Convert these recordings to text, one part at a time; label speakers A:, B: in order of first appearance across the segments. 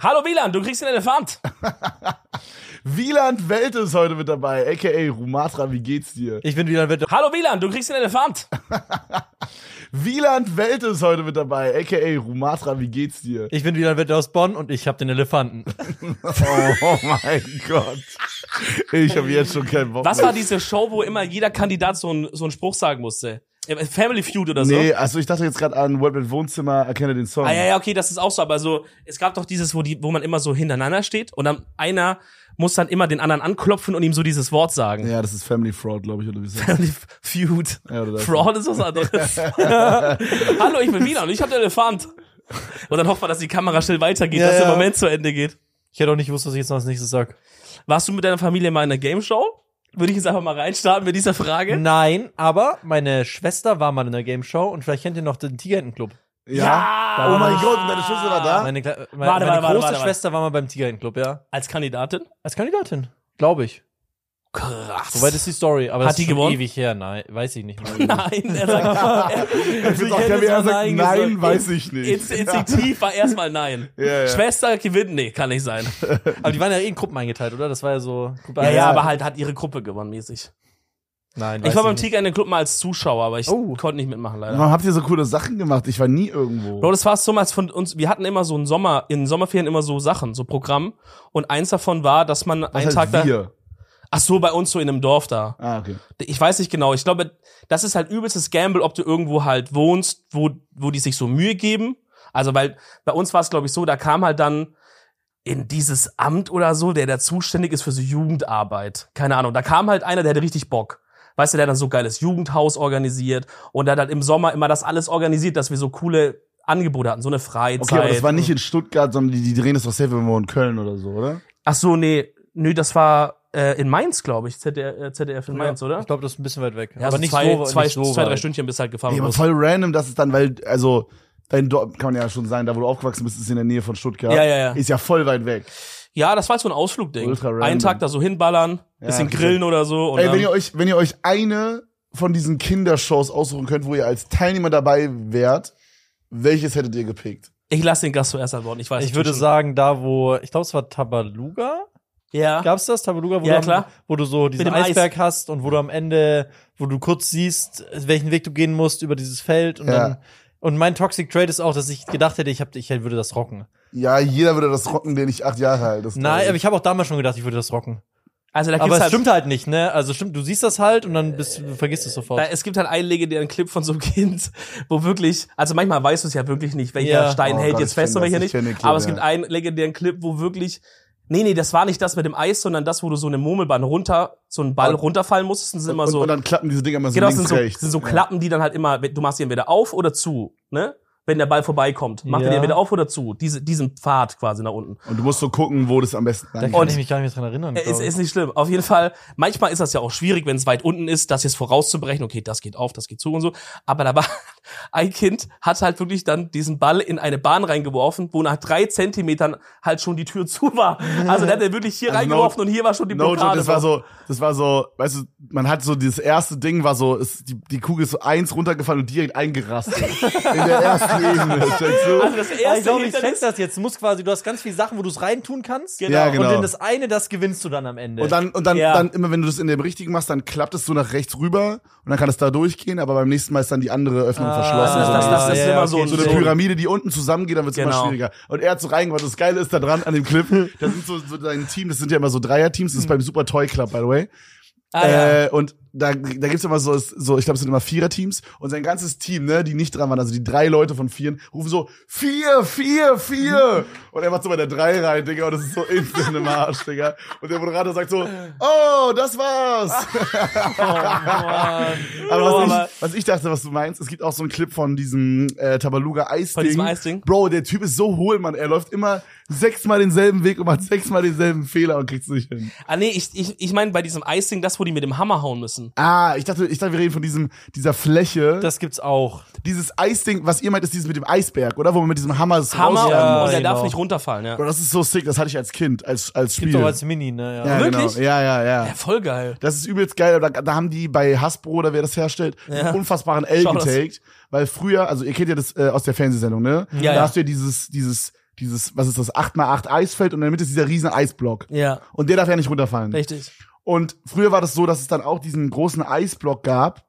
A: Hallo Wieland, du kriegst einen Elefant.
B: Wieland Welte ist heute mit dabei, a.k.a. Rumatra, wie geht's dir?
C: Ich bin wieder Wette.
A: Hallo Wieland, du kriegst einen Elefant.
B: Wieland Welte ist heute mit dabei, a.k.a. Rumatra, wie geht's dir?
C: Ich bin wieder Wette aus Bonn und ich habe den Elefanten.
B: Oh, oh mein Gott. Ich habe jetzt schon keinen Bock
A: Was
B: mehr.
A: war diese Show, wo immer jeder Kandidat so einen, so einen Spruch sagen musste? Äh, Family Feud oder so?
B: Nee, also ich dachte jetzt gerade an World mit Wohnzimmer, erkenne den Song.
A: Ah, ja, ja, okay, das ist auch so. Aber so, es gab doch dieses, wo, die, wo man immer so hintereinander steht und dann einer muss dann immer den anderen anklopfen und ihm so dieses Wort sagen.
B: Ja, das ist Family Fraud, glaube ich, oder wie ist das?
A: Family Feud.
B: Ja, oder das.
A: Fraud ist was anderes. Hallo, ich bin Wieland und ich hab den Elefant. Und dann hofft man, dass die Kamera schnell weitergeht,
C: Ja,
A: dass der
C: ja.
A: Moment zu Ende geht.
C: Ich hätte auch nicht gewusst, was ich jetzt noch als nächstes sag.
A: Warst du mit deiner Familie mal in einer Game Show? Würde ich jetzt einfach mal reinstarten mit dieser Frage.
C: Nein, aber meine Schwester war mal in der Game Show und vielleicht kennt ihr noch den Tigerentenclub.
A: Ja.
B: Oh mein Gott, und deine Schüssel war da?
C: Meine, Kle- meine,
A: Ah. Warte,
C: meine
A: warte, warte,
C: große
A: warte.
C: Schwester war mal beim Tigerentenclub, ja.
A: Als Kandidatin?
C: Als Kandidatin, glaube ich.
A: Krass.
C: Soweit ist die Story, aber
A: Hat
C: das
A: die
C: ist schon
A: gewonnen?
C: ewig her. Nein, weiß ich nicht. Mehr.
A: Nein, er sagt,
B: Ich find's auch
C: hätte
B: geil, wie er
C: jetzt mal
B: sagt,
C: Nein
B: nein,
C: gesagt.
B: weiß ich nicht.
A: Inst instinktiv war erstmal nein.
B: Ja, ja.
A: Schwester gewinnt, nee, kann nicht sein.
C: aber die waren ja eh in Gruppen eingeteilt, oder? Das war ja so. Gruppe
A: Ja, ja,
C: eins.
A: aber halt hat ihre Gruppe gewonnen, mäßig.
C: Nein, weiß
A: Ich war beim
C: nicht.
A: Tiger in den Club mal als Zuschauer, aber ich
C: Oh.
A: konnte nicht mitmachen, leider.
B: Warum habt ihr so coole Sachen gemacht? Ich war nie irgendwo.
A: Bro, das war es damals von uns. Wir hatten immer so einen Sommer, in den Sommerferien immer so Sachen, so Programm. Und eins davon war, dass man einen
B: Was
A: Tag
B: heißt
A: da.
B: wir?
A: Ach so, bei uns so in einem Dorf da.
B: Ah, okay.
A: Ich weiß nicht genau. Ich glaube, das ist halt übelstes Gamble, ob du irgendwo halt wohnst, wo, wo die sich so Mühe geben. Also, weil bei uns war es, glaube ich, so, da kam halt dann in dieses Amt oder so, der da zuständig ist für so Jugendarbeit. Keine Ahnung. Da kam halt einer, der hatte richtig Bock. Weißt du, der hat dann so geiles Jugendhaus organisiert und der hat halt im Sommer immer das alles organisiert, dass wir so coole Angebote hatten, so eine Freizeit.
B: Okay, aber das war nicht in Stuttgart, sondern die, die drehen das doch safe irgendwo in Köln oder so, oder?
A: Ach so, nee, nee, das war äh, in Mainz, glaube ich, ZDF, äh, ZDF in Mainz, oder?
C: Ich glaube, das ist ein bisschen weit weg.
A: Ja,
C: aber
A: so
C: nicht
A: zwei,
C: so,
A: zwei,
C: nicht so
A: zwei,
C: weit.
A: drei Stündchen bis halt gefahren
B: Ja, aber
A: bist.
B: voll random, dass es dann, weil, also, dein Dorf, kann man ja schon sagen, da wo du aufgewachsen bist, ist in der Nähe von Stuttgart.
A: Ja, ja, ja.
B: Ist ja voll weit weg.
A: Ja, das war halt so ein Ausflugding.
B: Ultra random.
A: Einen Tag da so hinballern, bisschen
B: richtig.
A: grillen oder so. Und
B: Ey, wenn ihr
A: dann,
B: euch, wenn ihr euch eine von diesen Kindershows aussuchen könnt, wo ihr als Teilnehmer dabei wärt, welches hättet ihr gepickt?
A: ich lass den Gast zuerst antworten. Ich weiß
C: Ich
A: nicht,
C: würde
A: schon.
C: sagen, da wo, ich glaube, es war Tabaluga.
A: ja.
C: Gab's das? Tabaluga, wo,
A: Ah. Ja,
C: du, am-
A: klar.
C: wo du so diesen
A: dem Eis.
C: Eisberg hast und wo du am Ende, wo du kurz siehst, welchen Weg du gehen musst über dieses Feld und
B: Ja.
C: dann. Und mein Toxic Trade ist auch, dass ich gedacht hätte, ich, hab, ich würde das rocken.
B: Ja, jeder würde das rocken, den ich acht Jahre alt ist.
C: Nein, aber ich habe auch damals schon gedacht, ich würde das rocken.
A: Also da
C: Aber
A: gibt's
C: es
A: halt,
C: stimmt halt nicht, ne? Also stimmt, du siehst das halt und dann bist, du vergisst es sofort.
A: da, es gibt halt einen legendären Clip von so einem Kind, wo wirklich, also manchmal weißt du es ja wirklich nicht, welcher
C: Ja.
A: Stein
B: Oh
A: hält
B: Gott,
A: jetzt
B: ich
A: fest
B: kenn
A: und
B: das,
A: welcher
B: ich
A: nicht.
B: kenn den Clip,
A: Aber es
B: ja.
A: gibt einen legendären Clip, wo wirklich, nee, nee, das war nicht das mit dem Eis, sondern das, wo du so eine Murmelbahn runter, so einen Ball
B: Und-
A: runterfallen musstest. Das sind immer
B: und,
A: so,
B: und dann klappen diese Dinger immer so
A: genau, das
B: Also links
A: sind so,
B: rechts.
A: sind so Klappen, die dann halt immer, du machst die entweder auf oder zu, ne? Wenn der Ball vorbeikommt, macht er
C: Ja.
A: den entweder auf oder zu. Diese, diesen Pfad quasi nach unten.
B: Und du musst so gucken, wo das am besten
C: Da
B: lang
C: kann
A: und-
C: ich mich gar nicht mehr dran erinnern.
A: Äh, Ist,
C: glaub ich.
A: ist nicht schlimm. Auf jeden Fall, manchmal ist das ja auch schwierig, wenn es weit unten ist, das jetzt vorauszubrechen. Okay, das geht auf, das geht zu und so. Aber da war ein Kind, hat halt wirklich dann diesen Ball in eine Bahn reingeworfen, wo nach drei Zentimetern halt schon die Tür zu war. Also der hat er wirklich hier
B: Also
A: reingeworfen und hier war schon die
B: No joke,
A: Blockade.
B: das war so, das war so, weißt du, man hat so dieses erste Ding war so, ist, die, die Kugel ist so eins runtergefallen und direkt eingerastet. in der ersten Ebene, checkst du?
A: also das
C: Ja, ich
A: erste
C: glaube, ich
A: Hindernis-
C: check das jetzt. Du musst quasi, du hast ganz viele Sachen, wo du es reintun kannst.
A: Genau. Ja,
B: genau.
C: Und dann das eine, das gewinnst du dann am Ende.
B: Und dann, und dann,
A: Ja.
B: dann immer, wenn du das in dem richtigen machst, dann klappt es so nach rechts rüber und dann kann es da durchgehen, aber beim nächsten Mal ist dann die andere Öffnung verschlossen.
A: das, das, das
C: Ah,
A: ist
C: ja,
A: immer
C: okay,
A: so, ein-
B: so eine
C: so.
B: Pyramide, die unten zusammengeht, dann wird es
A: Genau.
B: immer schwieriger. Und er hat so reingebaut. Das Geile ist da dran an dem Clip, da sind so, so dein Team, das sind ja immer so Dreierteams, das ist beim Super Toy Club, by the way.
A: Ah, ja.
B: äh, und da, da gibt's immer so, so, ich glaube, es sind immer Vierer-Teams und sein ganzes Team, ne, die nicht dran waren, also die drei Leute von Vieren, rufen so, vier, vier, vier! Und er macht so bei der Drei rein, Digga, und das ist so instant im Arsch, Digga. Und der Moderator sagt so, oh, das war's! Aber
A: Oh,
B: was,
A: aber-
B: ich, was ich dachte, was du meinst, es gibt auch so einen Clip von diesem äh, Tabaluga
A: Von diesem
B: Eisding.
A: Eisding?
B: Bro, der Typ ist so hohl, Mann. Er läuft immer sechsmal denselben Weg und macht sechsmal denselben Fehler und kriegt's nicht hin.
A: Ah, nee, ich, ich, ich meine bei diesem Eisding, das, wo die mit dem Hammer hauen müssen.
B: Ah, ich dachte, ich dachte, wir reden von diesem dieser Fläche.
C: das gibt's auch.
B: dieses Eisding, was ihr meint, ist dieses mit dem Eisberg, oder? Wo man mit diesem Hammer es
A: Hammer äh,
B: rausreiben
C: Ja,
A: und
B: muss.
A: der darf
C: genau.
A: nicht runterfallen, ja.
B: Bro, das ist so sick, das hatte ich als Kind, als, als Spiel.
C: Gibt's auch als Mini, ne? Ja.
B: ja,
A: Wirklich?
B: Genau. Ja, ja, ja.
A: ja. Voll geil.
B: Das ist übelst geil. Da, da haben die bei Hasbro oder wer das herstellt,
A: Ja.
B: einen unfassbaren L
A: Schau das.
B: getaked. Weil früher, also ihr kennt ja das äh, aus der Fernsehsendung, ne?
A: Ja,
B: da
A: ja.
B: hast du ja dieses, dieses dieses, was ist das, 8x8 Eisfeld und in der Mitte ist dieser riesen Eisblock.
A: Ja,
B: Und der darf ja nicht runterfallen.
A: richtig.
B: Und früher war das so, dass es dann auch diesen großen Eisblock gab.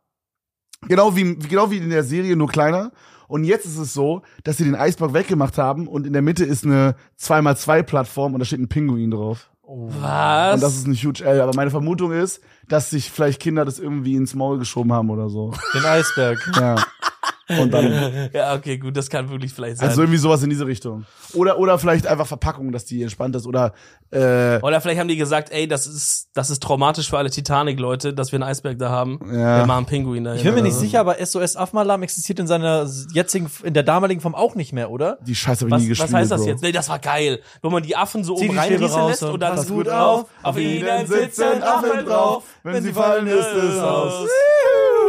B: Genau wie, genau wie in der Serie, nur kleiner. Und jetzt ist es so, dass sie den Eisblock weggemacht haben und in der Mitte ist eine 2x2-Plattform und da steht ein Pinguin drauf.
A: Was?
B: Und das ist ein Huge L. Aber meine Vermutung ist, dass sich vielleicht Kinder das irgendwie ins Maul geschoben haben oder so.
C: Den Eisberg.
B: Ja. Und dann
A: ja, okay, gut, das kann wirklich vielleicht sein.
B: Also irgendwie sowas in diese Richtung. Oder, oder vielleicht einfach Verpackung, dass die entspannt ist. Oder äh,
A: Oder vielleicht haben die gesagt, ey, das ist, das ist traumatisch für alle Titanic-Leute, dass wir einen Eisberg da haben.
B: Ja.
A: Wir machen einen Pinguin da. also.
C: Ich bin mir nicht sicher, aber SOS Afmalam existiert in seiner jetzigen, in der damaligen Form auch nicht mehr, oder?
B: die Scheiße habe ich nie
A: Was,
B: gespielt.
A: was heißt das
B: Bro.
A: jetzt? Nee, das war geil. Wenn man die Affen so
C: Zieh
A: oben
C: die Schere
A: reinrieseln
C: raus
A: lässt
C: und
A: und dann
C: pass
A: passt gut auf, auf ihnen sitzen Affen drauf,
B: Wenn sie fallen, ist es aus.
A: Oh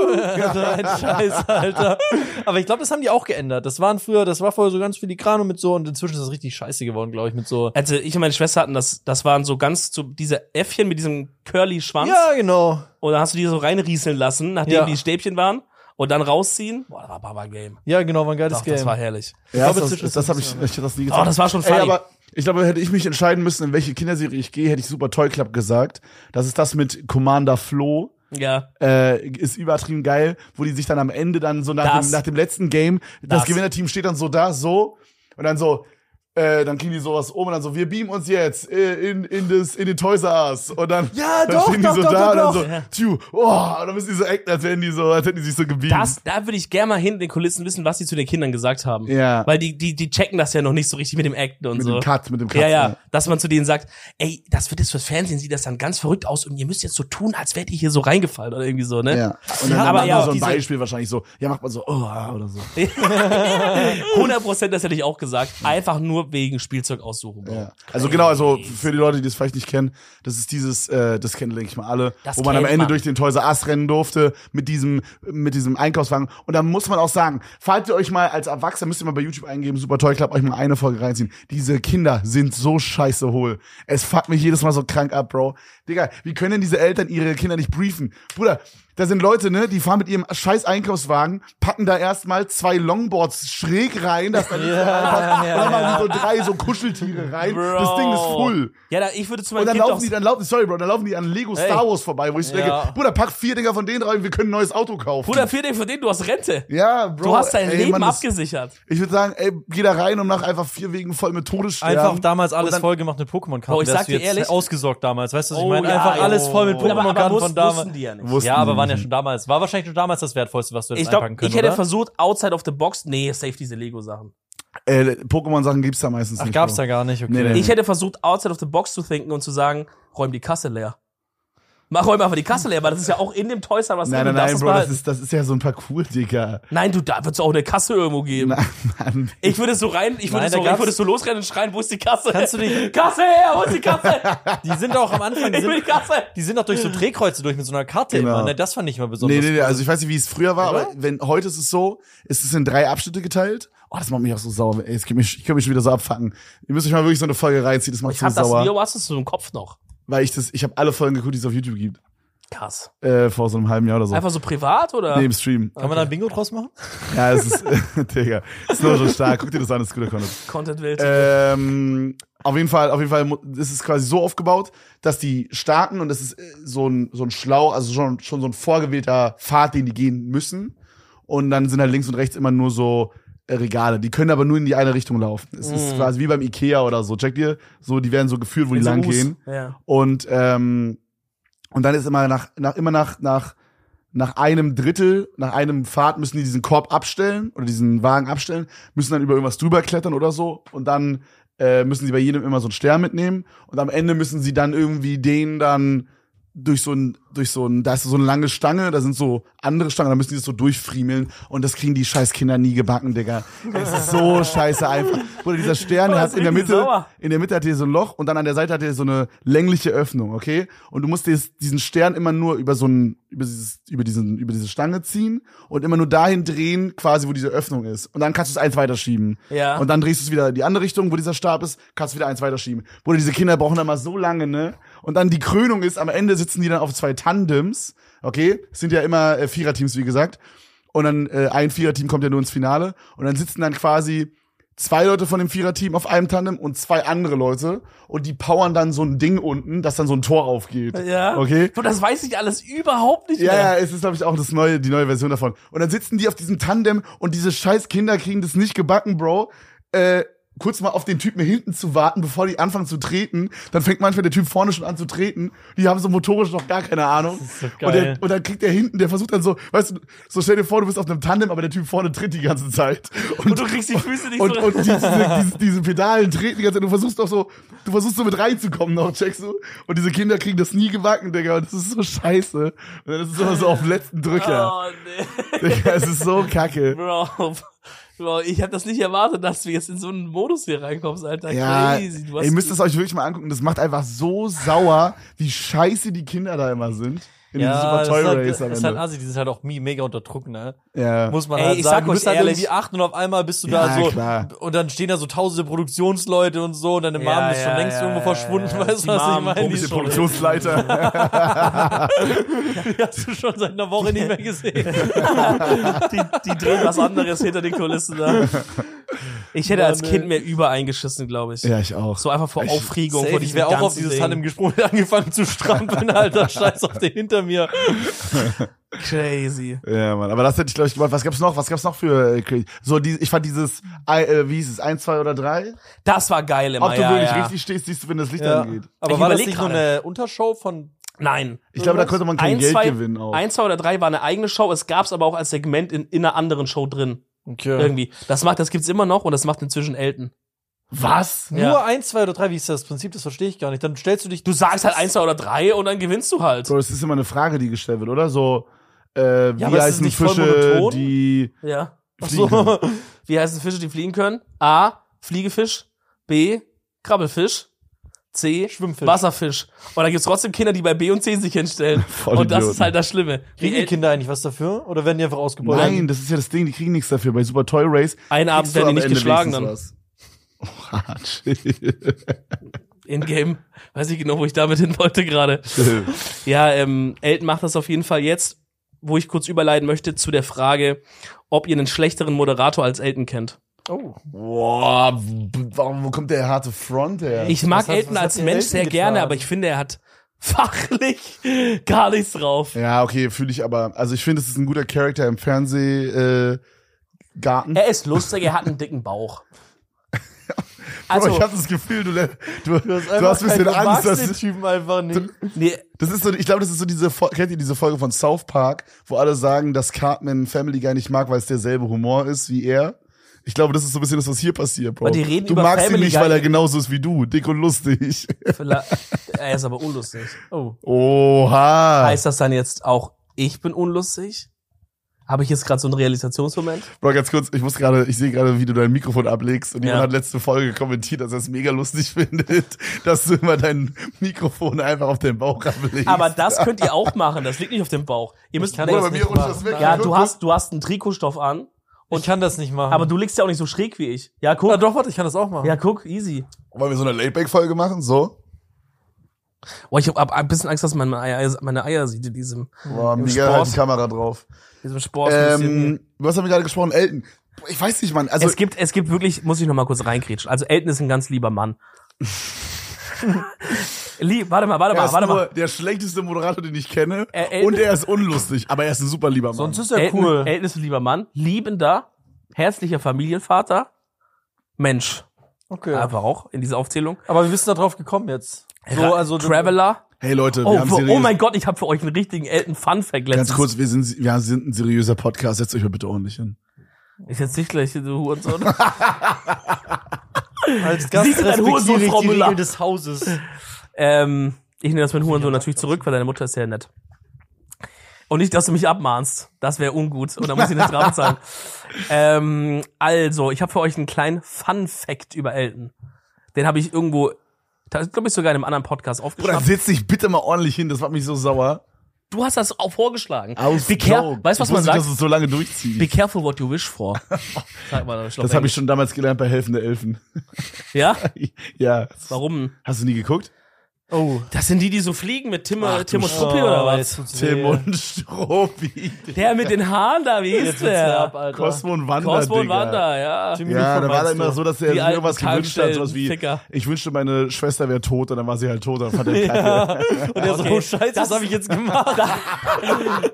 C: Also ein Scheiß, Alter. Aber ich glaube, das haben die auch geändert. Das waren früher, das war vorher so ganz filigran und mit so, und inzwischen ist das richtig scheiße geworden, glaube ich, mit so.
A: Also ich und meine Schwester hatten das, das waren so ganz so diese Äffchen mit diesem curly Schwanz
C: Ja, genau.
A: und dann hast du die so reinrieseln lassen, nachdem
C: Ja.
A: die Stäbchen waren und dann rausziehen. Boah, das war Baba Game.
C: Ja, genau, war ein geiles
A: Doch,
C: Game.
A: das war herrlich.
B: Ja,
C: glaube,
B: das,
C: zwischen-
B: das, das habe ich, ich hab das nie gesagt.
A: Oh, das war schon
B: Ey,
A: funny.
B: aber ich glaube, hätte ich mich entscheiden müssen, in welche Kinderserie ich gehe, hätte ich Super Toy Club gesagt. Das ist das mit Commander Flo.
A: ja.
B: äh, ist übertrieben geil, wo die sich dann am Ende dann so nach,
A: Das.
B: dem, nach dem letzten Game, das,
A: Das.
B: Gewinnerteam steht dann so da, so, und dann so, äh, dann kriegen die sowas um und dann so, wir beamen uns jetzt äh, in, in, das, in den Toys R Us. Und dann,
C: Ja,
B: dann
C: doch,
B: stehen die
C: doch,
B: so
C: doch,
B: da
C: doch,
B: und dann so, tju, oh, und dann müssen die so acten, als wären die so, als hätten die sich so gebeamt.
A: Das, da würde ich gerne mal hinten in den Kulissen wissen, was die zu den Kindern gesagt haben.
B: Ja.
A: Weil die, die, die checken das ja noch nicht so richtig mit dem Acten und
B: mit
A: so.
B: dem Cut, mit dem Cut.
A: ja, ja, dass man zu denen sagt, ey, das wird jetzt fürs Fernsehen, sieht das dann ganz verrückt aus und ihr müsst jetzt so tun, als wärt ihr hier so reingefallen oder irgendwie so, ne?
B: Ja. Und dann
A: Ja,
B: ja,
A: aber
B: aber
A: ja,
B: so ein
A: diese-
B: Beispiel wahrscheinlich so, ja, macht man so, oh, ah, oder so.
A: 100 Prozent, das hätte ich auch gesagt. Einfach nur wegen Spielzeug aussuchen. Bro.
B: Ja. Also genau, also für die Leute, die das vielleicht nicht kennen, das ist dieses, äh, das kennen, denke ich mal, alle,
A: Das
B: wo man am
A: kennt
B: Ende
A: man.
B: durch den Toys R Us rennen durfte mit diesem, mit diesem Einkaufswagen. Und da muss man auch sagen, falls ihr euch mal als Erwachsener, müsst ihr mal bei YouTube eingeben, Super Toy Club, euch mal eine Folge reinziehen. Diese Kinder sind so scheiße hohl. Es fuckt mich jedes Mal so krank ab, Bro. Digga, wie können denn diese Eltern ihre Kinder nicht briefen? Bruder, da sind Leute, ne, die fahren mit ihrem scheiß Einkaufswagen, packen da erstmal zwei Longboards schräg rein, dass dann
C: Ja, ja,
B: und dann
C: ja.
B: machen die so drei so Kuscheltiere rein. Das Ding ist voll.
A: Ja, da, ich würde zu meinem
B: Und dann
A: Kind
B: laufen
A: auch.
B: die, dann laufen, sorry, Bro, dann laufen die an Lego
A: Hey.
B: Star Wars vorbei, wo ich so
C: Ja.
B: denke, Bruder, pack vier Dinger von denen rein, wir können ein neues Auto kaufen.
A: Bruder, für den, von denen du hast Rente.
B: ja, Bro.
A: du hast dein
B: ey,
A: Leben
B: Mann, das-
A: abgesichert.
B: Ich würde sagen, ey, geh da rein und mach einfach vier Wegen voll mit Todessterben.
C: Einfach damals alles
B: dann-
C: voll gemacht mit Pokémon-Karten.
A: Oh, ich sag
C: Wärst du
A: dir
C: jetzt
A: ehrlich-
C: Ausgesorgt damals, weißt du, was ich
A: Oh,
C: meine?
A: ja, oh.
C: Einfach
A: ja.
C: alles voll mit
A: Aber- aber
C: Pokémon-Karten
A: wussten-
C: von damals.
A: wussten die ja nicht.
B: Wussten
C: Ja, aber
B: die
C: waren ja
B: nicht.
C: schon damals. War wahrscheinlich schon damals das Wertvollste, was du jetzt
A: Ich glaube,
C: einpacken können,
A: ich hätte
C: oder?
A: versucht, outside of the box, nee, safe diese Lego-Sachen.
B: Äh, Pokémon-Sachen gibt's da meistens
C: Ach,
B: nicht.
C: gab's
B: Bro.
C: da gar nicht, okay.
B: Nee, nee.
A: Ich hätte versucht, outside of the box zu denken und zu sagen, räum die Kasse leer. Mach räum einfach die Kasse leer, weil das ist ja auch in dem Toy Story was
B: Nein,
A: drin,
B: nein,
A: du darfst
B: nein, Bro, das
A: behalten.
B: ist, das ist ja so ein Parcours, Digga.
A: halt- Nein, du, da wird's auch eine Kasse irgendwo geben.
B: Nein, Mann.
A: Ich würde so rein, ich würde,
C: Nein, da
A: so, ich
C: gab's-
A: würde so losrennen und schreien, wo ist die Kasse?
C: Kannst du dich-
A: Kasse her, wo ist die Kasse?
C: Die sind auch am Anfang, die
A: ich will die
C: sind,
A: Kasse.
C: die sind auch durch so Drehkreuze durch mit so einer Karte
B: Genau.
C: immer. Ne? Das fand ich immer
B: Nee,
C: besonders.
B: nee, nee, also ich weiß nicht, wie es früher war,
C: Oder?
B: aber wenn heute ist es so, ist es in drei Abschnitte geteilt. Oh, das macht mich auch so sauer. Ey, jetzt kann mich, ich kann mich schon wieder so abfacken. Ihr müsst euch mal wirklich so eine Folge reinziehen, das macht
A: Ich
B: so
A: hab das
B: sauer.
A: Video, hast du es im Kopf noch?
B: weil ich das, ich habe alle Folgen geguckt, die es auf YouTube gibt.
A: Krass.
B: Äh, vor so einem halben Jahr oder so.
A: Einfach so privat oder?
B: Nee, im Stream.
C: Kann man da ein Bingo draus machen?
B: Ja, es ist, Digga, ist nur so stark. Guck dir das an, das ist guter Content.
A: Content
B: Äh,
A: Welt.
B: Ähm, auf jeden Fall, auf jeden Fall mu- ist es quasi so aufgebaut, dass die starten und das ist äh, so ein, so ein Schlau, also schon, schon so ein vorgewählter Pfad, den die gehen müssen. Und dann sind halt links und rechts immer nur so äh, Regale. Die können aber nur in die eine Richtung laufen. Es ist quasi wie beim Ikea oder so. Checkt ihr? So, die werden so geführt, wo
A: Mm.
B: die
A: In so
B: lang
A: Us.
B: gehen.
A: Ja.
B: Und, ähm, und dann ist immer nach, nach, immer nach, nach, nach einem Drittel, nach einem Pfad müssen die diesen Korb abstellen oder diesen Wagen abstellen, müssen dann über irgendwas drüber klettern oder so und dann äh, müssen sie bei jedem immer so einen Stern mitnehmen und am Ende müssen sie dann irgendwie den dann durch so ein, durch so ein, da ist so eine lange Stange, da sind so andere Stangen, da müssen die das so durchfriemeln und das kriegen die scheiß Kinder nie gebacken, Digga. Es ist so scheiße einfach. Oder dieser Stern, der
A: Oh,
B: hat
A: das
B: in der
A: macht mich
B: Mitte,
A: sauer.
B: in der Mitte hat er so ein Loch und dann an der Seite hat er so eine längliche Öffnung, okay? Und du musst des, diesen Stern immer nur über so einen, über dieses, über diesen, über diese Stange ziehen und immer nur dahin drehen, quasi, wo diese Öffnung ist. Und dann kannst du es eins weiterschieben.
A: Ja.
B: Und dann drehst du es wieder in die andere Richtung, wo dieser Stab ist, kannst du wieder eins weiterschieben. Bruder, diese Kinder brauchen da mal so lange, ne? Und dann die Krönung ist, am Ende sitzen die dann auf zwei Tandems, okay? Es sind ja immer äh, Viererteams, wie gesagt. Und dann äh, ein Viererteam kommt ja nur ins Finale. Und dann sitzen dann quasi zwei Leute von dem Viererteam auf einem Tandem und zwei andere Leute und die powern dann so ein Ding unten, dass dann so ein Tor aufgeht.
A: Ja.
B: Okay?
A: Du, das weiß ich alles überhaupt nicht
B: Ja,
A: mehr.
B: ja, es ist, glaube ich, auch das neue, die neue Version davon. Und dann sitzen die auf diesem Tandem und diese scheiß Kinder kriegen das nicht gebacken, Bro. Äh, kurz mal auf den Typen hinten zu warten, bevor die anfangen zu treten. Dann fängt manchmal der Typ vorne schon an zu treten. Die haben so motorisch noch gar keine Ahnung.
C: Das ist so
B: Und,
C: geil.
B: der, und dann kriegt der hinten, der versucht dann so, weißt du, so stell dir vor, du bist auf einem Tandem, aber der Typ vorne tritt die ganze Zeit.
A: Und du kriegst die Füße nicht
B: Und,
A: so.
B: und diese, diese, diese Pedalen treten die ganze Zeit. Du versuchst doch so, du versuchst so mit reinzukommen noch, checkst du? Und diese Kinder kriegen das nie gebacken, Digga. Und das ist so scheiße. Und dann ist es immer so auf den letzten Drücker.
A: Oh, nee.
B: Digga, es ist so kacke.
A: Bro. Bro, ich habe das nicht erwartet, dass du jetzt in so einen Modus hier reinkommst, Alter.
B: Ja,
A: Crazy. Du hast
B: ihr müsst es euch wirklich mal angucken. Das macht einfach so sauer, wie scheiße die Kinder da immer sind. In diesem
C: Ja,
B: Super
C: das ist
B: Toy
C: halt,
B: Race
C: das
B: am
C: ist halt
B: Ende.
C: assi, die sind halt auch me- mega unter Druck, ne?
B: Ja.
C: Muss man
A: Ey,
C: halt
A: ich
C: sagen,
A: sag
C: du bist
A: euch
C: halt
A: ehrlich-
C: irgendwie acht und auf einmal bist du
B: Ja,
C: da so
B: klar.
C: und dann stehen da so tausende Produktionsleute und so und deine Mom
A: Ja,
C: ist schon
A: ja,
C: längst
A: ja,
C: irgendwo
A: ja,
C: verschwunden,
A: ja.
C: weißt
A: Die
C: du, was ich
A: Mom,
B: Oh,
C: meine?
B: ein
C: Die
B: bisschen
C: ist
B: Produktionsleiter.
C: schon- die hast du schon seit einer Woche nicht mehr gesehen.
A: die, die drehen was anderes hinter den Kulissen da. Ich hätte
C: Ja,
A: als
C: nee.
A: Kind mir übereingeschissen, glaube ich.
B: ja, ich auch.
A: So einfach vor
B: Ich-
A: Aufregung,
C: Safe,
A: vor
C: ich
A: diesem
C: wäre auch auf
A: ganzen
C: dieses
A: Ding.
C: Tandem gesprungen und angefangen zu strampeln, Alter, scheiß auf den hinter mir.
A: Crazy.
B: Ja, Mann, aber das hätte ich, glaube ich, gemacht. Was gab's noch? Was gab's noch für äh, Crazy? So, die, ich fand dieses, äh, äh, wie hieß es, eins, zwei oder drei?
A: Das war geil immer,
B: Ob du
A: ja,
B: wirklich
A: ja.
B: richtig stehst, siehst du, wenn das Licht
C: Ja.
B: angeht.
C: Aber
A: Ich
C: war das
A: überleg
C: nicht so eine Untershow von
A: Nein.
B: Ich glaube, da konnte man kein
A: Eins,
B: Geld
A: zwei-
B: gewinnen auch.
A: Eins, zwei oder drei war eine eigene Show, es gab's aber auch als Segment in, in einer anderen Show drin. Irgendwie. Das macht, das gibt's immer noch und das macht inzwischen Elton.
B: Was?
A: Ja.
C: Nur eins, zwei oder drei, wie ist das Prinzip? Das verstehe ich gar nicht. Dann stellst du dich.
A: Du sagst halt eins, zwei oder drei und dann gewinnst du halt.
B: So, es ist immer eine Frage, die gestellt wird, oder? So, äh, wie
C: Ja, aber ist es
B: heißen
C: nicht voll
B: Fische,
C: monoton?
B: die
A: Ja.
C: Ach
B: fliegen können?
C: so.
A: Wie heißen Fische, die fliegen können? A. Fliegefisch. B. Krabbelfisch. C.
C: Schwimmfisch.
A: Wasserfisch. Und dann gibt's trotzdem Kinder, die bei B und C sich hinstellen.
B: Voll
A: und das ist
B: Idioten.
A: halt das Schlimme.
C: Kriegen die
A: El-
C: Kinder eigentlich was dafür? Oder werden die einfach ausgebeutet? Also,
B: Nein, das ist ja das Ding, die kriegen nichts dafür. Bei Super Toy Race
A: Einen Abend
B: kriegst du
A: werden die
B: am
A: nicht
B: Ende
A: geschlagen dann.
B: wenigstens Oh, was. Oh, chill.
A: In-game. Weiß ich genau, wo ich damit hin wollte gerade.
B: Chill.
A: Ja, ähm, Elton macht das auf jeden Fall jetzt, wo ich kurz überleiten möchte zu der Frage, ob ihr einen schlechteren Moderator als Elton kennt.
C: Oh.
B: Boah, b- warum wo kommt der harte Front her?
A: Ich mag
C: hat-
A: Elton
C: was hat
A: als
C: dir
A: Mensch
C: Elton
A: sehr gerne,
C: getan?
A: aber ich finde, er hat fachlich gar nichts drauf.
B: Ja, okay, fühle ich aber. Also ich finde, es ist ein guter Charakter im Fernsehgarten. Äh, Garten.
A: Er ist lustig, er hat einen dicken Bauch.
B: Also,
A: Also,
B: ich hatte das Gefühl, du, le- du, du, hast, ein bisschen
C: du
B: Angst.
C: magst den
B: Dass,
C: Typen einfach nicht.
A: nee,
B: das ist so, ich glaube, das ist so diese Fol- kennt ihr diese Folge von South Park, wo alle sagen, dass Cartman Family Guy nicht mag, weil es derselbe Humor ist wie er. Ich glaube, das ist so ein bisschen das, was hier passiert, Bro.
A: Weil die reden
B: du
A: über
B: magst ihn
A: Family
B: nicht,
A: Guy.
B: weil er genauso ist wie du, dick und lustig.
A: vielleicht, er ist aber unlustig.
C: Oh.
B: Oha.
A: Heißt das dann jetzt auch, ich bin unlustig? Habe ich jetzt gerade so einen Realisationsmoment?
B: Bro, ganz kurz, ich muss gerade, ich sehe gerade, wie du dein Mikrofon ablegst und
A: Ja.
B: jemand hat letzte Folge kommentiert, dass er es mega lustig findet, dass du immer dein Mikrofon einfach auf den Bauch ablegst.
A: Aber das könnt ihr auch machen, das liegt nicht auf dem Bauch. Ihr müsst
C: kann
A: Nee,
B: Oder
C: das
B: bei
C: nicht
B: mir rutscht das
C: machen.
B: weg.
A: Ja,
B: Guck,
A: du
B: guck.
A: hast, du hast einen Trikotstoff an,
C: Ich kann das nicht machen.
A: aber du liegst ja auch nicht so schräg wie ich. Ja,
C: Ah,
A: guck.
C: doch, warte, ich kann das auch machen.
A: Ja, guck, easy.
B: Wollen wir so eine Laidback-Folge machen? So?
A: Oh, ich hab ein bisschen Angst, dass man meine Eier, meine Eier sieht in diesem,
B: Boah,
A: Im
B: mega
A: Sport.
B: halt die Kamera drauf.
A: diesem Sport.
B: Ähm, was haben wir gerade gesprochen? Elton. Boah, Ich weiß nicht, Mann. Also,
A: es gibt, es gibt wirklich, muss ich noch mal kurz reinkrätschen. Also Elton ist ein ganz lieber Mann. Lieb, warte mal, warte
B: er
A: mal,
B: ist
A: warte
B: nur
A: mal.
B: der schlechteste Moderator, den ich kenne.
A: Äh, Elton-
B: und er ist unlustig, aber er ist ein super lieber Mann.
C: Sonst ist er
A: Elton,
C: cool.
A: Elton ist ein lieber Mann, liebender, herzlicher Familienvater, Mensch.
C: Okay.
A: Einfach auch in dieser Aufzählung.
C: Aber wir wissen da drauf gekommen jetzt. So, also du-
A: Traveler.
B: hey Leute, wir
A: Oh,
B: haben
A: wo-
B: seriös,
A: oh mein Gott, ich habe für euch einen richtigen Elton Fun Fact letztens.
B: Ganz kurz, wir sind, wir sind ein seriöser Podcast. Setzt euch mal bitte ordentlich hin.
A: Ist jetzt nicht gleich du Hurensohn.
C: als Gast
A: Sie sind ein
C: respektiere
A: Hurensohn,
C: ich
A: Frau
C: die
A: Müller.
C: Regeln des Hauses.
A: ähm, ich nehme das mit Hurensohn natürlich zurück, weil deine Mutter ist sehr nett. Und nicht, dass du mich abmahnst. Das wäre ungut. Und da muss ich eine Strafe zahlen. ähm, also, ich habe für euch einen kleinen Fun Fact über Elton. Den habe ich irgendwo, glaube ich, sogar in einem anderen Podcast
B: Bruder,
A: aufgeschnappt.
B: setz dich bitte mal ordentlich hin. Das macht mich so sauer.
A: Du hast das auch vorgeschlagen.
B: Aus
A: Be care-
B: Joke.
A: Weißt du, was
B: ich
A: man
B: wusste nicht,
A: sagt?
B: dass es so lange
A: Be
B: durchzieht.
A: careful what you wish for. Sag mal,
B: Das habe ich schon damals gelernt bei Helfende Elfen.
A: Ja?
B: ja.
A: Warum?
B: Hast du nie geguckt?
C: Oh.
A: Das sind die, die so fliegen mit Tim,
B: Ach du
A: Tim und
B: Sch-
A: Struppi oder was?
B: Tim und Strobi.
A: Der mit den Haaren da, wie hieß der?
B: Cosmo und Wanda.
A: Cosmo und
B: Digga.
A: Wanda, ja.
C: Jimmy
B: Ja, da war da
C: meinst
B: immer
C: du?
B: so, dass er
A: Die
B: sich
A: alten
B: irgendwas gewünscht hat,
A: Tankstellen-
B: sowas wie,
A: Ficker.
B: ich wünschte, meine Schwester wäre tot, und dann war sie halt tot, dann fand er kacke.
C: Ja. Und der so,
A: Okay.
C: oh, scheiße, das habe ich jetzt gemacht.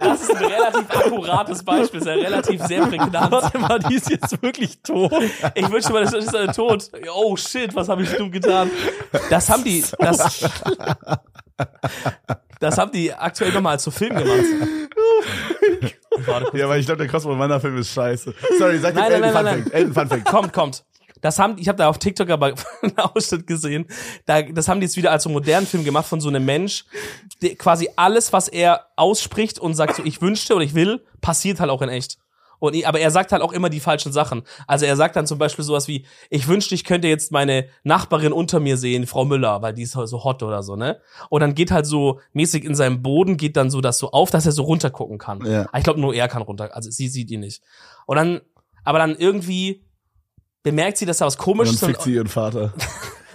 A: Das ist ein relativ akkurates Beispiel, ist ja relativ sehr prägnant.
C: Warte mal, die ist jetzt wirklich tot.
A: Ich wünschte mal, das ist äh, tot. Oh shit, was habe ich dumm getan? Das haben die, das, das haben die aktuell nochmal zu Film gemacht. Warte kurz.
B: Ja, aber ich glaube, der Cosmo und Wanda Film ist scheiße. Sorry, sag jetzt
A: Nein, nein,
B: Elton
A: nein,
B: Fun
A: nein.
B: Fact. Elton Fun Fact.
A: Kommt, kommt. Das haben, ich habe da auf TikTok aber einen Ausschnitt gesehen. Da, das haben die jetzt wieder als so einen modernen Film gemacht von so einem Mensch, der quasi alles, was er ausspricht und sagt, so ich wünschte oder ich will, passiert halt auch in echt. Und, i- aber er sagt halt auch immer die falschen Sachen. Also er sagt dann zum Beispiel sowas wie, ich wünschte, ich könnte jetzt meine Nachbarin unter mir sehen, Frau Müller, weil die ist halt so hot oder so, ne? Und dann geht halt so mäßig in seinem Boden, geht dann so das so auf, dass er so runtergucken kann.
B: Ja.
A: Aber Ich glaube, nur er kann runter, also sie sieht ihn nicht. Und dann, aber dann irgendwie bemerkt sie, dass da was
B: Und dann
A: komisches
B: fickt sie ihren Vater.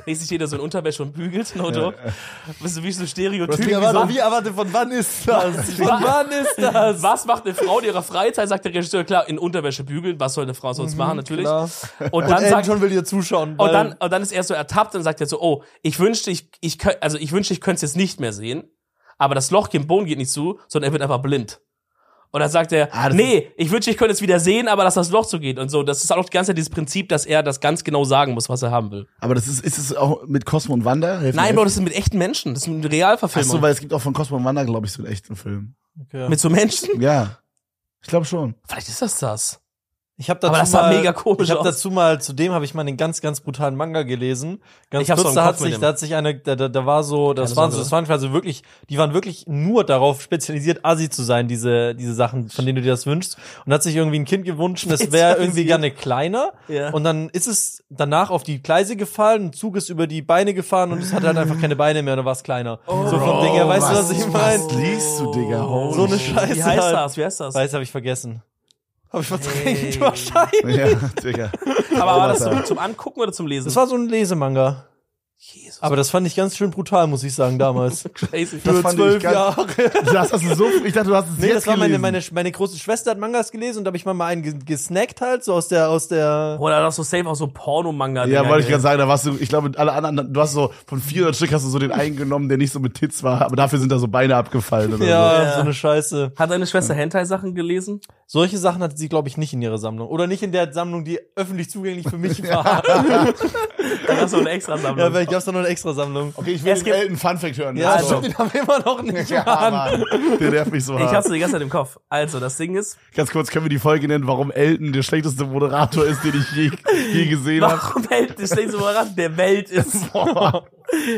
A: mäßig jeder so in Unterwäsche und bügelt, no joke. Weißt du, wie so Stereotyp.
B: Ding war
A: Wie
B: doch
A: so-
C: wie erwartet, von wann ist das? Von wann ist das?
A: Was macht eine Frau in ihrer Freizeit, sagt der Regisseur, klar, in Unterwäsche bügeln, was soll eine Frau sonst machen, natürlich.
C: Mhm, Klar.
A: Und dann
C: Dann
A: sagt,
C: schon will dir zuschauen.
A: und
C: weil-
A: dann, und dann ist er so ertappt und sagt jetzt so, oh, ich wünschte, ich, ich könnt, also ich wünschte, ich könnte es jetzt nicht mehr sehen, aber das Loch im Boden geht nicht zu, sondern er wird einfach blind. Und dann sagt er,
B: Ah, das
A: nee, ich wünschte, ich könnte es wieder sehen, aber dass das Loch zugeht und so. Das ist auch die ganze Zeit dieses Prinzip, dass er das ganz genau sagen muss, was er haben will.
B: Aber das ist, ist es auch mit Cosmo und Wanda? Helfen
A: Nein,
B: mir.
A: Bro, das ist mit echten Menschen. Das ist eine
B: Ach
A: Realverfilmung.
B: so, weil es gibt auch von Cosmo und Wanda, glaube ich, so einen echten Film.
C: Okay.
A: mit so Menschen?
B: Ja. Ich glaube schon.
A: Vielleicht ist das das.
C: Ich habe dazu
A: Aber das sah
C: mal,
A: mega komisch
C: Ich habe
A: aus.
C: dazu mal, zudem habe ich mal einen ganz, ganz brutalen Manga gelesen. Ganz
A: Ich hab's
C: kurz,
A: doch im
C: da hat
A: Kopf mit
C: sich,
A: dem-
C: da hat sich eine, da, da, da war so, das
A: Keine
C: waren
A: Sorge.
C: so, das waren quasi wirklich, die waren wirklich nur darauf spezialisiert, Asi zu sein, diese, diese Sachen, von denen du dir das wünschst. Und hat sich irgendwie ein Kind gewünscht, und das wäre irgendwie
A: Spezialisiert.
C: gerne kleiner.
A: Ja.
C: Und dann ist es danach auf die Gleise gefallen, ein Zug ist über die Beine gefahren und es hatte halt einfach keine Beine mehr und dann war es kleiner.
A: Oh,
C: so vom Ding her, weißt du, was ich
B: Was
C: meine?
B: liest du, Digga? Holy
C: So eine
B: shit.
C: Scheiße
A: Wie heißt
C: halt.
A: das? Wie heißt das?
C: Weiß, habe ich vergessen. Habe ich verdrängt,
A: Hey.
C: wahrscheinlich.
B: Ja, Digga.
A: Aber war das so
B: Alter.
A: zum Angucken oder zum Lesen?
C: Das war so ein Lesemanga.
A: Jesus,
C: Aber das fand ich ganz schön brutal, muss ich sagen, damals.
A: crazy.
B: Das fand ich ganz-
C: Jahre.
B: Das hast du so, ich dachte, du hast es
C: Nee,
B: jetzt
C: das war meine,
B: gelesen.
C: meine, meine große Schwester hat Mangas gelesen und da habe ich mal, mal einen ge- gesnackt halt, so aus der, aus der.
A: Oder doch so safe auch so Pornomanga.
B: ja,
A: Dinger,
B: wollte ich
A: gell?
B: gerade sagen, da warst du, ich glaube, alle anderen, du hast so, von 400 Stück hast du so den einen genommen, der nicht so mit Tits war, aber dafür sind da so Beine abgefallen oder
C: Ja,
A: Ja.
C: so eine Scheiße.
A: Hat deine Schwester Hentai-Sachen gelesen?
C: Solche Sachen hatte sie, glaube ich, nicht in ihrer Sammlung. Oder nicht in der Sammlung, die öffentlich zugänglich für mich war.
A: Dann hast du eine extra Sammlung.
C: ja, weil ich gab's da noch eine extra Sammlung.
B: Okay, ich will
A: Es
B: den
A: gibt-
B: Elton Fun Fact hören.
C: Ja,
B: Das ist
A: also-
B: doch-
C: stimmt, den haben wir immer noch nicht.
B: Ja,
C: Mann.
B: Mann. Der nervt mich so
A: ich
B: hart.
A: hab's die ganze Zeit im Kopf. Also, das Ding ist,
B: Ganz kurz, können wir die Folge nennen, warum Elton der schlechteste Moderator ist, den ich je, je gesehen habe?
A: warum Elton, das steht so mal ran, der Welt ist.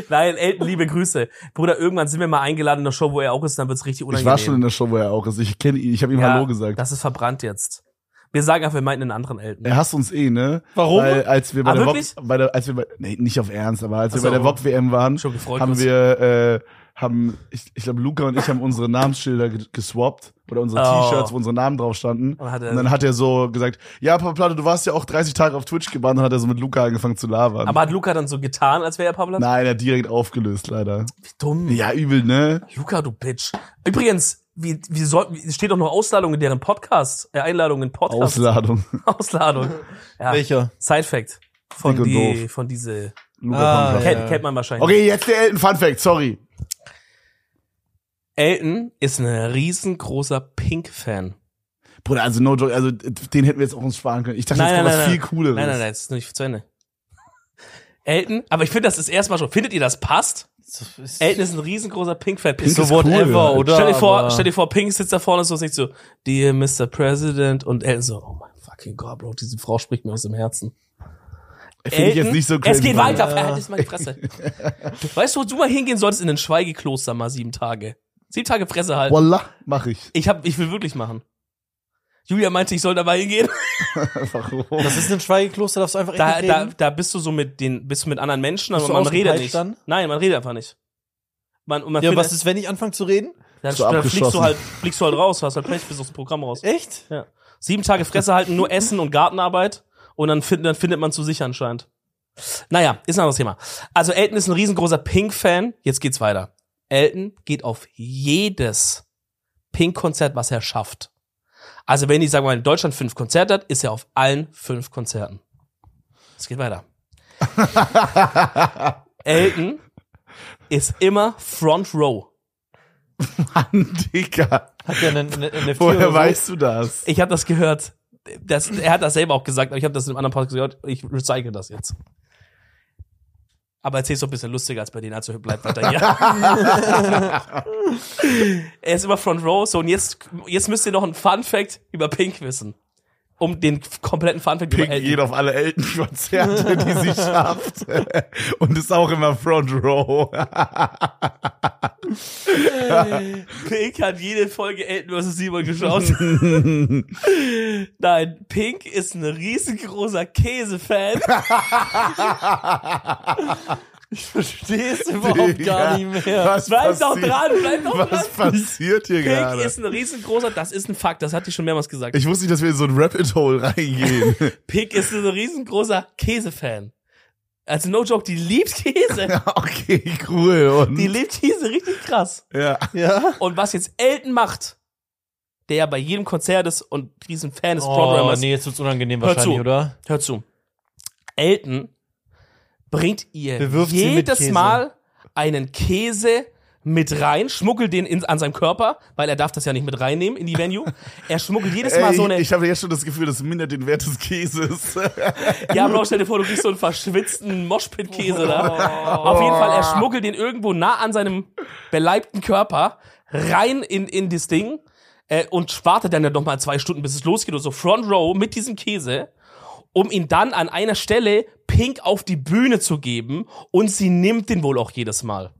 A: Nein, Elton, liebe Grüße. Bruder, irgendwann sind wir mal eingeladen in der Show, wo er auch ist, dann wird's richtig
B: Ich
A: unangenehm.
B: war schon in der Show, wo er auch ist. Ich kenne ihn, ich habe ihm Hallo gesagt.
A: Das ist verbrannt jetzt. Wir sagen einfach, wir meinten einen anderen Elton.
B: Er hasst uns eh, ne?
C: Warum?
B: Weil, als wir bei
A: Ah,
B: der
A: wirklich?
B: Wok, bei der, als wir bei, nee, nicht auf Ernst, aber als wir
A: Ach so.
B: bei der Wok WM waren,
A: Schon gefreut
B: haben
A: uns.
B: wir, äh, haben, ich, ich glaube, Luca und ich haben unsere Namensschilder ge- geswappt oder unsere
A: Oh.
B: T-Shirts, wo unsere Namen drauf standen.
A: Und hat er-
B: und dann hat er so gesagt, ja, Papa Platte, du warst ja auch 30 Tage auf Twitch gebannt und hat er so mit Luca angefangen zu labern.
A: Aber hat Luca dann so getan, als wäre er Pablo?
B: Nein, er hat direkt aufgelöst, leider.
A: Wie dumm.
B: Ja, übel, ne?
A: Luca, du Bitch. Übrigens, wir, wir sollten, es steht doch noch Ausladung in deren Podcast, äh, Einladung in Podcast.
B: Ausladung.
A: Ausladung. Ja.
C: Welcher?
A: Side Fact. Von,
B: Dick und
A: die,
B: doof.
A: von diese,
B: Luca
C: Ah,
B: Pamplach.
C: ja.
A: kennt, kennt man wahrscheinlich.
B: Okay, jetzt der Elton Fun Fact, sorry.
A: Elton ist ein riesengroßer Pink-Fan.
B: Bruder, also no joke, also den hätten wir jetzt auch uns sparen können. Ich dachte, jetzt kommt was viel cooleres.
A: Nein, nein, nein, das ist noch nicht zu Ende. Elton, aber ich finde, das ist erstmal schon. Findet ihr das passt? Elton ist ein riesengroßer Pink-Fan.
B: Pink
C: so
B: ist
C: whatever,
B: cool.
C: oder?
A: Stell dir, vor,
C: Aber-
A: stell dir vor, Pink sitzt da vorne und so und sagt so, Dear Mr. President und Elton so, oh mein fucking Gott, Bro, diese Frau spricht mir aus dem Herzen.
B: Finde ich jetzt
A: Elton,
B: nicht so
A: Es
B: crazy.
A: geht
B: Mann.
A: weiter, äh. halt jetzt mal die Fresse. weißt du, wo du mal hingehen solltest? In den Schweigekloster mal sieben Tage. Sieben Tage Fresse halten.
B: Wallah, mach ich.
A: Ich, hab, ich will wirklich machen. Julia meinte, ich soll dabei hingehen.
B: Warum?
C: Das ist ein Schweigekloster, darfst du einfach
A: Da,
C: echt nicht
A: da,
C: reden.
A: da bist du so mit den, bist du mit anderen Menschen, aber
C: Bist du
A: man redet
C: ausgepeitscht
A: nicht.
C: dann?
A: Nein, man redet einfach nicht. Man, und man
C: Ja,
A: findet,
C: was ist, wenn ich anfange zu reden?
A: dann,
B: Bist du
A: dann fliegst du
B: abgeschossen?
A: halt, fliegst du halt raus, hast halt Pech, bist aus dem Programm raus.
C: Echt?
A: Ja. Sieben Tage Fresse halten, nur Essen und Gartenarbeit und dann, find, dann findet man zu sich anscheinend. Naja, ist ein anderes Thema. Also Elton ist ein riesengroßer Pink-Fan. Jetzt geht's weiter. Elton geht auf jedes Pink-Konzert, was er schafft. Also wenn ich, sagen wir mal, in Deutschland fünf Konzerte hat, ist er auf allen fünf Konzerten. Es geht weiter. Elton ist immer Front Row.
B: Mann, Digga.
C: Hat ja eine, eine, eine
B: Woher
C: Vierer-
B: weißt du das?
A: Ich habe das gehört. Das, er hat das selber auch gesagt, aber ich habe das in einem anderen Podcast gehört. Ich recycle das jetzt. Aber erzähl's doch ein bisschen lustiger als bei denen. Also bleibt weiter hier. er ist immer Front Row. So, und jetzt, jetzt müsst ihr noch einen Fun Fact über Pink wissen. Um den kompletten Fun Fact über
B: Pink
A: Elton.
B: geht auf alle Elton-Konzerte, die sie schafft. Und ist auch immer Front Row.
A: Pink hat jede Folge Elton vs. Simon geschaut. Nein, Pink ist ein riesengroßer Käsefan.
C: Ich verstehe es überhaupt
B: Digga,
C: gar nicht mehr.
B: Was
A: Bleib doch
B: passiert-
A: dran, bleib doch dran.
B: Was passiert hier
A: Pink
B: gerade?
A: ist ein riesengroßer, das ist ein Fakt, das hatte ich schon mehrmals gesagt.
B: Ich wusste nicht, dass wir in so ein Rabbit Hole reingehen.
A: Pink ist ein riesengroßer Käsefan. Also no joke, die liebt Käse.
B: okay, cool. Und,
A: Die liebt Käse richtig krass.
B: ja.
C: Ja.
A: Und was jetzt Elton macht, der ja bei jedem Konzert ist und riesen Fan des
C: Oh,
A: Programmers,
C: nee, jetzt wird's unangenehm
A: Hör
C: wahrscheinlich,
A: zu.
C: oder?
A: hör zu. Elton bringt ihr
C: Bewirft sie mit
A: jedes
C: Käse.
A: Mal einen Käse mit rein, schmuggelt den in, an seinem Körper, weil er darf das ja nicht mit reinnehmen in die Venue. Er schmuggelt jedes Mal
B: Ey,
A: so eine
B: ich habe jetzt schon das Gefühl, das mindert den Wert des Käses.
A: Ja, Bro, stell dir vor, du kriegst so einen verschwitzten Moshpit-Käse da. Auf jeden Fall, er schmuggelt den irgendwo nah an seinem beleibten Körper rein in, in das Ding äh, und wartet dann ja nochmal zwei Stunden, bis es losgeht und so Front Row mit diesem Käse, um ihn dann an einer Stelle pink auf die Bühne zu geben und sie nimmt den wohl auch jedes Mal.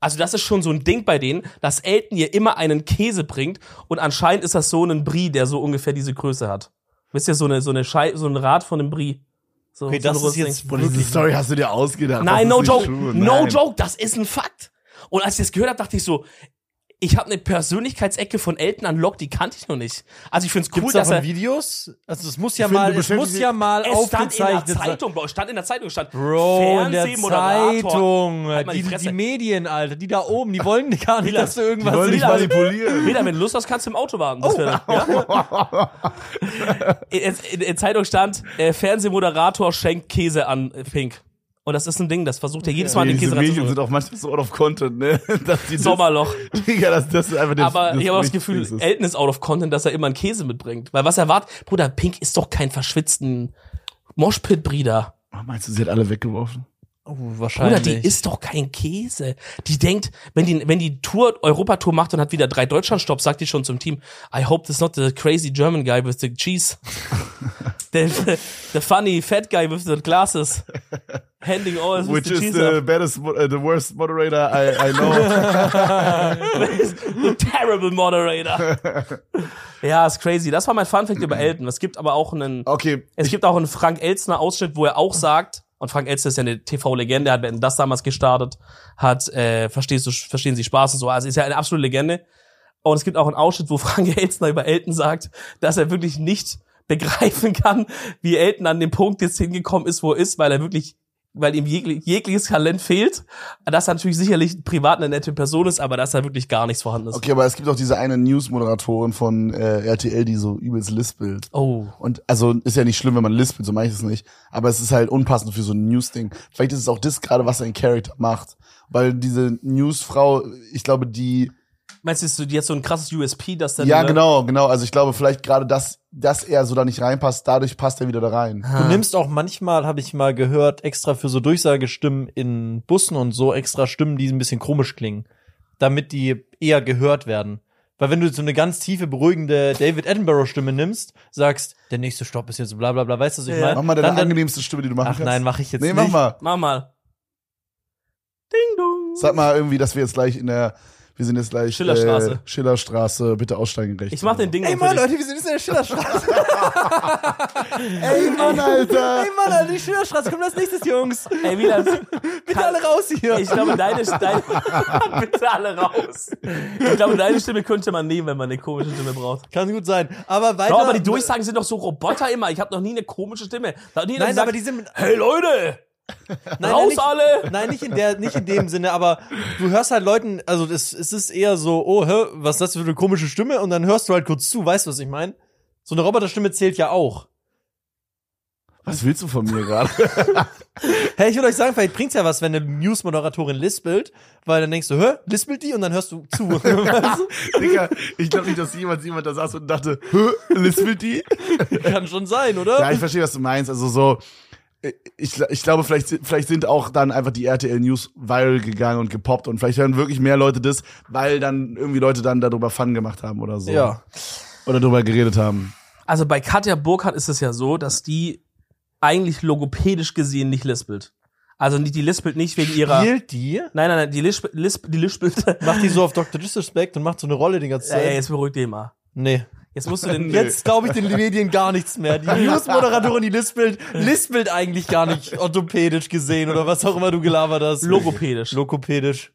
A: Also das ist schon so ein Ding bei denen, dass Elton ihr immer einen Käse bringt und anscheinend ist das so ein Brie, der so ungefähr diese Größe hat. Wisst ihr, so, eine, so, eine Schei so ein Rad von einem Brie. So,
C: Okay,
A: so ein
C: das ist
A: rohes
C: jetzt
A: Ding.
B: Und diese
C: wirklich
B: Story hast du dir ausgedacht.
A: Nein,
B: Das
A: no
B: ist nicht
A: joke.
B: true.
A: No
B: Nein.
A: joke, das ist ein Fakt. Und als ich das gehört habe, dachte ich so, ich habe eine Persönlichkeitsecke von Elton Unlocked, die kannte ich noch nicht. Also ich finde es cool,
C: Gibt's davon
A: dass er
C: Videos? Also es muss ja
B: Ich finde,
C: mal,
B: du
C: es muss
B: beschäftigst
C: ja
A: es
C: mal
A: stand in der
C: aufgezeichnet sein.
A: Zeitung, Bro, es stand in der Zeitung, es stand
C: Bro, in der
A: Fernsehmoderator.
C: Zeitung,
A: Halt mal die
C: die, die,
A: Fresse.
C: Medien, Alter, die da oben, die wollen gar nicht, dass du
B: Die
C: irgendwas
B: wollen dich
A: Lila-
B: manipulieren.
A: Peter, wenn du Lust hast, kannst du im Auto warten.
C: Oh.
A: Bis wir dann, ja? in, in, in Zeitung stand, äh, Fernsehmoderator schenkt Käse an äh, Pink. Und das ist ein Ding, das versucht er jedes Mal
B: Ja,
A: an den
B: diese
A: Käse
B: Medien
A: ranzuholen.
B: sind auch manchmal so out of content, ne? Dass die das,
A: Sommerloch.
B: Digga, das, das ist einfach der
A: Aber ich habe das Gefühl,
B: Wichtigste.
A: Elton ist out of content, dass er immer einen Käse mitbringt. Weil was erwartet, Bruder, Pink ist doch kein verschwitzten Moshpit-Brieder.
B: Ach, Oh, meinst du, sie hat alle weggeworfen?
C: Oh,
A: Bruder,
C: wahrscheinlich.
A: die ist doch kein Käse. Die denkt, wenn die, wenn die Tour, Europatour macht und hat wieder drei Deutschlandstopps, sagt die schon zum Team, I hope this not the crazy German guy with the cheese. the, the, the funny fat guy with the glasses. Handing all with
B: Which
A: the
B: is
A: cheese
B: the
A: up.
B: baddest, mo- äh, the worst moderator I, I know.
A: The terrible moderator. ja, ist crazy. Das war mein Funfact über Elton. Es gibt aber auch einen,
B: Okay,
A: Es gibt auch einen Frank Elzner Ausschnitt, wo er auch sagt, und Frank Elzner ist ja eine TV-Legende, hat wenn das damals gestartet, hat äh, verstehst du, verstehen Sie Spaß und so, also ist ja eine absolute Legende. Und es gibt auch einen Ausschnitt, wo Frank Elzner über Elton sagt, dass er wirklich nicht begreifen kann, wie Elton an dem Punkt jetzt hingekommen ist, wo er ist, weil er wirklich weil ihm jegli- jegliches Talent fehlt, dass er natürlich sicherlich privat eine nette Person ist, aber dass da wirklich gar nichts vorhanden ist.
B: okay, aber es gibt auch diese eine News-Moderatorin von äh, RTL, die so übelst lispelt.
A: Oh.
B: Und also ist ja nicht schlimm, wenn man lispelt, so meine ich es nicht. Aber es ist halt unpassend für so ein News-Ding. Vielleicht ist es auch das gerade, was ein Character macht. Weil diese News-Frau, ich glaube, die.
A: Meinst du, die hat so ein krasses USP, dass dann
B: Ja,
A: wieder-
B: genau, genau. Also ich glaube, vielleicht gerade, dass, dass er so da nicht reinpasst, dadurch passt er wieder da rein.
C: Du nimmst auch manchmal, habe ich mal gehört, extra für so Durchsagestimmen in Bussen und so extra Stimmen, die ein bisschen komisch klingen, damit die eher gehört werden. Weil wenn du so eine ganz tiefe, beruhigende David Attenborough-Stimme nimmst, sagst, der nächste Stopp ist jetzt bla bla bla, weißt du, was ich
A: Ja.
C: meine?
B: Mach mal deine
C: Dann- dann-
B: angenehmste Stimme, die du machen
C: Ach
B: kannst.
C: nein, mache ich jetzt
B: Nee,
C: nicht.
B: mach mal.
A: Mach mal. Ding dong.
B: Sag mal irgendwie, dass wir jetzt gleich in der, wir sind jetzt gleich
A: Schillerstraße.
B: Äh, Schillerstraße, bitte aussteigen rechts.
A: Ich mach den Ding
C: Ey
A: dong
C: Mann,
A: für dich.
C: Leute, wir sind jetzt in der Schillerstraße.
B: Ey Mann, Alter!
C: Ey Mann, Alter, die Schillerstraße, kommt als nächstes, Jungs.
A: Ey, Wieland,
C: Bitte alle raus hier.
A: ich glaube, deine, deine bitte alle raus. Ich glaube, deine Stimme könnte man nehmen, wenn man eine komische Stimme braucht.
C: Kann gut sein. Aber weiter.
A: Bro, aber die Durchsagen sind doch so Roboter immer. Ich habe noch nie eine komische Stimme. Da hat nie einer
C: Nein,
A: gesagt,
C: aber die sind mit
A: hey Leute,
C: Nein,
A: Raus
C: nicht,
A: alle!
C: Nein, nicht in, der, nicht in dem Sinne, aber du hörst halt Leuten, also das, es ist eher so, oh, hä, was ist das für eine komische Stimme? Und dann hörst du halt kurz zu, weißt du, was ich meine? So eine Roboterstimme zählt ja auch.
B: Was willst du von mir gerade?
C: Hey, ich würde euch sagen, vielleicht bringt's ja was, wenn eine News-Moderatorin lispelt, weil dann denkst du, hä, lispelt die? Und dann hörst du zu. Weißt
B: Digga, ich glaube nicht, dass jemals jemand da saß und dachte, hä, lispelt die?
C: du? Kann schon sein, oder?
B: Ja, ich verstehe, was du meinst. Also so, ich, ich glaube, vielleicht, vielleicht sind auch dann einfach die RTL News viral gegangen und gepoppt und vielleicht hören wirklich mehr Leute das, weil dann irgendwie Leute dann darüber Fun gemacht haben oder so.
C: ja.
B: Oder darüber geredet haben.
A: Also bei Katja Burkhardt ist es ja so, dass die eigentlich logopädisch gesehen nicht lispelt. Also die, die lispelt nicht wegen ihrer. Nein,
C: Spielt die?
A: nein, nein, die, lisp, lisp, die lispelt. ja,
C: Macht die so auf Dr. Disrespect und macht so eine Rolle die ganze
A: ja,
C: Zeit?
A: jetzt beruhigt dich mal.
C: Nee.
A: Jetzt musst du den.
C: Jetzt glaube ich den Medien gar nichts mehr. Die News-Moderatorin, die lispelt, lispelt eigentlich gar nicht orthopädisch gesehen oder was auch immer du gelabert hast.
A: Logopädisch.
C: Lokopädisch.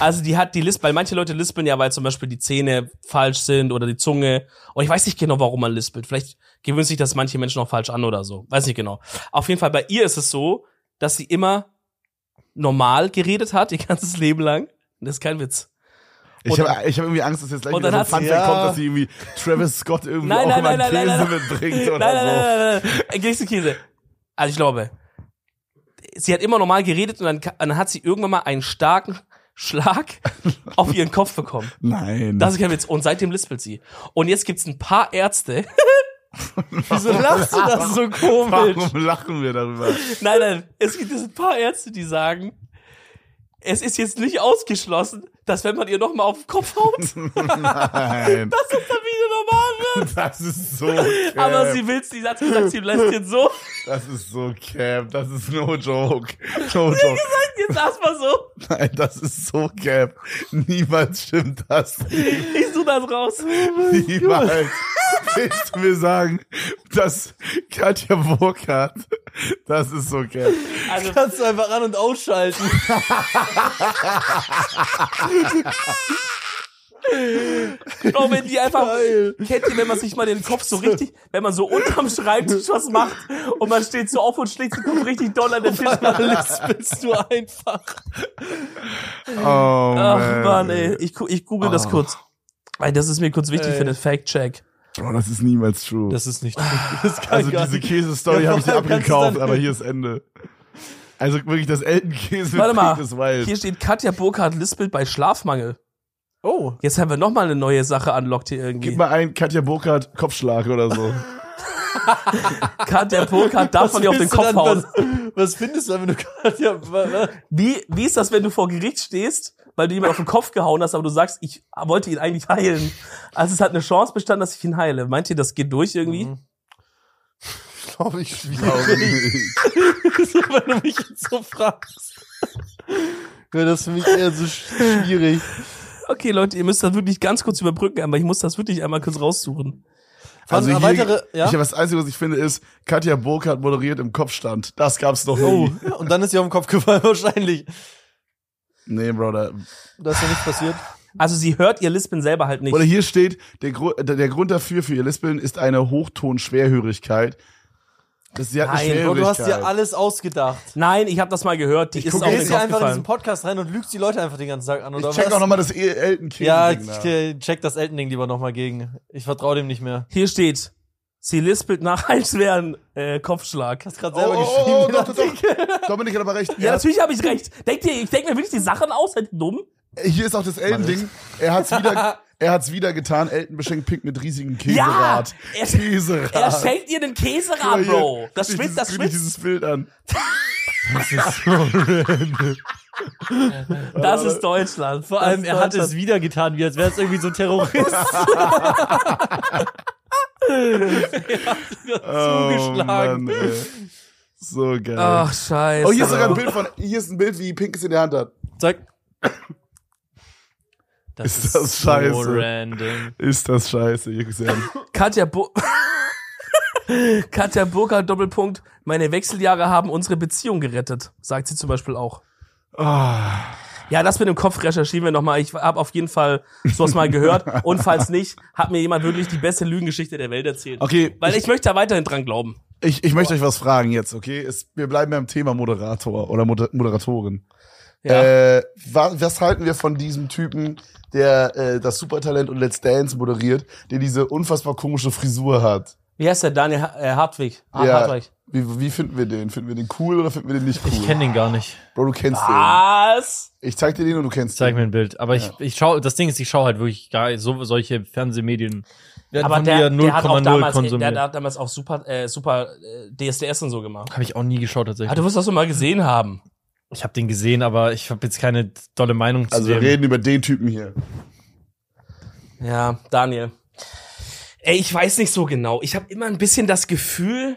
A: Also die hat die Lisp, weil manche Leute lispeln ja, weil zum Beispiel die Zähne falsch sind oder die Zunge. Und ich weiß nicht genau, warum man lispelt. Vielleicht gewöhnt sich das manche Menschen auch falsch an oder so. Weiß nicht genau. Auf jeden Fall bei ihr ist es so, dass sie immer normal geredet hat, ihr ganzes Leben lang. Das ist kein Witz.
B: Ich
A: Und-
B: habe ich hab irgendwie Angst, dass jetzt gleich
A: Und dann
B: wieder
A: hat
B: so ein
A: sie-
B: Funfact
C: ja.
B: kommt, dass sie irgendwie Travis Scott irgendwie
A: Nein,
B: auch
A: nein,
B: immer
A: nein, nein,
B: Käse
A: nein, nein.
B: mitbringt oder
A: Nein, nein,
B: so.
A: nein, nein, nein. Gäste Käse. Also ich glaube, sie hat immer normal geredet und dann, ka- dann hat sie irgendwann mal einen starken Schlag auf ihren Kopf bekommen.
B: Nein.
A: Das ist kein Witz. Und seitdem lispelt sie. Und jetzt gibt's ein paar Ärzte.
C: Wieso
A: Ah,
C: lachst du das so komisch?
B: Warum lachen wir darüber?
A: Nein, nein, es gibt es ein paar Ärzte, die sagen, es ist jetzt nicht ausgeschlossen, dass wenn man ihr nochmal auf den Kopf haut, dass es
B: Nein.
A: dann wieder normal wird.
B: Das ist so cap.
A: Aber sie will's, sie hat gesagt, sie lässt jetzt so,
B: das ist so cap. Das ist no joke. No joke.
A: jetzt erstmal so.
B: Nein, das ist so cap. Niemals stimmt das.
A: Ich such das raus.
B: Niemals. Willst du mir sagen, dass Katja Burkhardt, das ist so cap.
A: Also,
C: Kannst du einfach an- und ausschalten.
A: oh, wenn die einfach,
C: Geil.
A: kennt ihr, wenn man sich mal den Kopf so richtig, wenn man so unterm Schreibtisch was macht und man steht so auf und schlägt den Kopf richtig doll an den Tisch.
C: Lispelst du einfach.
B: Oh,
C: Äh,
A: Ach Mann, ey, ich, gu- ich google das
B: Ah.
A: kurz. Weil das ist mir kurz wichtig
C: Ey.
A: für den Fact-Check.
B: Oh, das ist niemals true.
C: Das ist nicht Das kann
B: also
C: gar
B: diese
C: nicht.
B: Käse-Story
C: Oh Ja,
B: habe ich dir
C: warum kannst du
B: abgekauft,
C: dann-
B: aber hier ist Ende. Also wirklich, das Entenkäse
A: Warte mal,
B: ist wild.
A: Hier steht Katja Burkhardt lispelt bei Schlafmangel.
C: Oh.
A: Jetzt haben wir nochmal eine neue Sache unlocked hier
B: Gib
A: irgendwie.
B: mal ein Katja Burkhardt Kopfschlag oder so.
A: Katja Burkhardt darf man ihr auf den
C: willst du
A: Kopf
C: dann-
A: hauen.
C: Was, was findest du, wenn du gerade ja, wa- wa-
A: Wie, wie ist das, wenn du vor Gericht stehst, weil du jemand auf den Kopf gehauen hast, aber du sagst, ich wollte ihn eigentlich heilen. Also es hat eine Chance bestanden, dass ich ihn heile. Meint ihr, das geht durch irgendwie?
C: Mhm.
B: Glaube ich schwierig.
C: wenn du mich jetzt so fragst? Wäre das für mich eher so sch- schwierig.
A: Okay, Leute, ihr müsst das wirklich ganz kurz überbrücken, aber ich muss das wirklich einmal kurz raussuchen.
B: Also
C: Also
B: hier,
C: weitere, ja?
B: ich, das Einzige, was ich finde, ist, Katja Burkhardt moderiert im Kopfstand. Das gab's noch nie.
C: Oh, ja, und dann ist sie auf den Kopf gefallen wahrscheinlich.
B: Nee, Brother.
C: Da ist ja nichts passiert.
A: Also sie hört ihr Lispeln selber halt nicht.
B: Oder hier steht, der, Gru der der Grund dafür für ihr Lispeln ist eine Hochtonschwerhörigkeit. Das, sie hat eine
A: Nein,
B: Schwerhörigkeit.
A: aber
C: Und du hast dir alles ausgedacht.
A: Nein, ich habe das mal gehört, die
B: Ich
A: ist
B: gucke
A: auf
B: mir
A: den
C: Gehst du
A: Kopf
C: einfach in diesen
A: gefallen.
C: Podcast rein und lügst die Leute einfach die ganze Zeit an, oder
B: ich check
C: was?
B: auch nochmal das E- Eltenkäse.
C: ja,
B: Ding da.
C: ich äh, check das Eltending lieber nochmal gegen. Ich vertraue dem nicht mehr.
A: Hier steht, sie lispelt nach einem schweren äh, Kopfschlag.
C: Hast gerade
B: Oh,
C: selber
B: oh,
C: geschrieben.
B: oh,
C: den
B: doch, doch,
C: Artikel.
B: doch. Dominik hat aber recht.
A: Ja,
B: Er hat,
A: natürlich habe ich recht. Denkt ihr, ich denke mir wirklich die Sachen aus, seid ihr dumm?
B: hier ist auch das Eltending. Er hat's wieder, er hat's wieder getan. Elten beschenkt Pink mit riesigem Käserad.
A: er-
B: Käserad.
A: Er schenkt ihr den Käserad, Bro. Das
B: Guck mal hier. Guck
A: schwitzt,
B: dir
A: das
B: dieses- guck dir
A: schwitzt.
B: dieses Bild an.
A: Das ist Deutschland.
C: Vor allem, er hat es wieder getan, wie als wäre es irgendwie so ein Terrorist zugeschlagen.
B: Oh, Mann, ey. so geil.
A: Ach, scheiße.
B: oh, hier ist sogar ein Bild von, hier ist ein Bild, wie Pink es in der Hand hat.
C: Zeig. Das
B: Ist das scheiße.
C: So random.
B: Ist das scheiße, ihr gesehen.
A: Katja, Bu Katja Burkhardt, Doppelpunkt. Meine Wechseljahre haben unsere Beziehung gerettet, sagt sie zum Beispiel auch.
B: Ah.
A: Ja, das mit dem Kopf recherchieren wir nochmal. Ich habe auf jeden Fall sowas mal gehört. Und falls nicht, hat mir jemand wirklich die beste Lügengeschichte der Welt erzählt.
B: Okay,
A: Weil ich möchte da weiterhin dran glauben.
B: Ich, ich möchte euch was fragen jetzt, okay? Es, wir bleiben beim Thema Moderator oder Moder Moderatorin.
A: Ja.
B: Äh, was, was halten wir von diesem Typen, der äh, das Supertalent und Let's Dance moderiert, der diese unfassbar komische Frisur hat?
A: Wie heißt der? Daniel Ha- äh, Hartwig. Ah,
B: Ja.
A: Hartwig.
B: Wie, wie finden wir den? Finden wir den cool oder finden wir den nicht cool?
C: Ich kenne den gar nicht.
B: Bro, du kennst
A: Was?
B: den. Ich zeig dir den und du kennst
C: Zeig
B: den.
C: mir ein Bild. Aber ich, ich schau, das Ding ist, ich schaue halt wirklich gar so solche Fernsehmedien. Werden
A: Aber
C: von
A: der,
C: mir
A: der, hat auch
C: 0,0
A: damals, der,
C: konsumiert.
A: der hat damals auch super, äh, super äh, DSDS und so gemacht.
C: Habe ich auch nie geschaut tatsächlich.
A: Ah, du wirst das doch mal gesehen haben.
C: ich habe den gesehen, aber ich habe jetzt keine dolle Meinung zu
B: Also wir
C: dem.
B: reden über den Typen hier.
A: Ja, Daniel. Ey, ich weiß nicht so genau. Ich habe immer ein bisschen das Gefühl,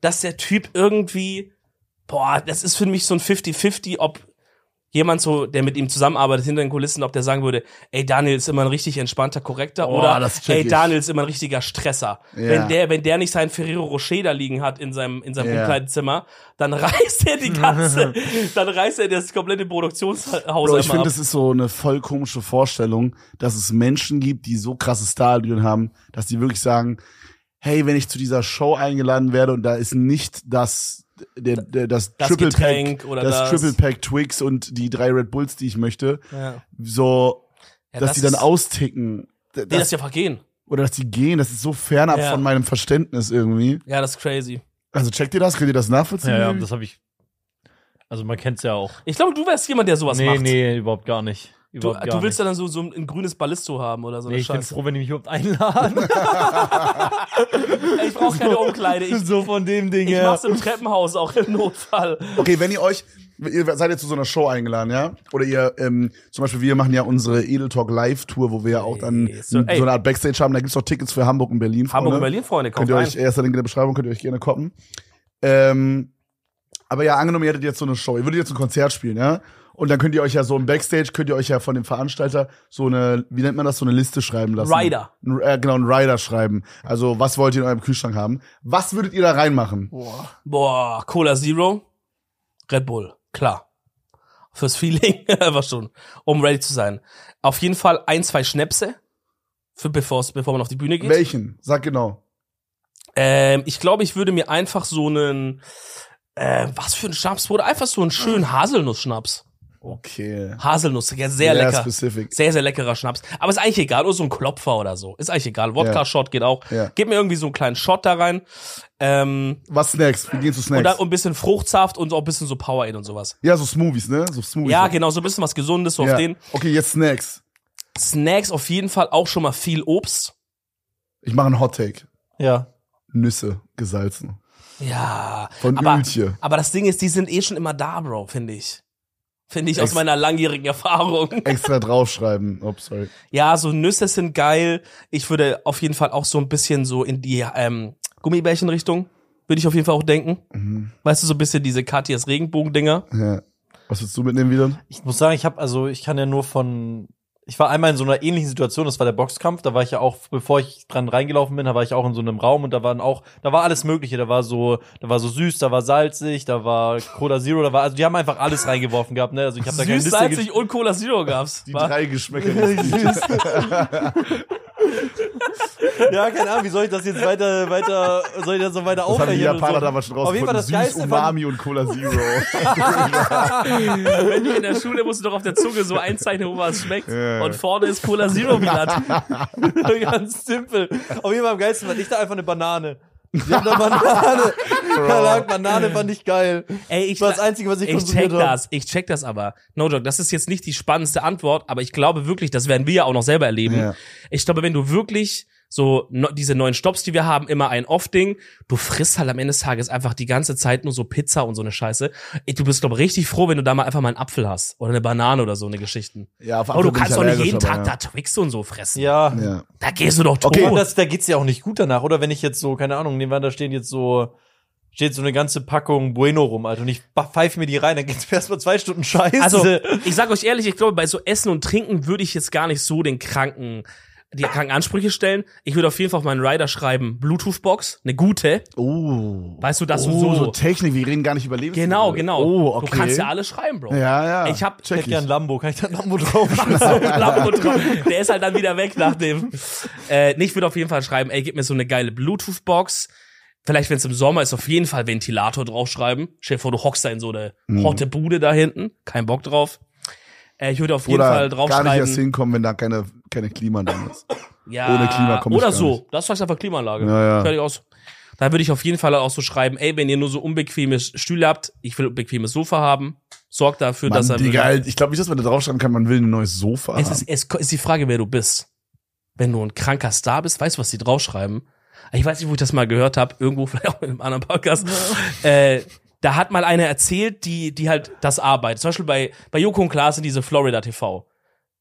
A: dass der Typ irgendwie, boah, das ist für mich so ein 50-50, ob jemand so, der mit ihm zusammenarbeitet hinter den Kulissen, ob der sagen würde, ey, Daniel ist immer ein richtig entspannter, korrekter
B: Boah,
A: oder
B: das check
A: ey,
B: ich.
A: Daniel ist immer ein richtiger Stresser.
B: Ja.
A: Wenn der, wenn der nicht seinen Ferrero Rocher da liegen hat in seinem, in seinem
B: Ja.
A: Umkleidezimmer, dann reißt er die ganze, dann reißt er das komplette Produktionshaus
B: Bro,
A: immer
B: ich finde,
A: ab.
B: das ist so eine voll komische Vorstellung, dass es Menschen gibt, die so krasse Stadion haben, dass die wirklich sagen, hey, wenn ich zu dieser Show eingeladen werde und da ist nicht das der, der, das,
A: Das
B: Triple
A: Getränk
B: Pack,
A: oder das-
B: das, Triple Pack Twix und die drei Red Bulls, die ich möchte,
A: Ja.
B: so,
A: Ja,
B: dass
A: das
B: die dann
A: ist-
B: austicken. D-
A: Nee, das
B: Das,
A: ist ja vergehen.
B: oder dass die gehen, das ist so fernab
A: Ja.
B: von meinem Verständnis irgendwie.
A: Ja, das ist crazy.
B: Also checkt ihr das? Könnt ihr das nachvollziehen?
C: ja, ja, das habe ich. Also man kennt's ja auch.
A: Ich glaube, du wärst jemand, der sowas
C: nee,
A: macht.
C: nee, überhaupt gar nicht.
A: Du, äh,
C: Überhaupt gar
A: du willst ja
C: nicht.
A: dann so, so ein grünes Ballisto haben oder so eine
C: Nee, ich bin
A: Scheiße.
C: froh, wenn die mich überhaupt einladen.
A: Ey, ich brauche keine Umkleide. Ich,
C: so von dem Ding
A: ich
C: her.
A: mach's im Treppenhaus auch im Notfall.
B: Okay, wenn ihr euch, ihr seid jetzt zu so einer Show eingeladen, ja? Oder ihr, ähm, zum Beispiel, wir machen ja unsere Edel Talk Live Tour, wo wir ja auch dann
A: Ey, so-
B: so,
A: ey.
B: eine Art Backstage haben. Da gibt's noch Tickets für Hamburg und
A: Hamburg
B: Berlin.
C: Oh,
B: Freunde.
C: ne?
A: und Berlin, Freunde,
B: Könnt
A: kommt
B: ihr euch,
A: rein.
B: erster Link in der Beschreibung, könnt ihr euch gerne koppen. Ähm, aber ja, angenommen, ihr hättet jetzt so eine Show, ihr würdet jetzt ein Konzert spielen, ja? Und dann könnt ihr euch ja so im Backstage, könnt ihr euch ja von dem Veranstalter so eine, wie nennt man das, so eine Liste schreiben lassen.
A: Rider.
B: Ein- Äh, genau, ein Rider schreiben. Also, was wollt ihr in eurem Kühlschrank haben? Was würdet ihr da reinmachen?
C: äh,
A: Boah, Cola Zero, Red Bull, klar. Fürs Feeling, aber schon, um ready zu sein. Auf jeden Fall ein, zwei Schnäpse, für bevor's, bevor man auf die Bühne geht.
B: Welchen? Sag genau.
A: Ähm, ich glaube, ich würde mir einfach so einen, äh, was für ein Schnaps, Bruder? Einfach so einen schönen Haselnuss-Schnaps.
B: Okay.
A: Haselnuss, ja, sehr
B: Yeah,
A: lecker.
B: specific.
A: Sehr, sehr leckerer Schnaps. Aber ist eigentlich egal, oder so ein Klopfer oder so. Ist eigentlich egal. Wodka-Shot geht auch.
B: Ja.
A: Gib mir irgendwie so einen kleinen Shot da rein. Ähm,
B: Was Snacks? Wir gehen zu Snacks.
A: und dann um und ein bisschen Fruchtsaft und auch ein bisschen so Powerade und sowas.
B: ja, so Smoothies, ne? So Smoothies.
A: Ja, genau, so ein bisschen was Gesundes, so
B: Ja.
A: auf den.
B: Okay, jetzt Snacks.
A: Snacks auf jeden Fall auch schon mal viel Obst.
B: Ich mache einen Hot Take.
C: Ja.
B: Nüsse gesalzen.
A: Ja.
B: Von
A: aber,
B: Öltje.
A: aber das Ding ist, die sind eh schon immer da, Bro, finde ich. Finde ich aus
B: Ex-
A: meiner langjährigen Erfahrung.
B: Extra draufschreiben. Ups, sorry.
A: Ja, so Nüsse sind geil. Ich würde auf jeden Fall auch so ein bisschen so in die ähm, Gummibärchen-Richtung, würde ich auf jeden Fall auch denken.
B: Mhm.
A: Weißt du, so ein bisschen diese Katias Regenbogen-Dinger.
B: Ja. Was willst du mitnehmen wieder?
C: Ich muss sagen, ich habe also, ich kann ja nur von. Ich war einmal in so einer ähnlichen Situation, das war der Boxkampf, da war ich ja auch, bevor ich dran reingelaufen bin, da war ich auch in so einem Raum und da waren auch, da war alles Mögliche, da war so, da war so süß, da war salzig, da war Cola Zero, da war, also die haben einfach alles reingeworfen gehabt, ne, also ich habe da keine
A: Süß,
C: Liste
A: salzig und Cola Zero gab's.
B: Die
A: Wa?
B: drei Geschmäcker. die es gibt.
C: Ja, keine Ahnung, wie soll ich das jetzt weiter, weiter, soll ich das noch weiter
B: das haben die
C: aufrechnen und
B: Japaner
C: so?
B: damals schon
C: Auf jeden Fall
B: rausgefunden.
C: das
B: Süß,
C: Geilste fand,
B: Umami und Cola Zero.
A: Wenn du in der Schule musst du doch auf der Zunge so einzeichnen, wo was schmeckt.
B: Ja.
A: Und vorne ist Cola Zero Blatt.
C: Ganz simpel. Auf jeden Fall am geilsten fand ich da einfach eine Banane. Ich hab da Banane. da lag Banane fand ich geil.
A: Ey, ich,
C: Das war das Einzige, was ich,
A: ich check
C: konsumiert habe.
A: das, ich check das aber. No joke, das ist jetzt nicht die spannendste Antwort, aber ich glaube wirklich, das werden wir ja auch noch selber erleben.
B: Ja.
A: Ich glaube, wenn du wirklich so no, diese neuen Stops, die wir haben, immer ein Off-Ding, du frisst halt am Ende des Tages einfach die ganze Zeit nur so Pizza und so eine Scheiße. Ey, Du bist, glaube ich, richtig froh, wenn du da mal einfach mal einen Apfel hast oder eine Banane oder so eine Geschichten.
B: ja, auf
A: Aber Oh, du
B: Apfel bin
A: kannst
B: ich
A: doch nicht
B: allergisch,
A: jeden Tag
B: aber
A: da Twix und so fressen.
C: Ja.
B: Ja. ja.
A: Da gehst du doch tot.
B: Okay.
C: Und das, da geht's ja auch nicht gut danach, oder? Wenn ich jetzt so, keine Ahnung, nehmen wir an, da stehen jetzt so, steht so eine ganze Packung Bueno rum, Alter. Und ich pfeife mir die rein, dann geht's mir erstmal zwei Stunden Scheiße.
A: Also, ich sag euch ehrlich, ich glaube, bei so Essen und Trinken würde ich jetzt gar nicht so den kranken, die kranken Ansprüche stellen. Ich würde auf jeden Fall auf meinen Rider schreiben, Bluetooth-Box, eine gute.
B: Oh.
A: Weißt du, das
B: oh,
A: und so.
B: so Technik, wir reden gar nicht über Lebensmittel.
A: Genau, genau.
B: Oh, okay.
A: Du kannst ja alles schreiben, Bro.
B: Ja, ja.
A: Ich hab-
C: ich
B: check
C: hätte
B: ich.
C: gern Lambo, kann ich da ein Lambo draufschlagen?
A: So, Lambo drauf. Der ist halt dann wieder weg nach dem. Äh, nee, ich würde auf jeden Fall schreiben, ey, gib mir so eine geile Bluetooth-Box. Vielleicht, wenn es im Sommer ist, auf jeden Fall Ventilator draufschreiben. Stell dir vor, du hockst da in so eine
B: Mhm.
A: hotte Bude da hinten. Kein Bock drauf. Äh, ich würde auf jeden
B: Oder
A: Fall
B: gar nicht erst
A: draufschreiben.
B: hinkommen, wenn da keine, keine Klima drin ist.
A: Ja,
B: ohne Klima komm ich
A: Oder
B: gar
A: so.
B: nicht.
A: Das ist vielleicht einfach Klimaanlage.
B: Ja, ja.
A: Fertig aus. Da würde ich auf jeden Fall auch so schreiben, ey, wenn ihr nur so unbequeme Stühle habt, ich will ein bequemes Sofa haben, sorgt dafür, dass
B: Mann,
A: er.
B: Digga, Alter, ich glaube nicht, dass man da draufschreiben kann, man will ein neues Sofa
A: Es
B: haben.
A: ist, es ko- ist die Frage, wer du bist. Wenn du ein kranker Star bist, weißt du, was die draufschreiben? Ich weiß nicht, wo ich das mal gehört habe, irgendwo vielleicht auch in einem anderen Podcast. Äh, da hat mal eine erzählt, die, die halt das arbeitet. Zum Beispiel bei, bei Joko und Klaas in diese Florida TV.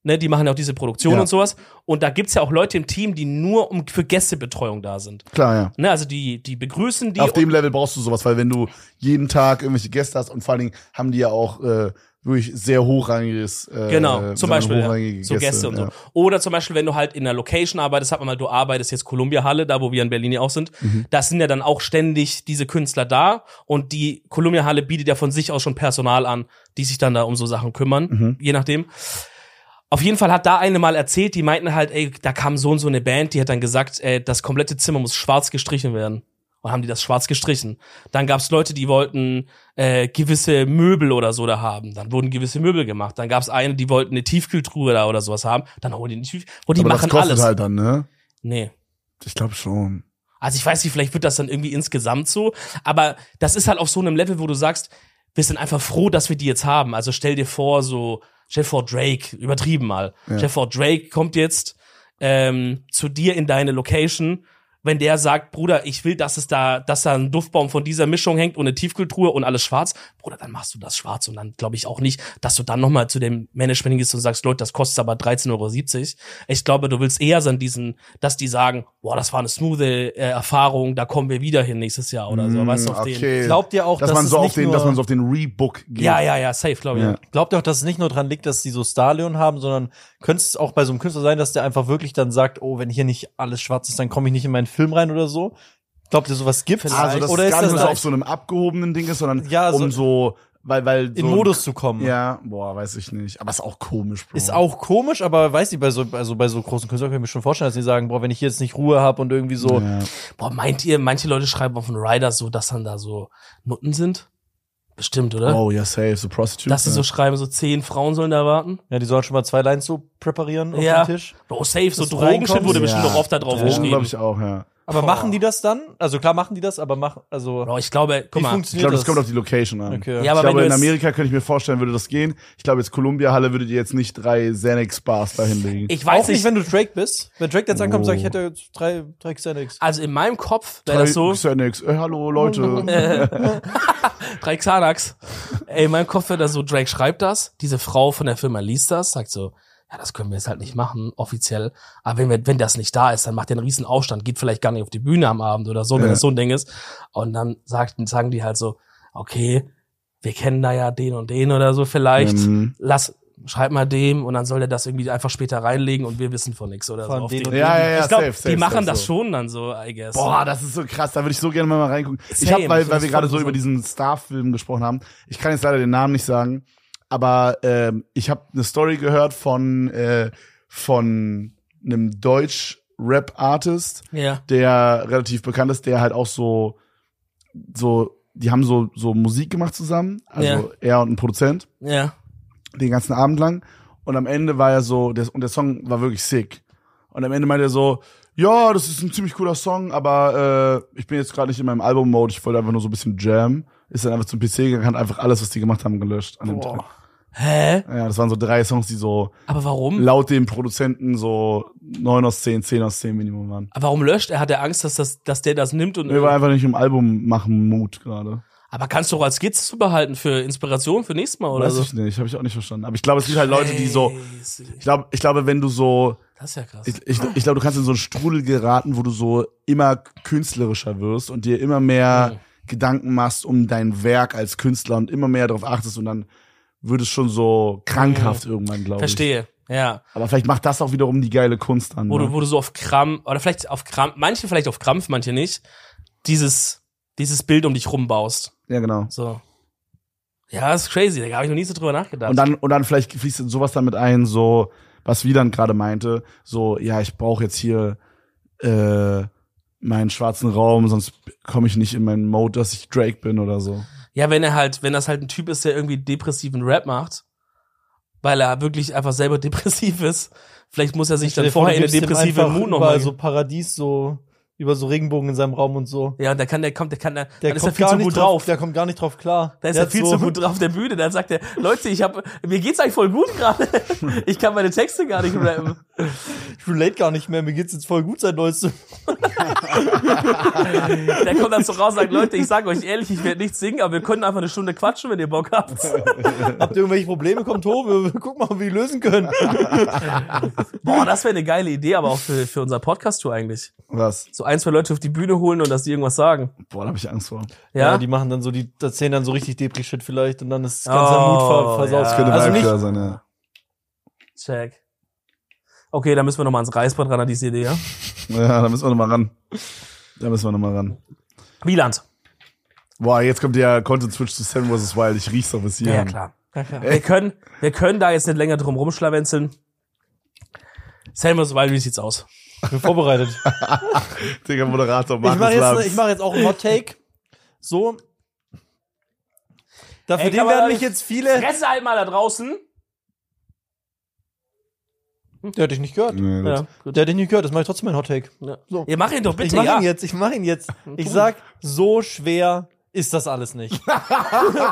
A: Ne, die machen ja auch diese Produktion
B: Ja.
A: und sowas. Und da gibt's ja auch Leute im Team, die nur um, für Gästebetreuung da sind.
B: Klar, ja.
A: Ne, also die, die begrüßen die.
B: Auf
A: und-
B: dem Level brauchst du sowas, weil wenn du jeden Tag irgendwelche Gäste hast und vor allen Dingen haben die ja auch äh, wirklich sehr hochrangiges äh,
A: Genau,
B: sagen
A: zum
B: wir,
A: Beispiel.
B: hochrangige
A: Ja. So Gäste und so.
B: ja.
A: Oder zum Beispiel, wenn du halt in einer Location arbeitest, hat man mal, du arbeitest jetzt Columbia Halle, da wo wir in Berlin ja auch sind.
B: Mhm.
A: Das sind ja dann auch ständig diese Künstler da und die Columbia Halle bietet ja von sich aus schon Personal an, die sich dann da um so Sachen kümmern,
B: Mhm.
A: je nachdem. Auf jeden Fall hat da eine mal erzählt, die meinten halt, ey, da kam so und so eine Band, die hat dann gesagt, ey, das komplette Zimmer muss schwarz gestrichen werden. Und haben die das schwarz gestrichen. Dann gab's Leute, die wollten äh, gewisse Möbel oder so da haben. Dann wurden gewisse Möbel gemacht. Dann gab's eine, die wollten eine Tiefkühltruhe da oder sowas haben. Dann holen die eine Tiefkühltruhe. Und die
B: Aber
A: machen
B: das kostet
A: alles.
B: halt dann, ne?
A: Nee.
B: Ich glaube schon.
A: Also ich weiß nicht, vielleicht wird das dann irgendwie insgesamt so, aber das ist halt auf so einem Level, wo du sagst, wir sind einfach froh, dass wir die jetzt haben. Also stell dir vor, so, stell dir vor Drake, übertrieben mal.
B: Ja.
A: Stell dir vor, Drake kommt jetzt ähm, zu dir in deine Location, wenn der sagt, Bruder, ich will, dass es da, dass da ein Duftbaum von dieser Mischung hängt und eine Tiefkühltruhe und alles schwarz, Bruder, dann machst du das schwarz und dann glaube ich auch nicht, dass du dann nochmal zu dem Management gehst und sagst, Leute, das kostet aber 13,70 Euro. Ich glaube, du willst eher so an diesen, dass die sagen, boah, das war eine smooth äh, Erfahrung, da kommen wir wieder hin nächstes Jahr oder so.
B: Mm,
A: Weißt du, auf den.
B: okay.
C: Glaubt ihr auch,
B: dass,
C: dass
B: man
C: es
B: so auf
C: nicht
B: den,
C: nur-
B: dass man so auf den Rebook geht?
A: Ja, ja, ja, safe, glaube ich.
B: Ja.
C: Glaubt ihr auch, dass es nicht nur dran liegt, dass die so Starleon haben, sondern könnte es auch bei so einem Künstler sein, dass der einfach wirklich dann sagt, oh, wenn hier nicht alles schwarz ist, dann komme ich nicht in meinen Film rein oder so? Glaubt ihr, sowas gibt's?
B: Also, dass
C: oder
B: es
C: ist
B: gar
C: das
B: nicht so auf
C: gleich,
B: so einem abgehobenen Ding ist, sondern
C: Ja, so-
B: um so, weil, weil so
C: in Modus zu kommen?
B: Ja, boah, weiß ich nicht. Aber ist auch komisch, Bro.
C: Ist auch komisch, aber weiß nicht, bei so, also bei so großen Künstlern kann ich mir schon vorstellen, dass die sagen, boah, wenn ich hier jetzt nicht Ruhe habe und irgendwie so,
A: ne?
B: Ja.
A: Boah, meint ihr, manche Leute schreiben auf den Rider so, dass dann da so Nutten sind? Bestimmt, oder?
B: Oh, ja, safe, so Prostitute. ne?
A: Dass sie
B: ja.
A: so schreiben, so zehn Frauen sollen da warten.
C: ja, die sollen schon mal zwei Lines so präparieren auf
A: Ja.
C: dem Tisch.
A: Bro, safe, so
C: Dass du reinkommst.
A: Drogenshit wurde bestimmt
B: Ja.
A: auch oft da drauf
B: Drogen, glaube
A: geschrieben.
B: ich auch, ja.
C: Aber
A: Boah.
C: machen die das dann? Also klar machen die das, aber machen, also,
A: Bro, ich glaube, guck
C: wie
A: mal.
B: Ich
C: funktioniert
B: glaube, das kommt auf die Location an.
C: okay.
A: Ja,
B: Ich
A: aber
B: glaube,
A: wenn
B: in
A: du jetzt,
B: Amerika könnte ich mir vorstellen, würde das gehen. Ich glaube, jetzt Columbia-Halle würdet ihr jetzt nicht drei Xanax-Bars da hinlegen.
A: ich
C: Auch
A: weiß
C: nicht,
A: nicht,
C: wenn du Drake bist. Wenn Drake jetzt
B: Oh.
C: ankommt, sag ich, ich hätte jetzt drei, drei Xanax.
A: also in meinem Kopf wäre
B: Drei
A: das so,
B: Xanax. Äh, hallo, Leute.
A: äh, drei Xanax. Ey, in meinem Kopf wäre das so, Drake schreibt das, diese Frau von der Firma liest das, sagt so, ja, das können wir jetzt halt nicht machen, offiziell. Aber wenn, wir, wenn das nicht da ist, dann macht der einen riesen Aufstand, geht vielleicht gar nicht auf die Bühne am Abend oder so, wenn
B: Ja.
A: das so ein Ding ist. Und dann sagt, sagen die halt so, okay, wir kennen da ja den und den oder so vielleicht.
B: Ähm,
A: lass, schreib mal dem und dann soll der das irgendwie einfach später reinlegen und wir wissen von nichts oder so.
C: Von
A: Auf
C: denen
A: die-
C: und
B: ja, ja, ja,
A: ich glaub,
B: safe, safe,
A: die machen
B: safe,
A: das
B: so.
A: schon dann so, I guess.
B: Boah, das ist so krass. Da würde ich so gerne mal reingucken. ich
A: Same,
B: habe, weil,
A: ich
B: weil
A: find's
B: wir gerade
A: voll
B: so über diesen Star-Film gesprochen haben, ich kann jetzt leider den Namen nicht sagen, aber ähm, ich habe eine Story gehört von äh, von einem Deutsch-Rap-Artist,
A: Ja.
B: der relativ bekannt ist, der halt auch so so die haben so so Musik gemacht zusammen, also
A: Ja.
B: er und ein Produzent
A: Ja.
B: den ganzen Abend lang. Und am Ende war er so, der, und der Song war wirklich sick. Und am Ende meinte er so, ja, das ist ein ziemlich cooler Song, aber äh, ich bin jetzt gerade nicht in meinem Album-Mode, ich wollte einfach nur so ein bisschen jam. Ist dann einfach zum PC gegangen, hat einfach alles, was die gemacht haben, gelöscht an dem Tag.
A: Hä?
B: Ja, das waren so drei Songs, die so
A: Aber warum?
B: laut dem Produzenten so 9 aus 10, 10 aus 10 Minimum waren.
A: Warum löscht? Er hat ja Angst, dass, das, dass der das nimmt und.
B: Wir waren einfach nicht im Album machen Mut gerade.
A: aber kannst du auch als Skizze zu behalten für Inspiration für nächstes Mal oder
B: Weiß
A: so?
B: ich nicht, habe ich auch nicht verstanden. Aber ich glaube, es gibt halt Leute, die so,
A: Crazy.
B: ich glaube, ich glaube, wenn du so
A: Das ist ja krass.
B: Ich, ich, ich glaube, du kannst in so einen Strudel geraten, wo du so immer künstlerischer wirst und dir immer mehr
A: Mhm.
B: Gedanken machst um dein Werk als Künstler und immer mehr darauf achtest und dann wird es schon so krankhaft irgendwann, glaube ich.
A: Verstehe. Ja.
B: Aber vielleicht macht das auch wiederum die geile Kunst an.
A: Wo
B: ne?
A: du, wo du so auf Krampf, oder vielleicht auf Krampf, manche vielleicht auf Krampf, manche nicht, dieses, dieses Bild um dich rumbaust.
B: ja, genau.
A: So. Ja, ist crazy. Da habe ich noch nie so drüber nachgedacht.
B: Und dann, und dann vielleicht fließt sowas damit ein, so, was Wieland gerade meinte, so, ja, ich brauche jetzt hier äh, meinen schwarzen Raum, sonst komme ich nicht in meinen Mode, dass ich Drake bin oder so.
A: Ja, wenn er halt, wenn das halt ein Typ ist, der irgendwie depressiven Rap macht, weil er wirklich einfach selber depressiv ist, vielleicht muss er sich dann vorher in eine depressive Mut nochmal.
C: nochmal so Paradies so über so Regenbogen in seinem Raum und so.
A: ja, und da kann der kommt, der kann der,
C: Der
A: dann ist
C: kommt
A: er viel
C: gar
A: zu
C: nicht
A: gut
C: drauf.
A: drauf.
C: Der kommt gar nicht drauf klar.
A: da ist
C: Der
A: er
C: hat
A: viel
C: so-
A: zu gut drauf der Bühne. Dann sagt er, Leute, ich hab, mir geht's eigentlich voll gut gerade. Ich kann meine Texte gar nicht rappen.
C: Ich relate gar nicht mehr. Mir geht's jetzt voll gut seit neuestem.
A: Der kommt dann so raus und sagt, Leute, ich sag euch ehrlich, ich werde nichts singen, aber wir können einfach eine Stunde quatschen, wenn ihr Bock habt.
C: Habt ihr irgendwelche Probleme? Kommt hoch. Wir wir gucken mal, ob wir die lösen können.
A: Boah, das wäre eine geile Idee, aber auch für, für unser Podcast-Tour eigentlich.
B: Was?
A: So ein, zwei Leute auf die Bühne holen und dass die irgendwas sagen.
B: Boah, da habe ich Angst vor.
A: Ja?
C: die machen dann so, die erzählen dann so richtig Depri-Shit vielleicht und dann ist das
A: Oh,
C: ganze Mut ver versaut.
A: ja.
B: Das könnte
C: Also
B: also
C: nicht-
B: da sein, ja.
A: Check. Okay, da müssen wir nochmal ans Reißbrett ran an diese Idee, ja?
B: Ja, da müssen wir nochmal ran. Da müssen wir nochmal ran.
A: Wieland.
B: Boah, jetzt kommt der Content-Switch zu Seven vs. Wild. Ich riech's doch bis
A: Ja,
B: hierhin.
A: klar.
C: Ja, klar.
A: Wir können, wir können da jetzt nicht länger drum rumschlawenzeln. Samus Wild, wie sieht's aus?
C: Ich bin vorbereitet.
B: Digga, Moderator,
C: ich mache
B: Markus
C: jetzt, ich
B: Lanz.
C: mach jetzt auch einen Hot Take. So. Dafür
A: Ey, kann
C: den
A: man da
C: werden mich
A: nicht-
C: jetzt viele.
A: Fresse halt mal da draußen.
C: Der hat dich nicht gehört.
B: Nee, gut.
A: Ja, gut.
C: Der hat dich nicht gehört. Das mache ich trotzdem meinen Hot Take.
A: Ja.
C: So.
A: Ihr macht ihn doch
C: ich
A: bitte,
C: mache
A: ja.
C: ihn jetzt. Ich mache ihn jetzt. Ich sag, so schwer ist das alles nicht. so,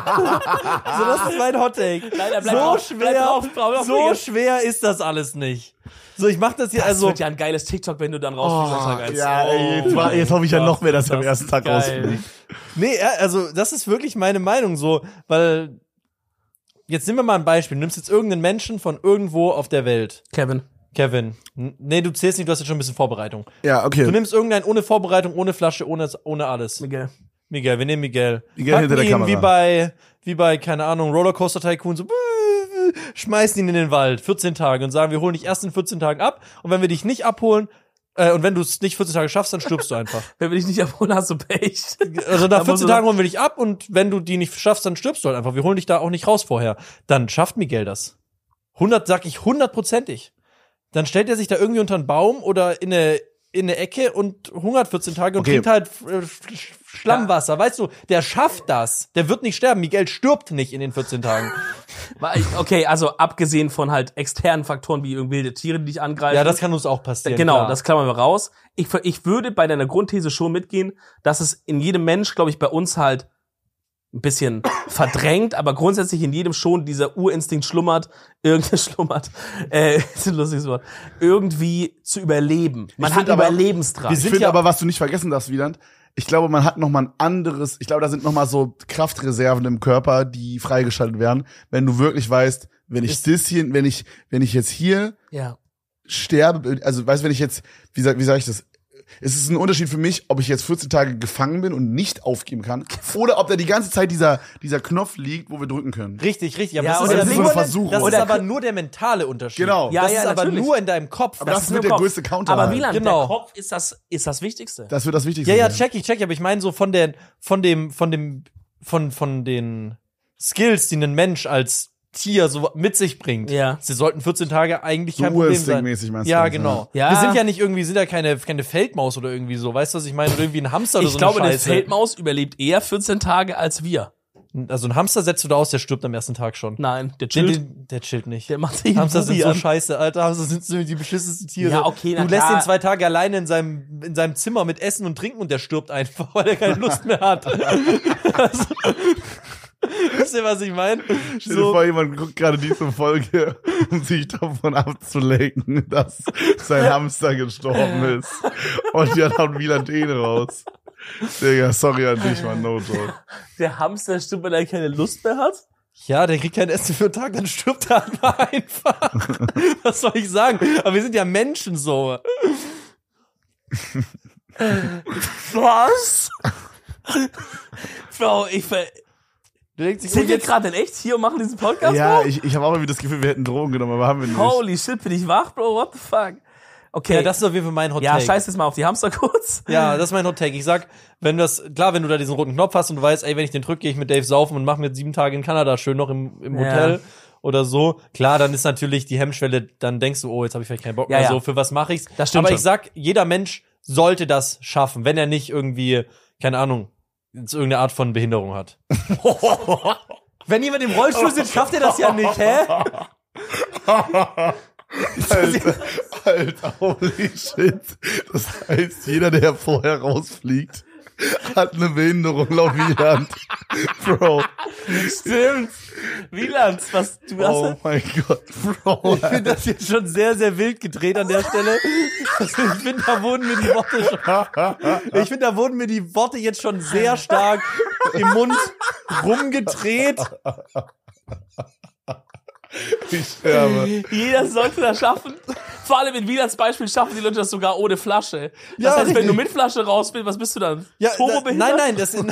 C: das ist mein Hot Take.
A: Nein, er
C: so
A: bleibt drauf,
C: schwer,
A: bleibt drauf, bleibt drauf,
C: so
A: Digga.
C: schwer ist das alles nicht. So, ich mache das hier
A: Das
C: also.
A: wird ja ein geiles TikTok, wenn du dann rausfliegst an Tag
B: Oh,
A: eins.
B: ja, ey, jetzt,
A: Oh
B: war- jetzt hoffe ich ja
A: mein
B: noch mehr, dass
A: Gott,
B: er am
A: das
B: ersten Tag
A: ist geil.
B: rausfliegt.
C: Nee, ja, also das ist wirklich meine Meinung so, weil jetzt nehmen wir mal ein Beispiel. Du nimmst jetzt irgendeinen Menschen von irgendwo auf der Welt.
A: Kevin.
C: Kevin. N- Nee, du zählst nicht, du hast jetzt schon ein bisschen Vorbereitung.
B: Ja,
C: Du
B: okay.
C: nimmst irgendeinen ohne Vorbereitung, ohne Flasche, ohne, ohne alles.
A: Miguel.
C: Miguel, wir nehmen Miguel.
B: Miguel
C: Packen
B: hinter der
C: ihn
B: Kamera.
C: Wie bei, wie bei, keine Ahnung, Rollercoaster Tycoon, so schmeißen ihn in den Wald, 14 Tage und sagen, wir holen dich erst in 14 Tagen ab und wenn wir dich nicht abholen, äh, und wenn du es nicht 14 Tage schaffst, dann stirbst du einfach.
A: Wenn wir dich nicht abholen, hast du Pech.
C: Also
A: Da
C: nach
A: muss
C: 14
A: er-
C: Tagen holen wir dich ab und wenn du die nicht schaffst, dann stirbst du halt einfach. Wir holen dich da auch nicht raus vorher. Dann schafft Miguel das. 100, sag ich hundertprozentig. Dann stellt er sich da irgendwie unter einen Baum oder in eine, in eine Ecke und hungert 14 Tage und
B: Okay.
C: trinkt halt äh, Sch- Schlammwasser. Weißt du, der schafft das. Der wird nicht sterben. Miguel stirbt nicht in den 14 Tagen.
A: War ich- Okay, also abgesehen von halt externen Faktoren wie irgendwie wilde Tiere, die dich angreifen.
C: ja, das kann uns auch passieren.
A: also Genau,
C: klar.
A: das klammern wir raus. Ich, ver- ich würde bei deiner Grundthese schon mitgehen, dass es in jedem Mensch, glaube ich, bei uns halt ein bisschen verdrängt, aber grundsätzlich in jedem schon dieser Urinstinkt schlummert, irgendwie schlummert, äh, ist ein lustiges Wort, irgendwie zu überleben. Man
B: Ich
A: hat
B: find aber-
A: Überlebensdrang.
C: Wir
B: Ich
C: sind
B: finde
C: ja-
B: aber, was du nicht vergessen darfst, Wieland, ich glaube, man hat nochmal ein anderes, ich glaube, da sind nochmal so Kraftreserven im Körper, die freigeschaltet werden, wenn du wirklich weißt, wenn ich
C: Ist-
B: das hier, wenn ich, wenn ich jetzt hier
A: Ja.
B: sterbe, also weißt du, wenn ich jetzt, wie sag, wie sag ich das? Es ist ein Unterschied für mich, ob ich jetzt 14 Tage gefangen bin und nicht aufgeben kann, oder ob da die ganze Zeit dieser, dieser Knopf liegt, wo wir drücken können.
C: Richtig, richtig. Aber
A: Ja,
C: das,
A: oder
C: ist
A: das ist so
C: nur
A: eine
C: der-
B: Versuchung.
C: das ist
A: Oder-
C: aber nur der mentale Unterschied.
B: Genau.
A: Ja,
C: das
A: ja,
C: ist aber
A: natürlich.
C: nur in deinem Kopf.
B: Aber das,
A: das ist
B: wird
A: nur
B: der
A: Kopf.
B: größte Counter.
A: Aber
B: halt.
A: Wieland,
C: Genau.
A: der Kopf ist das, ist das Wichtigste.
B: Das wird das Wichtigste.
C: Ja, ja,
B: sein.
C: check ich, check ich, aber ich meine so von den, von dem, von dem, von, von den Skills, die ein Mensch als Tier so mit sich bringt.
A: Ja.
C: Sie sollten 14 Tage eigentlich
B: So
C: kein Problem sein.
B: Urinstinktmäßig meinst du
C: Ja,
B: das,
C: genau.
A: ja.
C: Wir
A: Ja.
C: sind ja nicht irgendwie, sind ja keine, keine Feldmaus oder irgendwie so. Weißt du, was ich meine? Oder irgendwie ein Hamster oder
A: ich
C: so.
A: glaube,
C: eine
A: eine
C: Scheiße.
A: Feldmaus überlebt eher 14 Tage als wir.
C: Also ein Hamster setzt du da aus, der stirbt am ersten Tag schon.
A: Nein, der
C: Den,
A: chillt.
C: den, der chillt nicht.
A: Der macht sich einen
C: Hamster sind
A: Bubi
C: so
A: an.
C: scheiße, Alter. Hamster sind so die beschissensten Tiere.
A: Ja, okay,
C: Du
A: na
C: lässt
A: klar.
C: ihn zwei Tage alleine in seinem, in seinem Zimmer mit Essen und Trinken und der stirbt einfach, weil er keine Lust mehr hat. Also, Wisst ihr, was ich meine?
B: Stell dir
C: So,
B: vor, jemand guckt gerade diese Folge, um sich davon abzulenken, dass sein Hamster gestorben ist. Und dann haut Wieland den raus. Digga, sorry an dich, Mann, no joke.
A: Der Hamster stimmt, weil er keine Lust mehr hat.
C: ja, der kriegt kein Essen für einen Tag, dann stirbt er einfach. was soll ich sagen? Aber wir sind ja Menschen so.
A: Was? Bro, ich ver
C: Der denkt sich, oh,
A: sind wir
C: jetzt,
A: gerade in echt hier und machen diesen Podcast?
B: Ja,
A: Bro?
B: ich, ich habe auch irgendwie das Gefühl, wir hätten Drogen genommen, aber haben wir nicht.
A: Holy shit, bin ich wach, Bro? What the fuck? Okay,
C: ja, das ist auf jeden Fall mein Hot
A: ja,
C: Take.
A: scheiß jetzt mal auf die Hamster kurz.
C: Ja, das ist mein Hot Take. Ich sag, wenn das, klar, wenn du da diesen roten Knopf hast und du weißt, ey, wenn ich den drücke, gehe ich mit Dave saufen und mach mir sieben Tage in Kanada schön noch im, im
A: Ja.
C: Hotel oder so. Klar, dann ist natürlich die Hemmschwelle, dann denkst du, oh, jetzt habe ich vielleicht keinen Bock
A: Ja,
C: mehr,
A: ja.
C: so, für was mache ich's?
A: Das stimmt
C: Aber
A: schon.
C: ich sag, jeder Mensch sollte das schaffen, wenn er nicht irgendwie, keine Ahnung, jetzt irgendeine Art von Behinderung hat. wenn jemand im Rollstuhl sitzt, schafft er das ja nicht, hä?
B: Alter, Alter, holy shit. Das heißt, jeder, der vorher rausfliegt, hat eine Behinderung laut Wieland. Bro.
A: Stimmt. Wieland, was du
B: Oh
A: hast.
B: mein Gott, Bro.
C: Ich finde das jetzt schon sehr, sehr wild gedreht an der Stelle. Ich finde, da wurden mir die Worte schon, ich finde, da wurden mir die Worte jetzt schon sehr stark im Mund rumgedreht.
B: Ich sterbe.
A: Jeder sollte das schaffen. Vor allem in Wielands Beispiel schaffen die Leute das sogar ohne Flasche. Das
C: Ja,
A: heißt, wenn
C: richtig.
A: du mit Flasche raus bist, was bist du dann?
C: Ja,
A: Turbo
C: da, nein, nein, das ist,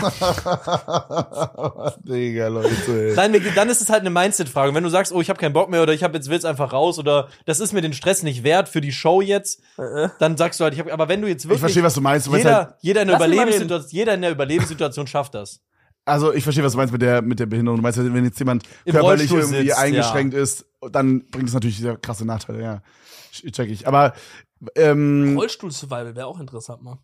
B: Digga, Leute. ey.
C: Nein, mir geht- dann ist es halt eine Mindset-Frage. Und Wenn du sagst, oh, ich habe keinen Bock mehr oder ich habe jetzt will's einfach raus oder das ist mir den Stress nicht wert für die Show jetzt,
A: Äh.
C: dann sagst du halt, ich habe. Aber wenn du jetzt wirklich
B: Ich verstehe, was du meinst. Du meinst
C: jeder,
B: halt,
C: jeder, in der
A: Lass mich mal reden.
C: Überlebenssituation, jeder in der Überlebenssituation schafft das.
B: also ich verstehe, was du meinst mit der, mit der Behinderung. Du meinst, halt, wenn jetzt jemand
C: Im
B: körperlich
C: Rollstuhl
B: irgendwie
C: sitzt,
B: eingeschränkt ist, dann bringt es natürlich sehr krasse Nachteile, ja. Check ich. Aber ähm,
A: Rollstuhl-Survival wäre auch interessant, mal.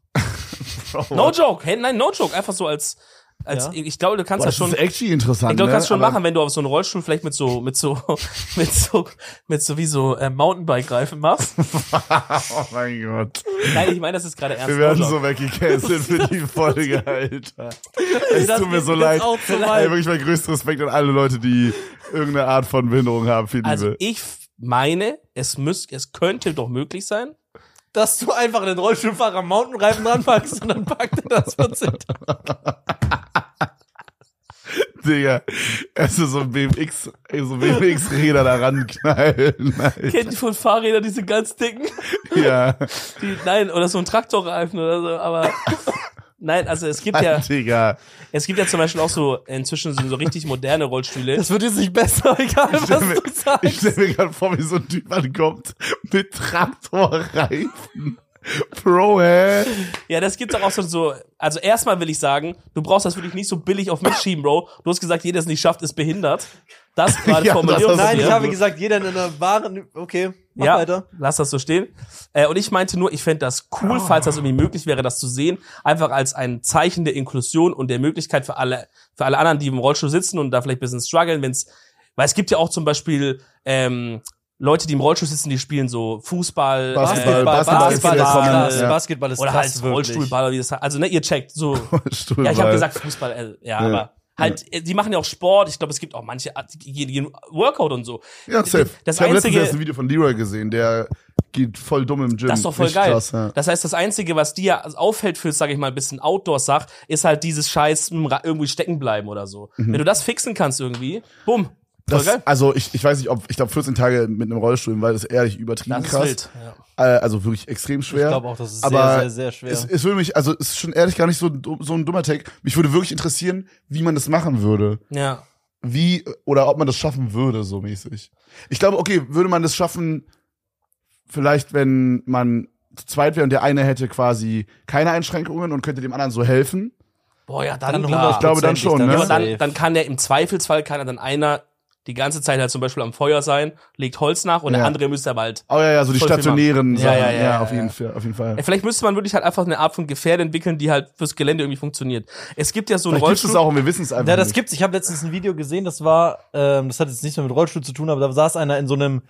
A: No joke. Hey, nein, no joke. Einfach so als, als
C: Ja.
A: ich glaube, du kannst
B: boah,
A: das
B: das
A: schon.
B: ist actually interessant.
A: Ich glaube,
B: ne?
A: du kannst schon
B: Aber-
A: machen, wenn du auf so einen Rollstuhl vielleicht mit so, mit so, mit so, mit so wie so äh, Mountainbike-Reifen machst.
B: Oh mein Gott.
A: Nein, ich meine, das ist gerade ernst. Also,
B: Wir werden
A: no joke.
B: so weggecastet für die Folge, Alter.
C: Es
B: tut mir so leid.
C: Auch zu
B: Ey,
C: weit.
B: wirklich mein größter Respekt an alle Leute, die irgendeine Art von Behinderung haben. Viel Liebe.
A: also ich f- meine, es müß, es könnte doch möglich sein.
C: Dass du einfach den Rollstuhlfahrer am Mountainreifen ranpackst und dann packt er das 14 Tage.
B: Digga, es ist so ein BMX, ey, so BMX-Räder da ranknallen. Alter.
A: Kennt ihr von Fahrrädern diese ganz dicken?
B: Ja,
A: Die, nein, oder so ein Traktorreifen oder so, aber. Nein, also es gibt ja,
B: Digga.
A: es gibt ja zum Beispiel auch so inzwischen so, so richtig moderne Rollstühle.
C: Das wird jetzt nicht besser, egal was
B: stell mir-
C: du sagst.
B: Ich stelle mir gerade vor, wie so ein Typ ankommt mit Traktorreifen. Bro, hä?
A: Ja, das gibt's auch, auch so, so. Also erstmal will ich sagen, du brauchst das wirklich nicht so billig auf mich schieben, Bro. Du hast gesagt, jeder, der es nicht schafft, ist behindert. Das gerade
B: Ja, das
A: Formulierung.
B: hast du
A: von
C: Nein, ich
A: dir.
C: habe gesagt, jeder in einer wahren. Okay, mach
A: ja,
C: weiter.
A: lass das so stehen. Äh, und ich meinte nur, ich fänd das cool,
B: Ah.
A: falls das irgendwie möglich wäre, das zu sehen, einfach als ein Zeichen der Inklusion und der Möglichkeit für alle, für alle anderen, die im Rollstuhl sitzen und da vielleicht ein bisschen strugglen, wenn's, weil es gibt ja auch zum Beispiel ähm, Leute, die im Rollstuhl sitzen, die spielen so Fußball,
B: Basketball,
A: äh,
B: Basketball ist
C: Basketball
B: vollkommen,
C: ist,
B: ja.
C: Basketball ist
A: oder
C: krass,
A: halt
C: wirklich.
A: Rollstuhlball, oder wie das heißt. Also ne, ihr checkt so.
B: Stuhlball.
A: Ja, ich habe gesagt Fußball, äh, ja,
B: Ja.
A: aber halt, äh, die machen ja auch Sport. Ich glaube, es gibt auch manche, Art- die gehen- gehen Workout und so.
B: Ja, safe.
A: das
B: ich habe letztens
A: einzige-
B: erst ein Video von Leroy gesehen, der geht voll dumm im Gym.
A: Das ist doch voll
B: Richtig
A: geil.
B: Krass, ja.
A: Das heißt, das Einzige, was dir auffällt für, sage ich mal, ein bisschen Outdoor-Sach, ist halt dieses Scheiß hm, ra- irgendwie stecken bleiben oder so. Wenn du das fixen kannst irgendwie, bumm. Voll
B: Mhm. Das,
A: geil.
B: also ich, ich weiß nicht, ob ich glaube 14 Tage mit einem Rollstuhl im Wald ist ehrlich übertrieben
A: Das ist
B: krass.
A: wild. Ja.
B: Äh, Also wirklich extrem schwer.
C: Ich glaube auch, das ist
B: Aber
C: sehr, sehr, sehr schwer.
B: Es, es würde mich, also es ist schon ehrlich gar nicht so, ein du- so ein dummer Take. Mich würde wirklich interessieren, wie man das machen würde.
A: ja.
B: Wie oder ob man das schaffen würde, so mäßig. Ich glaube, okay, würde man das schaffen, vielleicht wenn man zu zweit wäre und der eine hätte quasi keine Einschränkungen und könnte dem anderen so helfen.
A: Boah, ja, dann,
C: Dann
A: klar.
B: Ich glaube dann schon,
A: Ja,
B: ne?
A: aber
C: safe.
A: dann, dann kann der im Zweifelsfall, kann er dann einer die ganze Zeit halt zum Beispiel am Feuer sein, legt Holz nach und der
B: Ja.
A: andere müsste aber halt.
B: Oh ja, ja, so die
A: Voll viel machen.
B: stationären
A: Ja,
B: Sachen.
A: ja, ja, ja,
B: auf,
A: ja.
B: jeden, Fall, auf jeden Fall.
A: Ey, Vielleicht müsste man wirklich halt einfach eine Art von Gefährt entwickeln, die halt fürs Gelände irgendwie funktioniert. Es gibt ja so einen
B: Vielleicht gibt's
A: Rollstuhl.
B: es auch und wir wissen es einfach
C: Ja, das
B: nicht.
C: gibt's. Ich habe letztens ein Video gesehen, das war, ähm, das hat jetzt nichts mehr mit Rollstuhl zu tun, aber da saß einer in so einem,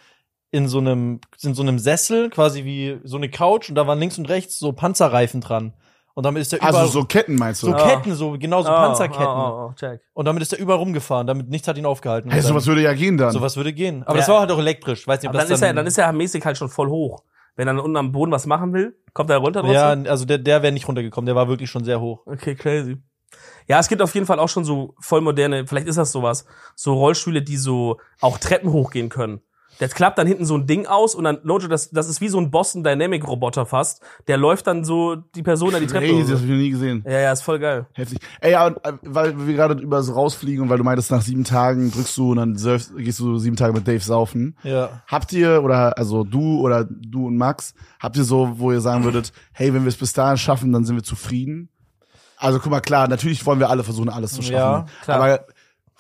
C: in so einem, in so einem Sessel, quasi wie so eine Couch, und da waren links und rechts so Panzerreifen dran. Und damit ist der überall
B: Also so Ketten meinst du?
C: so
A: Ah.
C: Ketten, so genau so Panzerketten.
A: Oh, oh, oh, check.
C: Und damit ist der überall rumgefahren, damit nichts hat ihn aufgehalten.
B: hey,
C: Und
B: sowas
C: dann,
B: würde ja gehen dann.
C: sowas würde gehen. Aber
A: Ja.
C: das war halt auch elektrisch. Weiß nicht, ob
A: Aber dann
C: das
A: ist er, dann ist er mäßig halt schon voll hoch. Wenn er dann unten am Boden was machen will, kommt er runter trotzdem.
C: ja, also der, der wäre nicht runtergekommen, der war wirklich schon sehr hoch.
A: Okay, crazy. Ja, es gibt auf jeden Fall auch schon so voll moderne, vielleicht ist das sowas, so Rollstühle, die so auch Treppen hochgehen können. Der klappt dann hinten so ein Ding aus und dann, Lojo, das, das ist wie so ein Boston Dynamic Roboter fast. Der läuft dann so die Person an die Treppe.
B: Crazy,
A: hoch.
B: das habe ich noch nie gesehen.
A: Ja, ja, ist voll geil.
B: Heftig. Ey, ja, und, äh, weil wir gerade über so rausfliegen und weil du meintest, nach sieben Tagen drückst du und dann surfst, gehst du sieben Tage mit Dave saufen.
C: Ja.
B: Habt ihr, oder also du oder du und Max, habt ihr so, wo ihr sagen würdet, hey, wenn wir es bis dahin schaffen, dann sind wir zufrieden? Also guck mal, klar, natürlich wollen wir alle versuchen, alles zu schaffen.
C: Ja,
A: klar.
B: Aber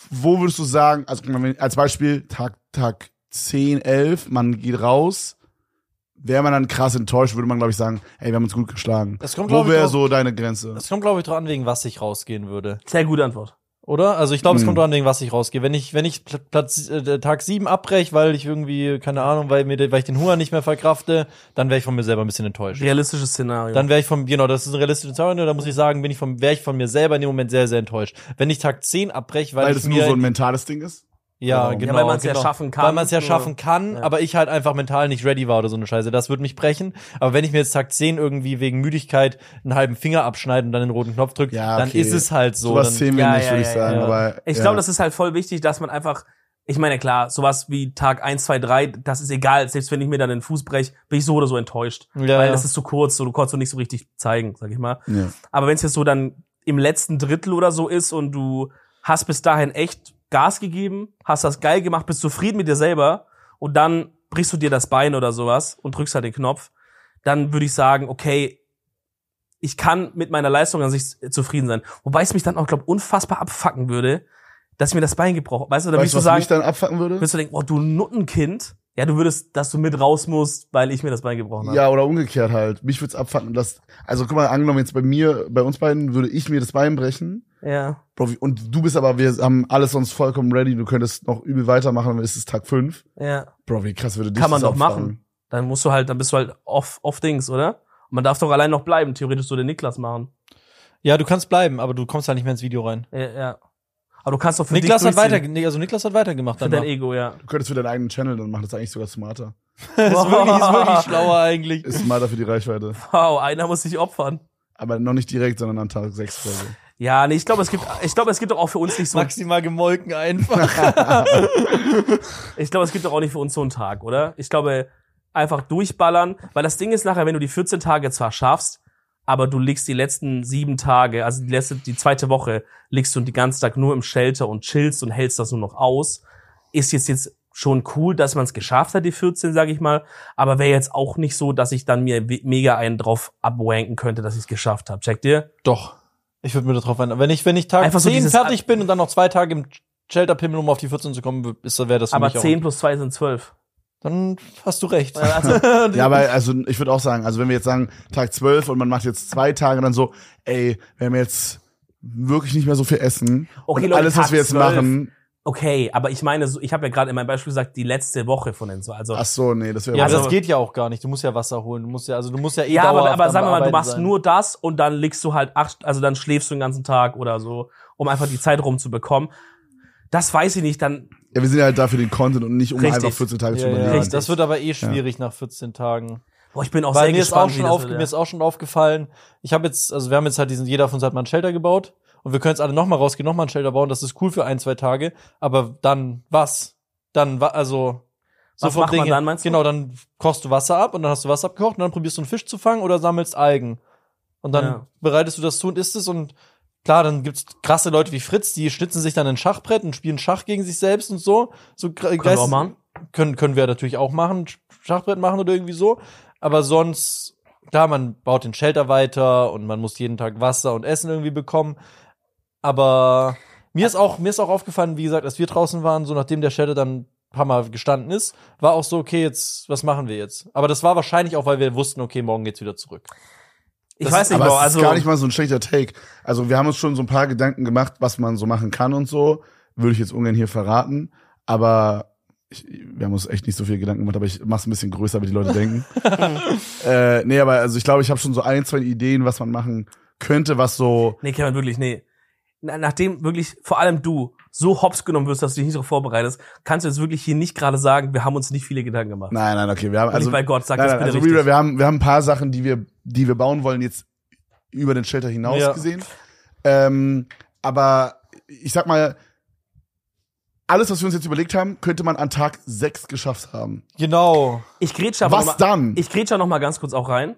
B: wo würdest du sagen, also guck mal, wenn- als Beispiel Tag, Tag 10, 11, man geht raus, wäre man dann krass enttäuscht, würde man, glaube ich, sagen, ey, wir haben uns gut geschlagen.
C: Das kommt,
B: Wo
C: glaube ich,
B: wäre
C: drauf,
B: so deine Grenze?
C: das kommt, glaube ich, drauf an, wegen was ich rausgehen würde.
A: Sehr gute Antwort.
C: Oder? Also ich glaube, es
B: Hm.
C: kommt drauf an, wegen was ich rausgehe. Wenn ich, wenn ich Pl- Platz, äh, Tag 7 abbreche, weil ich irgendwie, keine Ahnung, weil, mir, de- weil ich den Hunger nicht mehr verkrafte, dann wäre ich von mir selber ein bisschen enttäuscht.
A: Realistisches Szenario.
C: Dann wäre ich von, genau, das ist ein realistisches Szenario, da muss ich sagen, bin ich von, wäre ich von mir selber in dem Moment sehr, sehr enttäuscht. Wenn ich Tag 10 abbreche, weil,
B: Weil
C: ich
B: das
C: mir
B: nur so ein mentales Ding ist?
C: Ja,
B: Ja,
C: genau.
A: weil man's ja
C: genau.
A: schaffen kann.
C: Weil man es ja
A: Nur-
C: schaffen kann,
A: Ja.
C: aber ich halt einfach mental nicht ready war oder so eine Scheiße. Das würde mich brechen. Aber wenn ich mir jetzt Tag 10 irgendwie wegen Müdigkeit einen halben Finger abschneide und dann den roten Knopf drücke,
B: Ja,
C: dann
B: okay.
C: ist es halt so.
B: So, was
C: dann,
B: zählen wir
A: Ja,
B: nicht,
A: ja,
B: würde ich
A: ja,
B: sagen.
C: ja.
B: Aber,
A: Ich
B: ja.
A: glaube, das ist halt voll wichtig, dass man einfach, ich meine, klar, sowas wie Tag 1, 2, 3, das ist egal. Selbst wenn ich mir dann den Fuß breche, bin ich so oder so enttäuscht.
C: Ja,
A: weil
C: ja.
A: das ist zu kurz, so, du konntest du nicht so richtig zeigen, sag ich mal.
B: Ja.
A: Aber wenn es jetzt so dann im letzten Drittel oder so ist und du hast bis dahin echt Gas gegeben, hast das geil gemacht, bist zufrieden mit dir selber und dann brichst du dir das Bein oder sowas und drückst halt den Knopf, dann würde ich sagen, okay, ich kann mit meiner Leistung an sich zufrieden sein. Wobei es mich dann auch, glaube unfassbar abfacken würde, dass ich mir das Bein gebrochen Weißt du, da würdest
B: Weißt du,
A: du
B: was
A: sagen,
B: mich dann abfacken würde?
A: würdest du denken, oh, du Nuttenkind. Ja, du würdest, dass du mit raus musst, weil ich mir das Bein gebrochen habe.
B: Ja, oder umgekehrt halt. Mich würde es abfacken, dass, also guck mal, angenommen jetzt bei mir, bei uns beiden würde ich mir das Bein brechen.
A: Ja.
B: Bro, wie- Und du bist aber, wir haben alles sonst vollkommen ready, du könntest noch übel weitermachen, dann ist es Tag fünf.
A: Ja.
B: Bro, wie krass würde dich
A: Kann man
B: das
A: doch
B: abfacken?
A: machen. Dann musst du halt, dann bist du halt off, off Dings, oder? Und man darf doch allein noch bleiben, theoretisch so den Niklas machen.
C: ja, du kannst bleiben, aber du kommst halt nicht mehr ins Video rein.
A: Ja, ja. Aber du kannst doch für
C: Niklas
A: dich
C: hat weiter,
A: durchziehen.
C: nee, also Niklas hat weitergemacht
A: Für
C: danach.
A: dein Ego, ja.
B: Du könntest für deinen eigenen Channel, dann macht das eigentlich sogar smarter.
C: ist, wirklich, ist wirklich schlauer eigentlich.
B: Ist smarter für die Reichweite.
A: Wow, einer muss sich opfern.
B: Aber noch nicht direkt, sondern an Tag sechs oder so.
A: Ja, nee, ich glaube, es gibt, ich glaube, es gibt doch auch für uns nicht so,
C: Maximal gemolken einfach.
A: ich glaube, es gibt doch auch nicht für uns so einen Tag, oder? Ich glaube, einfach durchballern, weil das Ding ist nachher, wenn du die 14 Tage zwar schaffst, aber du legst die letzten sieben Tage, also die letzte, die zweite Woche, legst du den ganzen Tag nur im Shelter und chillst und hältst das nur noch aus. ist jetzt jetzt schon cool, dass man es geschafft hat, die 14, sage ich mal. Aber wäre jetzt auch nicht so, dass ich dann mir we- mega einen drauf abwanken könnte, dass ich es geschafft habe. Checkt ihr?
C: Doch. Ich würde mir da drauf ein. Wenn ich, wenn ich Tag
A: Einfach so
C: 10
A: dieses-
C: fertig bin und dann noch zwei Tage im Shelter pimmeln, um auf die 14 zu kommen, wäre das für
A: Aber
C: mich auch-
A: 10 plus 2 sind 12.
C: Dann hast du recht.
B: Ja, aber also ich würde auch sagen, also wenn wir jetzt sagen Tag 12 und man macht jetzt zwei Tage dann so, ey, wir haben jetzt wirklich nicht mehr so viel Essen
A: Okay,
B: und
A: Leute,
B: alles,
A: Tag
B: was wir jetzt
A: 12.
B: machen,
A: Okay, aber ich meine, so- ich habe ja gerade in meinem Beispiel gesagt, die letzte Woche von den zwei. Also,
B: ach so, nee, das wäre
C: Ja,
A: Also-
C: das geht ja auch gar nicht. Du musst ja Wasser holen. Du musst ja, also du musst ja eh
A: ja, aber,
C: dauerhaft
A: aber
C: am
A: sagen wir mal, du
C: Arbeiten
A: machst
C: sein.
A: nur das und dann legst du halt acht, also dann schläfst du den ganzen Tag oder so, um einfach die Zeit rumzubekommen. Das weiß ich nicht, dann,
B: ja, wir sind ja halt da für den Content und nicht um
A: Richtig.
B: einfach 14 Tage zu
C: Ja, ja.
B: überleben.
A: Richtig.
C: Das wird aber eh schwierig nach 14 Tagen.
A: boah, ich bin auch
C: Weil
A: sehr
C: mir ist,
A: gespannt.
C: auch schon
A: wie das
C: auf,
A: wird, ja.
C: mir ist auch schon aufgefallen, ich habe jetzt, also wir haben jetzt halt diesen, jeder von uns hat mal ein Shelter gebaut und wir können jetzt alle nochmal rausgehen, nochmal ein Shelter bauen, das ist cool für ein, zwei Tage, aber dann was? Dann, wa- also,
A: Was macht man dann, meinst du?
C: Genau, dann kochst du Wasser ab und dann hast du Wasser abgekocht und dann probierst du einen Fisch zu fangen oder sammelst Algen. Und dann
A: Ja.
C: bereitest du das zu und isst es und klar, dann gibt's krasse Leute wie Fritz, die schnitzen sich dann ein Schachbrett und spielen Schach gegen sich selbst und so. So
A: Können wir auch machen.
C: können, können wir natürlich auch machen, Sch- Schachbrett machen oder irgendwie so. Aber sonst, klar, man baut den Shelter weiter und man muss jeden Tag Wasser und Essen irgendwie bekommen. Aber mir ist auch, mir ist auch aufgefallen, wie gesagt, als wir draußen waren, so nachdem der Shelter dann ein paar Mal gestanden ist, war auch so, okay, jetzt, was machen wir jetzt? Aber das war wahrscheinlich auch, weil wir wussten, okay, morgen geht's wieder zurück.
A: Ich
C: Das-
A: weiß nicht,
B: Aber
A: Bro,
B: es
A: also,
B: ist gar nicht mal so ein schlechter Take. Also wir haben uns schon so ein paar Gedanken gemacht, was man so machen kann und so. Würde ich jetzt ungern hier verraten, aber ich, wir haben uns echt nicht so viel Gedanken gemacht, aber ich mach's ein bisschen größer, wie die Leute denken. äh, nee, aber also ich glaube, ich habe schon so ein, zwei Ideen, was man machen könnte, was so
A: Nee, Kevin, wirklich, nee. Na- Nachdem wirklich vor allem du so hops genommen wirst, dass du dich nicht darauf vorbereitest, kannst du jetzt wirklich hier nicht gerade sagen, wir haben uns nicht viele Gedanken gemacht.
B: Nein, nein, okay, wir haben
A: Und
B: also
A: ich bei Gott, sag
B: nein,
A: das
B: nein,
A: bitte
B: also
A: richtig.
B: Reader, wir haben wir haben ein paar Sachen, die wir die wir bauen wollen jetzt über den Shelter hinaus
C: Ja.
B: gesehen. Ähm, aber ich sag mal alles, was wir uns jetzt überlegt haben, könnte man an Tag 6 geschafft haben.
C: Genau.
A: Ich grätsche aber
B: Was
A: noch mal,
B: dann?
A: ich grätsche noch mal ganz kurz auch rein.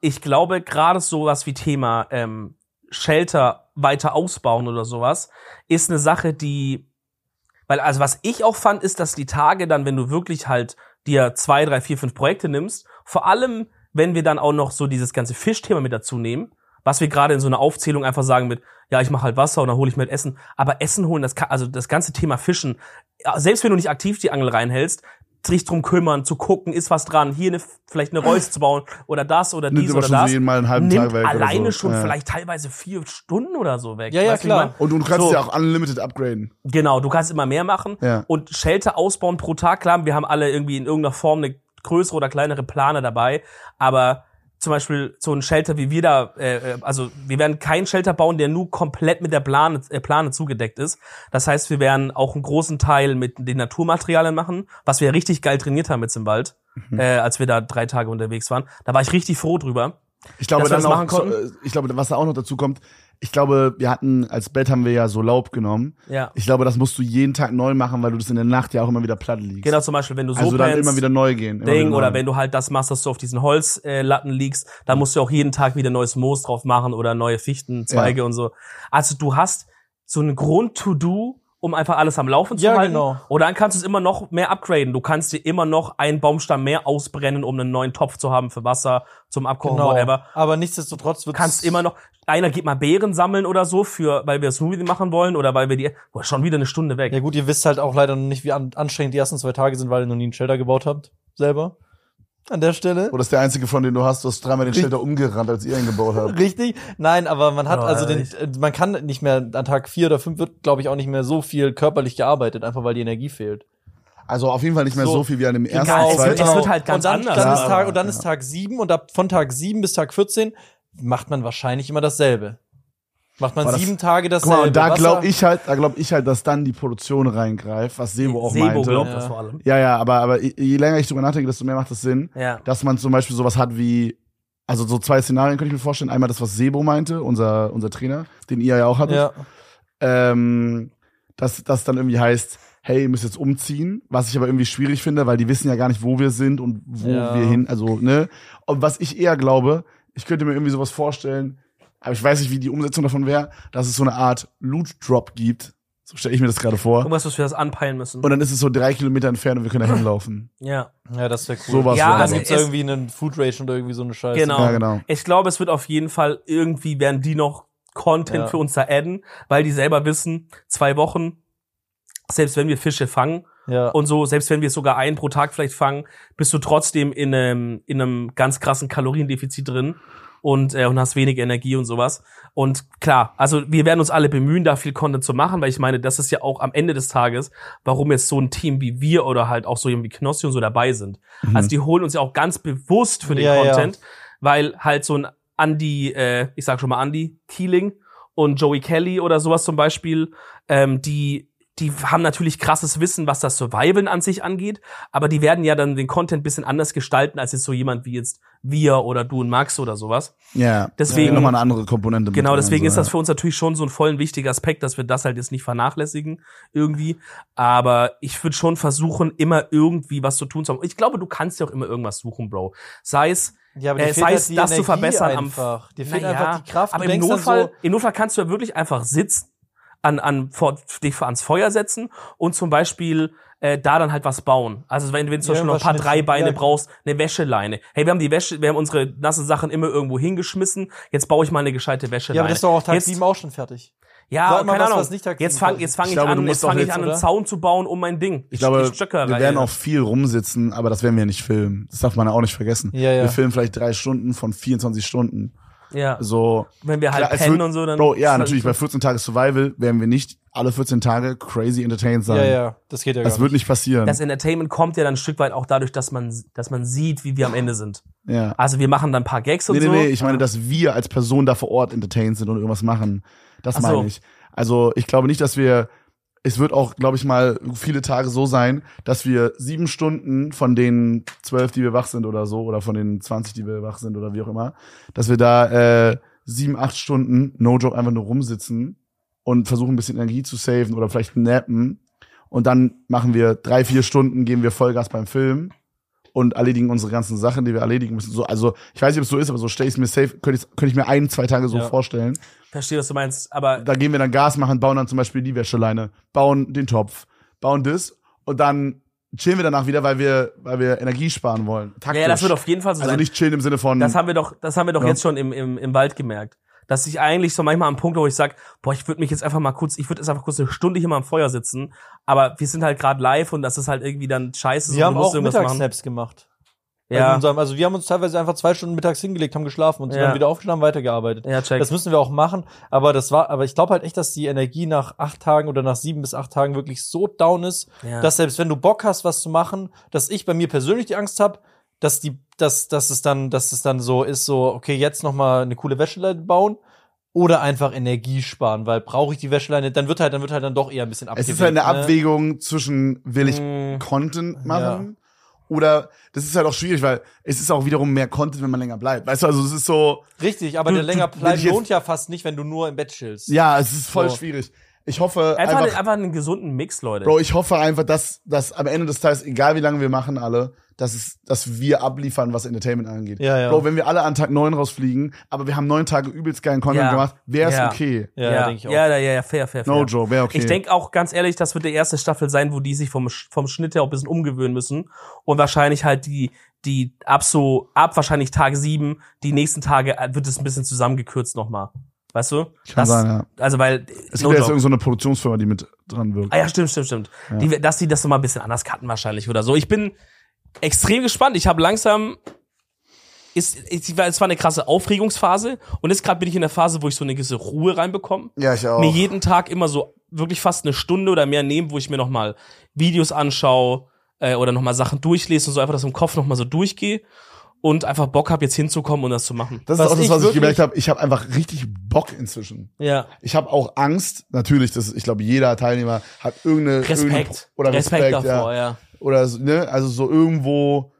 A: Ich glaube, gerade sowas wie Thema ähm, Shelter weiter ausbauen oder sowas, ist eine Sache, die Weil, also, was ich auch fand, ist, dass die Tage dann, wenn du wirklich halt dir zwei, drei, vier, fünf Projekte nimmst, vor allem, wenn wir dann auch noch so dieses ganze Fischthema mit dazu nehmen, was wir gerade in so einer Aufzählung einfach sagen mit, ja, ich mache halt Wasser und dann hole ich mir halt Essen. Aber Essen holen, das kann, also das ganze Thema Fischen, ja, selbst wenn du nicht aktiv die Angel reinhältst, sich drum kümmern, zu gucken, ist was dran, hier eine, vielleicht eine Reus zu bauen oder das oder
B: Nimmt
A: dies
B: aber
A: oder
B: schon
A: das.
B: so jeden Mal einen halben
A: nimmt
B: Tag weg.
A: alleine
B: oder so.
A: schon
B: ja.
A: vielleicht teilweise vier Stunden oder so weg.
C: Ja, ja,
A: Weißt du, wie ich
C: klar.
A: mein?
B: Und du kannst
A: So.
B: ja auch unlimited upgraden.
A: Genau, du kannst immer mehr machen
B: Ja.
A: und Shelter ausbauen pro Tag. Klar, wir haben alle irgendwie in irgendeiner Form eine größere oder kleinere Plane dabei, aber zum Beispiel so ein Shelter wie wir da, äh, äh, also wir werden keinen Shelter bauen, der nur komplett mit der Plane, äh, Plane zugedeckt ist. Das heißt, wir werden auch einen großen Teil mit den Naturmaterialien machen, was wir richtig geil trainiert haben jetzt im Wald,
B: Mhm.
A: äh, als wir da drei Tage unterwegs waren. Da war ich richtig froh drüber.
B: Ich glaube,
A: Dass wir
B: dann
A: das
B: auch,
A: machen konnten?
B: so, äh, ich glaube, was da auch noch dazu kommt, ich glaube, wir hatten, als Bett haben wir ja so Laub genommen.
A: Ja.
B: Ich glaube, das musst du jeden Tag neu machen, weil du das in der Nacht ja auch immer wieder platt liegst.
A: Genau, zum Beispiel, wenn du so
B: also dann
A: pennst.
B: immer wieder neu gehen. Immer
A: Ding
B: wieder
A: oder
B: neu.
A: wenn du halt das machst, dass du auf diesen Holzlatten äh, Latten liegst, dann musst du auch jeden Tag wieder neues Moos drauf machen oder neue Fichtenzweige und so. Also du hast so einen Grund to do, um einfach alles am Laufen zu
C: Ja,
A: halten.
C: genau.
A: Und dann kannst du es immer noch mehr upgraden. Du kannst dir immer noch einen Baumstamm mehr ausbrennen, um einen neuen Topf zu haben für Wasser, zum Abkochen,
C: Genau.
A: whatever.
C: Aber nichtsdestotrotz wird
A: Kannst immer noch, einer geht mal Beeren sammeln oder so, für, weil wir Smoothie machen wollen oder weil wir die, boah, schon wieder eine Stunde weg.
C: Ja gut, ihr wisst halt auch leider noch nicht, wie an anstrengend die ersten zwei Tage sind, weil ihr noch nie einen Shelter gebaut habt. Selber. An der Stelle.
B: Oder ist der einzige von denen du hast, du hast dreimal den
C: Richtig.
B: Shelter umgerannt, als ihr ihn gebaut habt.
C: Richtig? Nein, aber man hat
A: Ja,
C: also den,
A: ich-
C: äh, man kann nicht mehr an Tag vier oder fünf wird, glaube ich, auch nicht mehr so viel körperlich gearbeitet, einfach weil die Energie fehlt.
B: Also auf jeden Fall nicht mehr so,
C: So.
B: viel wie an dem ersten,
A: Genau,
B: zweiten.
A: es wird halt ganz
C: und dann,
A: anders.
C: Dann ist
B: Ja,
C: Tag, und dann
B: ja.
C: ist Tag sieben und ab von Tag sieben bis Tag 14 macht man wahrscheinlich immer dasselbe. Macht man
B: Aber das-
C: sieben Tage
B: Guck
C: dasselbe.
B: mal, und da
C: Wasser-
B: glaube ich halt, da glaube ich halt, dass dann die Produktion reingreift, was Sebo auch
A: Sebo
B: meinte.
A: glaubt
C: Ja.
A: das vor allem.
B: Ja, ja, aber, aber je je länger ich drüber nachdenke, desto mehr macht das Sinn,
A: Ja.
B: dass man zum Beispiel sowas hat wie, also so zwei Szenarien könnte ich mir vorstellen. Einmal das, was Sebo meinte, unser, unser Trainer, den ihr ja auch hattet.
C: Ja.
B: ähm, dass das dann irgendwie heißt, hey, ihr müsst jetzt umziehen, was ich aber irgendwie schwierig finde, weil die wissen ja gar nicht, wo wir sind und wo
C: Ja.
B: wir hin, also, ne? Und was ich eher glaube, ich könnte mir irgendwie sowas vorstellen, aber ich weiß nicht, wie die Umsetzung davon wäre, dass es so eine Art Loot Drop gibt. So stelle ich mir das gerade vor.
A: Guck mal, dass wir das anpeilen müssen.
B: Und dann ist es so drei Kilometer entfernt und wir können da hinlaufen.
A: ja.
C: ja, das wäre cool.
B: Sowas
A: Ja,
B: wäre
C: Dann
A: also
B: aber-
C: gibt's
A: es-
C: irgendwie einen Food Ration oder irgendwie so eine Scheiße.
A: Genau.
B: Ja, genau.
A: Ich glaube, es wird auf jeden Fall irgendwie werden die noch Content
C: Ja.
A: für uns da adden, weil die selber wissen, zwei Wochen, selbst wenn wir Fische fangen
C: Ja.
A: und so, selbst wenn wir sogar einen pro Tag vielleicht fangen, bist du trotzdem in einem, in einem ganz krassen Kaloriendefizit drin und, äh, und hast wenig Energie und sowas. Und klar, also wir werden uns alle bemühen, da viel Content zu machen, weil ich meine, das ist ja auch am Ende des Tages, warum jetzt so ein Team wie wir oder halt auch so jemand wie Knossi und so dabei sind.
B: genau. Mhm.
A: Also die holen uns ja auch ganz bewusst für den
C: Ja, ja.
A: Content, weil halt so ein Andy, äh, ich sag schon mal Andy Keeling und Joey Kelly oder sowas zum Beispiel, ähm, die die haben natürlich krasses Wissen, was das Survivalen an sich angeht, aber die werden ja dann den Content ein bisschen anders gestalten, als jetzt so jemand wie jetzt wir oder du und Max oder sowas.
B: Ja.
A: Deswegen-
B: nochmal eine andere Komponente. mit
A: Genau,
B: rein,
A: deswegen
B: so,
A: ist das
B: ja.
A: für uns natürlich schon so ein vollen wichtiger Aspekt, dass wir das halt jetzt nicht vernachlässigen irgendwie. Aber ich würde schon versuchen, immer irgendwie was zu tun zu haben. Ich glaube, du kannst ja auch immer irgendwas suchen, Bro. Sei es,
C: Ja, aber
A: Äh,
C: dir
A: es
C: fehlt
A: heißt,
C: halt die
A: das zu
C: Energie
A: verbessern am-
C: einfach. Dir fehlt
A: Naja,
C: einfach die Kraft.
A: aber
C: du
A: im
C: denkst dann
A: Notfall,
C: so,
A: im Notfall kannst du ja wirklich einfach sitzen, an, an, vor, dich ans Feuer setzen und zum Beispiel äh, da dann halt was bauen. Also wenn, wenn du zum Beispiel noch ein paar
C: Irgendwas schnitzen,
A: Dreibeine
C: ja.
A: brauchst, eine Wäscheleine. Hey, wir haben die Wäsche, wir haben unsere nassen Sachen immer irgendwo hingeschmissen. Jetzt baue ich mal eine gescheite Wäscheleine.
C: ja, aber das ist doch auch Tag
A: Jetzt-
C: sieben auch schon fertig.
A: Ja,
C: Sag mal
A: keine
C: was,
A: Ahnung.
C: was nicht aktiv
A: jetzt fange
C: ist.
A: jetzt fang
B: Ich
A: ich,
B: glaube,
A: an,
B: du musst
A: jetzt
B: doch
A: fang ich
B: jetzt,
A: an,
B: oder?
A: einen Zaun zu bauen um mein Ding.
B: Ich glaube,
A: Stöcker
B: wir werden auch viel rumsitzen, aber das werden wir nicht filmen. Das darf man ja auch nicht vergessen.
C: Ja, ja.
B: Wir filmen vielleicht drei Stunden von 24 Stunden.
A: ja.
B: So.
A: Wenn wir halt
B: Klar, es
A: pennen
B: wird-
A: und so, dann.
B: Bro, ja,
A: ist halt-
B: natürlich, bei 14 Tage Survival werden wir nicht alle 14 Tage crazy entertained sein.
C: Ja, ja, Also das geht ja
B: Das
C: gar
B: wird
C: nicht.
B: nicht passieren.
A: Das Entertainment kommt ja dann ein Stück weit auch dadurch, dass man, dass man sieht, wie wir am Ende sind.
B: ja.
A: Also wir machen dann ein paar Gags und
B: Nee, nee,
A: so.
B: nee, ich meine, dass wir als Person da vor Ort entertained sind und irgendwas machen. Das
A: Ach so.
B: meine ich. Also, ich glaube nicht, dass wir, es wird auch, glaube ich mal, viele Tage so sein, dass wir sieben Stunden von den zwölf, die wir wach sind oder so, oder von den 20, die wir wach sind oder wie auch immer, dass wir da äh, sieben, acht Stunden, no joke, einfach nur rumsitzen und versuchen, ein bisschen Energie zu saven oder vielleicht nappen. Und dann machen wir drei, vier Stunden, geben wir Vollgas beim Film und erledigen unsere ganzen Sachen, die wir erledigen müssen. So, also ich weiß nicht, ob es so ist, aber so stelle ich es mir safe, könnte ich, könnte ich mir ein, zwei Tage so
C: Ja.
B: vorstellen.
A: Verstehe, was du meinst. Aber
B: Da gehen wir dann Gas machen, bauen dann zum Beispiel die Wäscheleine, bauen den Topf, bauen das und dann chillen wir danach wieder, weil wir, weil wir Energie sparen wollen. Taktisch.
A: ja, das wird auf jeden Fall so
B: also
A: sein.
B: nicht chillen im Sinne von.
A: das haben wir doch, das haben wir doch
B: Ja.
A: jetzt schon im, im, im Wald gemerkt. dass ich eigentlich so manchmal am Punkt, wo ich sage, boah, ich würde mich jetzt einfach mal kurz, ich würde jetzt einfach kurz eine Stunde hier mal am Feuer sitzen, aber wir sind halt gerade live und das ist halt irgendwie dann scheiße, so,
C: Wir haben
A: du musst
C: auch Mittagssnaps gemacht. Also, in
A: Ja,
C: unserem, also wir haben uns teilweise einfach zwei Stunden mittags hingelegt, haben geschlafen und sind
A: Ja.
C: dann wieder aufgestanden, weitergearbeitet.
A: ja, check.
C: Das müssen wir auch machen. Aber das war, aber ich glaube halt echt, dass die Energie nach acht Tagen oder nach sieben bis acht Tagen wirklich so down ist,
A: ja.
C: dass selbst wenn du Bock hast, was zu machen, dass ich bei mir persönlich die Angst habe, dass die, dass, dass es dann, dass es dann so ist, so, okay, jetzt nochmal eine coole Wäscheleine bauen oder einfach Energie sparen, weil brauche ich die Wäscheleine, dann wird halt, dann wird halt dann doch eher ein bisschen
B: Es
C: abgewägt.
B: ist halt eine
C: ne?
B: Abwägung zwischen, will ich
A: Mm.
B: Content machen? Oder das ist halt auch schwierig, weil es ist auch wiederum mehr Content, wenn man länger bleibt. Weißt du, also es ist so,
C: Richtig, aber
A: Du-
C: der
A: du-
C: länger
B: wenn
C: bleiben
B: ich jetzt-
C: lohnt ja fast nicht, wenn du nur im Bett chillst.
B: ja, es ist voll
C: So.
B: schwierig. Ich hoffe
A: einfach,
B: einfach,
A: einfach einen gesunden Mix, Leute.
B: Bro, ich hoffe einfach, dass, dass am Ende des Tages, egal wie lange wir machen alle, dass es, dass wir abliefern, was Entertainment angeht.
C: Ja, ja.
B: Bro, wenn wir alle an Tag 9 rausfliegen, aber wir haben neun Tage übelst geilen Content
A: Ja.
B: gemacht, wäre es
A: Ja.
B: okay.
C: Ja,
A: ja,
C: denk ich auch.
A: ja, ja, ja, fair, fair, fair.
B: No Joe, wäre okay.
A: Ich denke auch ganz ehrlich, das wird die erste Staffel sein, wo die sich vom, Sch- vom Schnitt her auch ein bisschen umgewöhnen müssen und wahrscheinlich halt die die ab so ab wahrscheinlich Tag sieben, die nächsten Tage äh, wird es ein bisschen zusammengekürzt nochmal. Weißt du?
B: Kann sein, ja.
A: Also weil
B: Es
A: no
B: gibt ja jetzt
A: joke.
B: irgendeine so eine Produktionsfirma, die mit dran wirkt.
A: Ah ja, stimmt, stimmt, stimmt.
B: Ja.
A: Die, dass die das nochmal ein bisschen anders cutten wahrscheinlich oder so. Ich bin extrem gespannt. Ich habe langsam ist, ist, es war eine krasse Aufregungsphase und jetzt gerade bin ich in der Phase, wo ich so eine gewisse Ruhe reinbekomme
B: Ja, ich auch.
A: mir jeden Tag immer so wirklich fast eine Stunde oder mehr nehmen, wo ich mir nochmal Videos anschaue äh, oder nochmal Sachen durchlese und so einfach das im Kopf nochmal so durchgehe und einfach Bock habe, jetzt hinzukommen und das zu machen.
B: Das ist
C: Was
B: auch das,
C: ich
B: was ich
C: wirklich-
B: gemerkt habe. Ich habe einfach richtig Bock inzwischen.
A: Ja.
B: Ich habe auch Angst, natürlich, das, ich glaube, jeder Teilnehmer hat irgendeine irgendeine Pro-
A: Respekt.
B: oder
A: Respekt,
B: Respekt,
A: davor,
B: ja.
A: ja.
B: Oder so, ne, also so irgendwo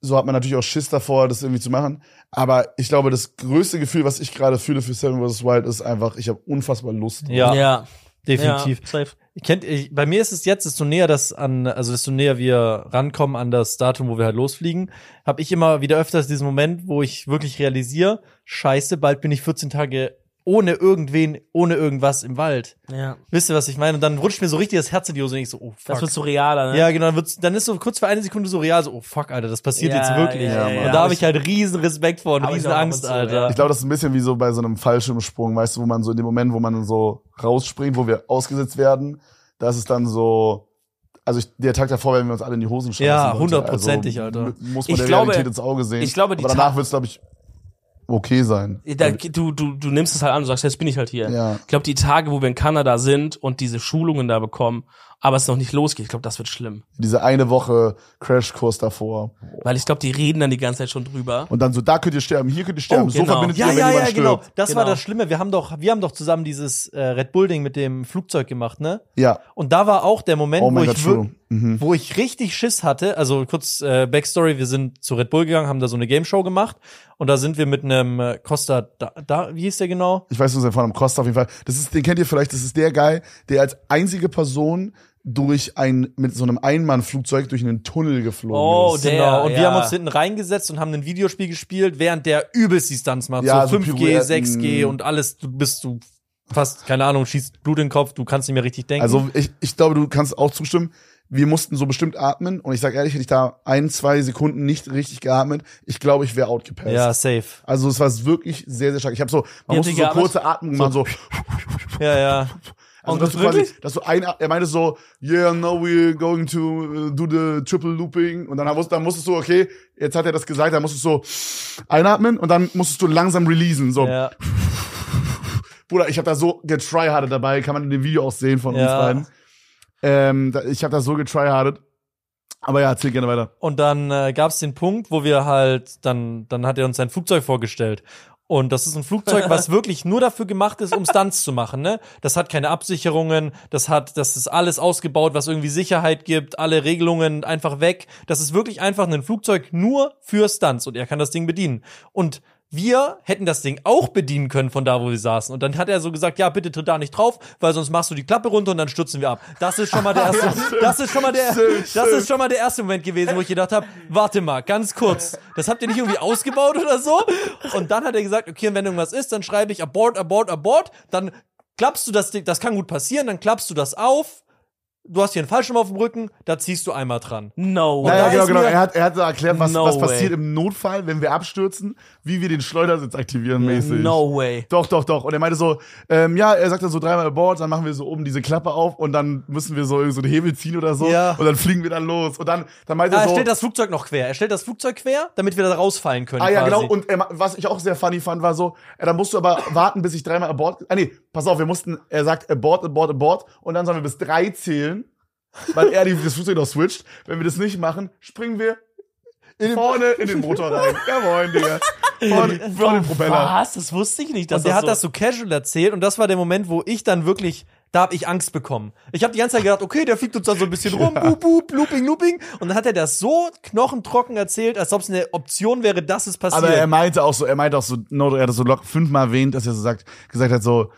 B: so hat man natürlich auch Schiss davor, das irgendwie zu machen, aber ich glaube, das größte Gefühl, was ich gerade fühle für Seven vs. Wild ist einfach, ich habe unfassbar Lust.
C: Ja,
A: ja.
C: definitiv.
A: Ja, safe.
C: Ihr Kennt, ich, bei mir ist es jetzt, desto näher das an, also desto näher wir rankommen an das Datum, wo wir halt losfliegen, habe ich immer wieder öfters diesen Moment, wo ich wirklich realisiere, scheiße, bald bin ich 14 Tage ohne irgendwen, ohne irgendwas im Wald.
A: ja.
C: Wisst ihr, was ich meine? Und dann rutscht mir so richtig das Herz in die Hose und ich so, oh fuck.
A: Das wird so realer, ne?
C: ja, genau, dann, wird's, dann ist so kurz für eine Sekunde so real, so, oh fuck, Alter, das passiert
A: Ja,
C: jetzt wirklich.
A: ja,
B: ja,
C: und
A: ja.
C: da habe ich halt riesen Respekt vor und
A: Hab ich
C: riesen
A: auch ab und
C: Angst,
A: zu,
C: Alter.
A: ja.
B: Ich glaube, das ist ein bisschen wie so bei so einem Fallschirmsprung, weißt du, wo man so in dem Moment, wo man so rausspringt, wo wir ausgesetzt werden, das ist dann so, also ich, der Tag davor werden wir uns alle in die Hosen scheißen.
C: Ja,
B: Leute.
C: hundertprozentig, Alter.
B: mu- Muss man
A: Ich
B: der
A: glaube-
B: Realität ins Auge sehen.
A: ich glaube, die
B: Aber danach
A: Ta-
B: wird es, glaube ich, okay sein.
A: Da, du, du, du nimmst es halt an und sagst, jetzt bin ich halt hier.
B: Also ja.
A: Ich glaube, die Tage, wo wir in Kanada sind und diese Schulungen da bekommen, aber es noch nicht losgeht, ich glaube, das wird schlimm.
B: Diese eine Woche Crashkurs davor.
A: Weil ich glaube, die reden dann die ganze Zeit schon drüber.
B: Und dann so, da könnt ihr sterben, hier könnt ihr sterben,
A: Oh,
B: so
A: genau.
B: verbindet
C: Ja,
B: ihr, wenn
C: ja, ja,
B: jemand
C: genau.
B: stirbt.
C: Das war
A: Genau.
C: das Schlimme. Wir haben doch, wir haben doch zusammen dieses äh, Red Bull-Ding mit dem Flugzeug gemacht, ne?
B: Ja,
C: Und da war auch der Moment,
B: oh
C: wo,
B: mein Gott,
C: ich wir-
B: true. Mhm.
C: wo ich richtig Schiss hatte. Also kurz äh, Backstory, wir sind zu Red Bull gegangen, haben da so eine Game Show gemacht und da sind wir mit einem äh, Costa, da, da, wie hieß der genau?
B: Ich weiß nur seinen Vornamen, Costa auf jeden Fall. Das ist, den kennt ihr vielleicht, das ist der Guy, der als einzige Person durch ein, mit so einem Einmannflugzeug durch einen Tunnel geflogen
A: Oh,
B: ist.
A: der-
C: genau. Und
A: ja.
C: wir haben uns hinten reingesetzt und haben ein Videospiel gespielt, während der übelst die Stunts macht.
B: Ja,
C: so
B: so
C: 5G,
B: Pirouetten.
C: 6G und alles. Du bist du fast, keine Ahnung, schießt Blut in den Kopf, du kannst nicht mehr richtig denken.
B: Also ich, ich glaube, du kannst auch zustimmen. Wir mussten so bestimmt atmen und ich sag ehrlich, hätte ich da ein, zwei Sekunden nicht richtig geatmet, ich glaube, ich wäre outgepasst.
C: ja, safe.
B: Also es war wirklich sehr, sehr stark. Ich habe so,
A: Wie habt
B: man musste
A: ihr
B: so
A: geatmet?
B: kurze Atmung machen, so.
C: Ja, ja.
B: Also,
A: Und
B: dass
A: das
B: du quasi,
A: wirklich?
B: dass du ein, er meinte so, yeah, now we're going to äh, do the triple looping. Und dann, wusst- dann musstest du, okay, jetzt hat er das gesagt, dann musstest du so einatmen und dann musstest du langsam releasen. So,
C: ja.
B: Bruder, ich habe da so getryhardet dabei, kann man in dem Video auch sehen von uns
C: Ja.
B: beiden. Ähm, da, ich habe da so getryhardet. Aber ja, erzähl gerne weiter.
C: Und dann äh, gab es den Punkt, wo wir halt, dann, dann hat er uns sein Flugzeug vorgestellt. Und das ist ein Flugzeug, was wirklich nur dafür gemacht ist, um Stunts zu machen. Ne? Das hat keine Absicherungen, das hat, das ist alles ausgebaut, was irgendwie Sicherheit gibt, alle Regelungen einfach weg. Das ist wirklich einfach ein Flugzeug nur für Stunts und er kann das Ding bedienen. Und wir hätten das Ding auch bedienen können von da, wo wir saßen. Und dann hat er so gesagt, ja, bitte tritt da nicht drauf, weil sonst machst du die Klappe runter und dann stürzen wir ab. Das ist schon mal der erste, das ist schon mal der,
B: Stimmt,
C: das
B: stimmt.
C: ist schon mal der erste Moment gewesen, wo ich gedacht habe, warte mal, ganz kurz, das habt ihr nicht irgendwie ausgebaut oder so? Und dann hat er gesagt, okay, wenn irgendwas ist, dann schreibe ich abort, abort, abort, dann klappst du das Ding, das kann gut passieren, dann klappst du das auf, du hast hier einen Fallschirm auf dem Rücken, da ziehst du einmal dran.
A: No.
C: Nein.
B: Naja,
C: da
B: genau,
C: ist
B: genau.
C: mir-
B: Er hat, er hat so erklärt, was,
A: No
B: was
A: way.
B: passiert im Notfall, wenn wir abstürzen, wie wir den Schleudersitz aktivieren mäßig.
A: No way.
B: Doch, doch, doch. Und er meinte so, ähm, ja, er sagt dann so dreimal Abort, dann machen wir so oben diese Klappe auf und dann müssen wir so, so einen Hebel ziehen oder so.
C: Ja.
B: Und dann fliegen wir dann los. Und dann, dann meinte
C: Ah,
B: er
C: er
B: so.
C: stellt das Flugzeug noch quer. Er stellt das Flugzeug quer, damit wir da rausfallen können.
B: Ah ja,
C: quasi.
B: genau. Und ähm, was ich auch sehr funny fand, war so, äh, dann musst du aber warten, bis ich dreimal abort. Ah nee, pass auf, wir mussten, er sagt abort, abort, abort. Und dann sollen wir bis drei zählen, weil er die, das Flugzeug noch switcht. Wenn wir das nicht machen, springen wir vorne in den Motor rein. Ja, moin, Digga. Vorne, vorne den genau. Propeller.
A: Was? Das wusste ich nicht. Dass
C: Und der
A: das
C: hat
A: so
C: das so casual erzählt und das war der Moment, wo ich dann wirklich, da habe ich Angst bekommen. Ich habe die ganze Zeit gedacht, okay, der fliegt uns dann so ein bisschen rum, boop, boop, looping, looping. Und dann hat er das so knochentrocken erzählt, als ob es eine Option wäre, dass es passiert.
B: Aber ähm, er meinte auch so, er meinte auch so, no, er hat das so lock fünfmal erwähnt, dass er so sagt, gesagt hat so,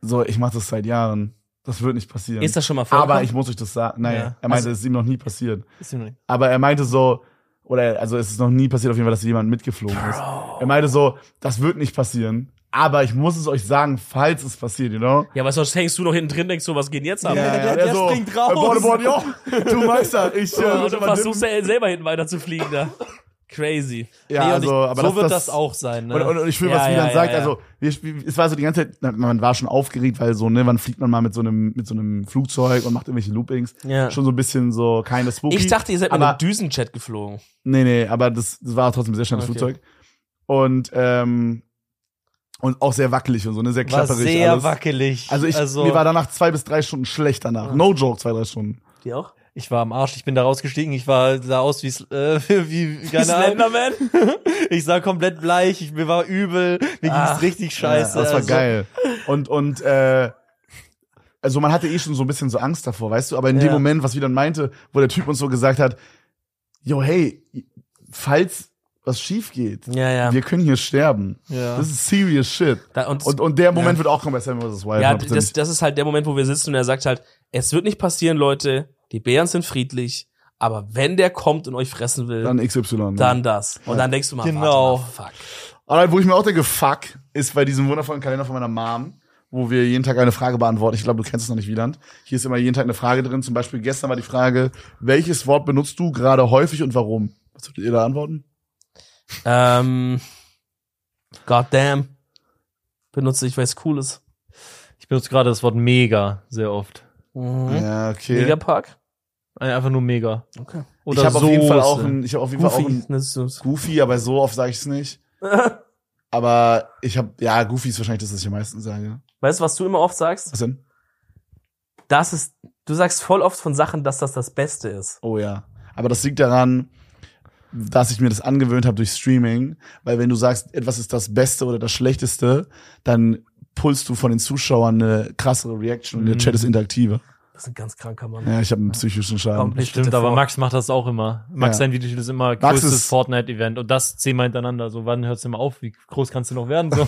B: so, ich mache das seit Jahren. Das wird nicht passieren.
A: Ist das schon mal vorgekommen?
B: aber ich muss euch das sagen. Nein,
C: Ja. Also
B: er meinte, es ist ihm noch nie passiert.
C: Ist ihm nicht-
B: Aber er meinte so, oder also es ist noch nie passiert auf jeden Fall, dass jemand mitgeflogen ist. Er meinte so, das wird nicht passieren, aber ich muss es euch sagen, falls es passiert, you know?
A: ja, aber sonst hängst du noch hinten drin, denkst du, was geht denn jetzt ab?
C: Ja, der-
B: Und
C: der springt raus.
B: äh, Borde, Borde, jo, du Meister, ich äh,
A: Ja,
B: muss
A: du
B: mal
A: versuchst ja selber hinten weiter zu fliegen da. Crazy.
B: dippen. ja,
C: Nee, und
B: also,
C: ich,
B: aber
C: so
B: das,
C: wird
B: das
C: das, auch sein. Ne?
B: Und, und, und ich will,
A: Ja,
B: was Milan
A: ja,
B: sagt,
A: ja, ja.
B: also wir, spiel- es war so die ganze Zeit, na, man war schon aufgeregt, weil so, ne, wann fliegt man mal mit so einem, mit so einem Flugzeug und macht irgendwelche Loopings.
A: Ja.
B: Schon so ein bisschen so keine Spooky.
A: Ich dachte, ihr seid mit
B: aber
A: einem Düsenjet geflogen.
B: Nee, nee, aber das, das war trotzdem ein sehr schnelles
A: Okay.
B: Flugzeug. Und, ähm, und auch sehr wackelig und so, ne? Sehr
C: war
B: klapperig.
C: sehr
B: alles.
C: wackelig.
B: Also, ich, mir war danach zwei bis drei Stunden schlecht
A: Ah.
B: danach. No joke, zwei, drei Stunden.
A: Die auch?
C: ich war am Arsch, ich bin da rausgestiegen, ich war, sah aus wie, Sl- äh, wie, keine Ahnung.
A: Slenderman?
C: Ich sah komplett bleich, ich, mir war übel, mir
A: Ach,
C: ging's richtig scheiße.
B: Ja, das war
C: also,
B: geil. Und, und, äh, also man hatte eh schon so ein bisschen so Angst davor, weißt du? Aber in dem
C: Ja.
B: Moment, was wir dann meinte, wo der Typ uns so gesagt hat, yo, hey, falls was schief geht,
A: Ja, ja.
B: wir können hier sterben.
C: Ja.
B: Das ist serious shit.
A: Da, und,
B: Und, und der Moment wird auch kommen bei Sam vs. Wild.
A: ja,
B: 100%.
A: das, das ist halt der Moment, wo wir sitzen und er sagt halt, es wird nicht passieren, Leute. Die Bären sind friedlich. Aber wenn der kommt und euch fressen will, dann,
B: dann XY. ne?
A: das. Und dann denkst du mal,
C: Genau.
A: warte mal, fuck.
B: Alright, wo ich mir auch denke, fuck, ist bei diesem wundervollen Kalender von meiner Mom, wo wir jeden Tag eine Frage beantworten. Ich glaube, du kennst es noch nicht, Wieland. Hier ist immer jeden Tag eine Frage drin. Zum Beispiel gestern war die Frage, welches Wort benutzt du gerade häufig und warum? Was würdet ihr da antworten?
A: Ähm, goddamn. Benutze ich, weil es cool ist.
C: Ich benutze gerade das Wort mega sehr oft. Äh,
A: Mhm.
B: Ja, okay.
A: Megapark?
C: Einfach nur mega.
A: Okay.
C: Oder
B: ich habe auf jeden Fall
C: Soße.
B: auch ein, ich habe auf jeden Fall auch
A: Goofy.
B: ein
A: Das ist so-
B: Goofy, aber so oft sage ich es nicht. aber ich habe, ja, Goofy ist wahrscheinlich das, was ich am meisten sage.
A: Weißt du, was du immer oft sagst?
B: Was denn?
A: Das ist, du sagst voll oft von Sachen, dass das das Beste ist.
B: Oh ja. Aber das liegt daran, dass ich mir das angewöhnt habe durch Streaming, weil wenn du sagst, etwas ist das Beste oder das Schlechteste, dann pulst du von den Zuschauern eine krassere Reaction und der
C: Mhm.
B: Chat ist interaktiver.
A: Das ist ein ganz kranker Mann.
B: Ja, ich habe einen psychischen Schaden.
A: Komplett
C: Stimmt,
A: bitte
C: aber
A: vor.
C: Max macht das auch immer. Max
B: Ja.
C: sein Videospiel ist immer
B: Max
C: größtes
B: ist-
C: Fortnite-Event und das zehnmal hintereinander. So, wann hört's denn mal auf? Wie groß kannst du noch werden?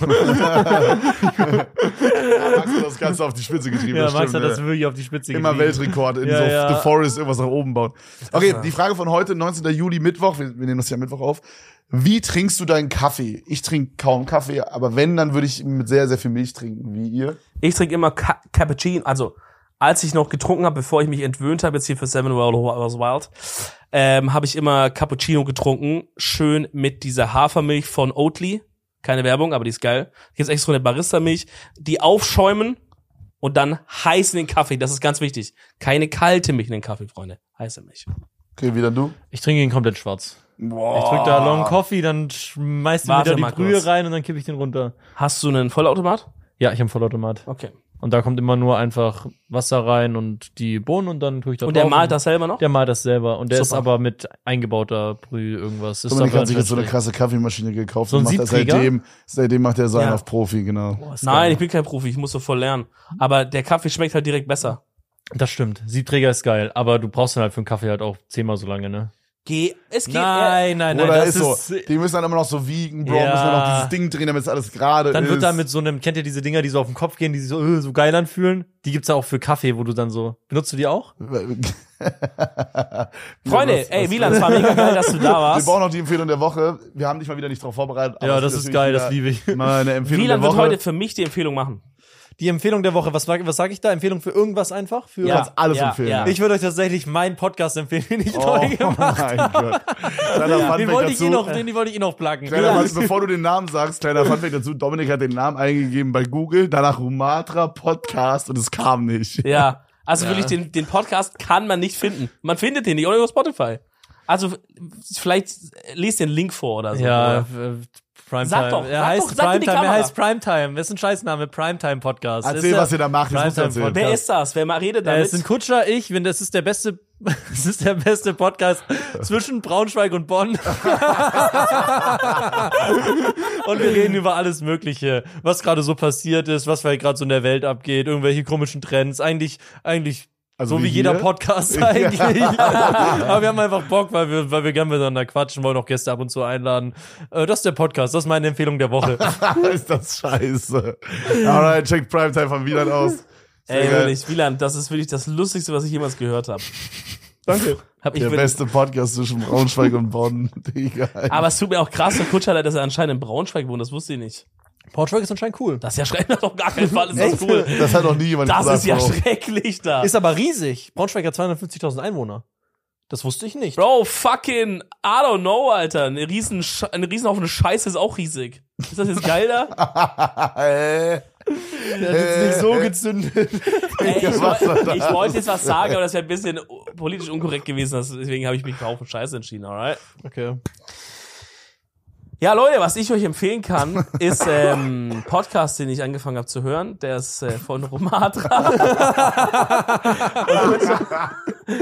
C: So.
B: Max hat das Ganze auf die Spitze getrieben.
C: ja,
B: das
C: Max
B: stimmt,
C: hat das
B: ja.
C: wirklich auf die Spitze
B: Immer
C: getrieben.
B: Weltrekord in
C: Ja,
B: so
C: ja.
B: The Forest irgendwas nach oben bauen. Okay,
A: ja.
B: die Frage von heute, 19. Juli, Mittwoch, wir, wir nehmen das ja Mittwoch auf. Wie trinkst du deinen Kaffee? Ich trinke kaum Kaffee, aber wenn, dann würde ich ihn mit sehr, sehr viel Milch trinken, wie ihr.
A: Ich trinke immer Ca Cappuccino, also als ich noch getrunken habe, bevor ich mich entwöhnt habe, jetzt hier für Seven World was Wild, ähm, habe ich immer Cappuccino getrunken, schön mit dieser Hafermilch von Oatly. Keine Werbung, aber die ist geil. Jetzt extra eine Barista-Milch, die aufschäumen und dann heiß in den Kaffee. Das ist ganz wichtig. Keine kalte Milch in den Kaffee, Freunde. Heiße Milch.
B: Okay, wieder du.
C: Ich trinke ihn komplett schwarz.
B: Boah.
C: Ich drück da Long Coffee, dann schmeißt du
A: Oh. Warte
C: wieder die
A: mal
C: Brühe
A: kurz.
C: rein und dann kippe ich den runter.
A: Hast du einen Vollautomat?
C: Ja, ich habe Vollautomat.
A: Okay.
C: Und da kommt immer nur einfach Wasser rein und die Bohnen und dann tue ich da
A: Und der
C: drauf
A: malt das selber noch?
C: Der malt das selber. Und der ist
A: Super.
C: aber mit eingebauter Brühe irgendwas. Ist
B: Dominik
C: aber
B: hat sich jetzt so eine
C: anscheinend
B: krasse Kaffeemaschine gekauft
C: So
B: und
C: ein
B: macht das
C: Siebträger?
B: seitdem, seitdem macht er seinen
A: Ja.
B: auf Profi, genau.
C: schlecht. Boah, ist
A: Nein,
C: geil.
A: ich bin kein Profi, ich muss so voll lernen. Oh, Aber der Kaffee schmeckt halt direkt besser.
C: Das stimmt. Siebträger ist geil, aber du brauchst dann halt für einen Kaffee halt auch zehnmal so lange, ne?
A: Geh, es geht.
C: nein,
B: Oder ist so, die müssen dann immer noch so wiegen, Bro,
C: Ja.
B: müssen dann noch dieses Ding drehen, damit es alles gerade ist.
C: dann wird da mit so einem, kennt ihr diese Dinger, die so auf dem Kopf gehen, die sich so, äh, so geil anfühlen? Die gibt's ja auch für Kaffee, wo du dann so, benutzt du die auch?
A: Freunde,
B: Was-
A: ey,
B: was-
A: Wieland, es war mega geil, dass du da
B: Wir
A: warst.
B: brauchen noch die Empfehlung der Woche. Wir haben dich mal wieder nicht drauf vorbereitet. aber
C: Ja,
B: es
C: das ist
B: natürlich
C: geil,
B: wieder
C: das liebe ich.
B: Mal eine Empfehlung
A: Wieland
B: der
A: wird
B: Woche.
A: heute für mich die Empfehlung machen.
C: Die Empfehlung der Woche, was, mag- was sage ich da? Empfehlung für irgendwas einfach? Für
A: Ja.
B: kannst alles empfehlen.
A: ja.
C: Ich würde euch tatsächlich meinen Podcast empfehlen, den ich
B: Oh
C: neu gemacht habe.
B: mein Gott. Kleiner
C: Den
B: Funfact
C: wollte ich eh
B: dazu.
C: noch, den die wollte ich eh noch pluggen.
B: Kleiner Fun, bevor du den Namen sagst, kleiner Funfact dazu. Dominik hat den Namen eingegeben bei Google, danach Humatra Podcast und es kam nicht.
A: Ja. Also wirklich, den, den Podcast kann man nicht finden. Man findet den nicht, oder über Spotify. Also, vielleicht lest den Link vor oder so.
C: Ja,
A: oder?
C: äh, Primetime.
A: Sag doch,
C: er
A: sag
C: heißt
A: doch, sag mir die
C: Primetime, er
A: Kamera.
C: heißt Primetime. Das ist ein Scheißname, Primetime Podcast.
B: Erzähl,
C: ist
B: was ihr da macht, das musst du
C: Primetime
B: erzählen.
A: Wer
C: Podcast.
A: ist das? Wer mal redet
C: Äh,
A: damit?
C: es sind Kutscher, ich, wenn das ist der beste, das ist der beste Podcast zwischen Braunschweig und Bonn. und wir reden über alles Mögliche, was gerade so passiert ist, was vielleicht gerade so in der Welt abgeht, irgendwelche komischen Trends. Eigentlich, eigentlich
B: Also
C: so
B: wie
C: wie, jeder
B: hier?
C: Podcast eigentlich. Aber wir haben einfach Bock, weil wir, weil wir gerne miteinander quatschen, wollen auch Gäste ab und zu einladen. Äh, das ist der Podcast, das ist meine Empfehlung der Woche.
B: ist das scheiße. Alright, check Primetime von Wieland aus. Sehr
A: Ey,
B: geil.
A: wirklich, Wieland, das ist wirklich das Lustigste, was ich jemals gehört habe.
B: Danke.
A: Hab ich
B: Der
A: wirklich-
B: beste Podcast zwischen Braunschweig und Bonn. Digga.
A: Aber es tut mir auch krass für Kutscher leid, dass er anscheinend in Braunschweig wohnt, das wusste ich nicht.
C: Braunschweig ist anscheinend cool.
A: Das ist ja schrecklich, auf gar keinen Fall ist das cool.
B: Das hat noch nie jemand
A: Das
B: gesagt.
A: ist ja
B: Bro.
A: schrecklich da.
C: Ist aber riesig. Braunschweig hat 250.000 Einwohner. Das wusste ich nicht.
A: Bro, fucking, I don't know, Alter. Eine riesen, Sch- eine Riesenhaufen Scheiße ist auch riesig. Ist das jetzt geil da?
B: Äh,
C: Der hat jetzt nicht
A: Äh,
C: so gezündet.
A: Ey, ich,
B: Ja, was war
A: woll-
B: das?
A: ich wollte jetzt was sagen, aber das wäre ein bisschen u- politisch unkorrekt gewesen. das- Deswegen habe ich mich für Haufen Scheiße entschieden, alright?
C: Okay.
A: Ja, Leute, was ich euch empfehlen kann, ist ähm, ein Podcast, den ich angefangen habe zu hören. Der ist äh, von Romatra. Und Kutscher-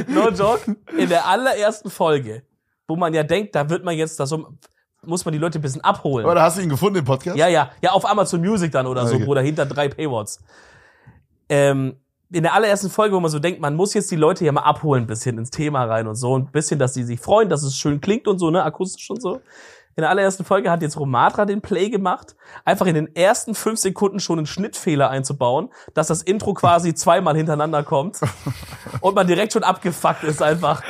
A: no joke. In der allerersten Folge, wo man ja denkt, da wird man jetzt, da so, muss man die Leute ein bisschen abholen.
B: Aber da hast du ihn gefunden, den Podcast?
A: Ja, ja, ja, auf Amazon Music dann oder so,
B: Okay.
A: Bruder, hinter drei Paywalls. Ähm, in der allerersten Folge, wo man so denkt, man muss jetzt die Leute ja mal abholen, ein bisschen ins Thema rein und so, ein bisschen, dass sie sich freuen, dass es schön klingt und so, ne, akustisch und so. In der allerersten Folge hat jetzt Romatra den Play gemacht, einfach in den ersten fünf Sekunden schon einen Schnittfehler einzubauen, dass das Intro quasi zweimal hintereinander kommt und man direkt schon abgefuckt ist einfach.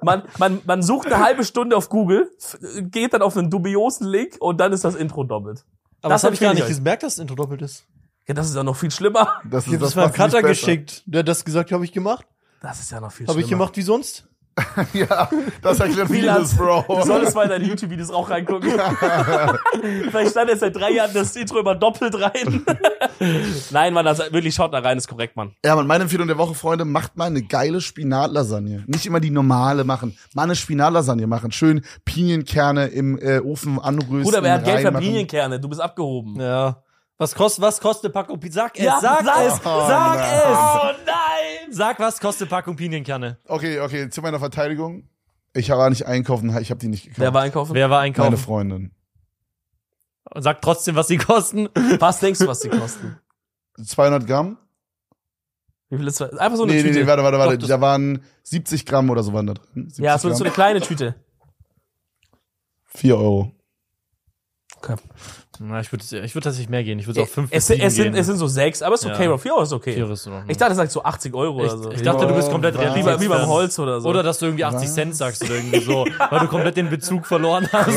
A: Man, man, man sucht eine halbe Stunde auf Google, f- geht dann auf einen dubiosen Link und dann ist das Intro doppelt.
C: Aber
A: Das
C: das, hab habe ich gar
A: empfehle
C: nicht
A: ich euch.
C: gemerkt, dass das Intro doppelt ist.
A: Ja, das ist ja noch viel schlimmer.
B: Das
C: Ich habe
B: ist
C: das
B: das
C: meinem
B: macht's nicht
C: Cutter
B: besser.
C: geschickt. Der hat das gesagt, habe ich gemacht.
A: Das ist ja noch viel
C: Habe ich
A: schlimmer.
C: gemacht wie sonst.
B: Ja, das erklärt
A: Wieland,
B: vieles, Bro.
A: Du solltest mal in deine YouTube-Videos auch reingucken. Vielleicht stand jetzt seit drei Jahren das Intro immer doppelt rein. Nein, Mann, das wirklich schaut da rein, ist korrekt, Mann.
B: Ja, Mann, meine Empfehlung der Woche, Freunde, macht mal eine geile Spinatlasagne. Nicht immer die normale machen. Mal eine Spinatlasagne machen. Schön Pinienkerne im äh, Ofen anrösten.
A: Bruder, wer hat Geld für
B: reinmachen.
A: Pinienkerne? Du bist abgehoben.
C: Ja. Was kostet, was kostet Packung Pi- Sag es,
A: Ja,
C: sag,
A: sag-
C: es, sag es.
A: Oh nein!
C: Sag, was kostet Packung Pinienkerne?
B: Okay, okay, zu meiner Verteidigung. Ich war nicht einkaufen, ich habe die nicht gekauft.
A: Wer war einkaufen?
C: Wer war
B: Meine
C: einkaufen?
B: Freundin.
C: Sag trotzdem, was sie kosten.
A: Was denkst du, was die kosten?
B: 200 Gramm?
A: Wie viel ist das? Einfach so Oh, eine
B: Nee, nee,
A: Tüte.
B: nee, warte, warte, warte.
A: Doch, das-
B: da waren 70 Gramm oder so waren da drin. 70
A: ja, so, so eine
B: Gramm.
A: kleine Tüte.
B: 4 Euro.
A: Okay.
C: Na, ich würde ich würd tatsächlich mehr gehen. Ich würde auf fünf
A: Es,
C: bis sieben
A: es, sind,
C: gehen.
A: es sind so sechs, aber ist
C: Ja.
A: okay, Bro. Vier Euro ist okay.
C: Vier ist noch. ne?
A: Ich dachte, Also, er sagt so 80 Euro
C: Ich,
A: oder so.
C: ich dachte, du bist komplett
B: Ja,
A: wie, bei- wie beim Holz oder so.
C: Oder dass du irgendwie 80
B: Was?
C: Cent sagst oder irgendwie so, weil du komplett den Bezug verloren hast.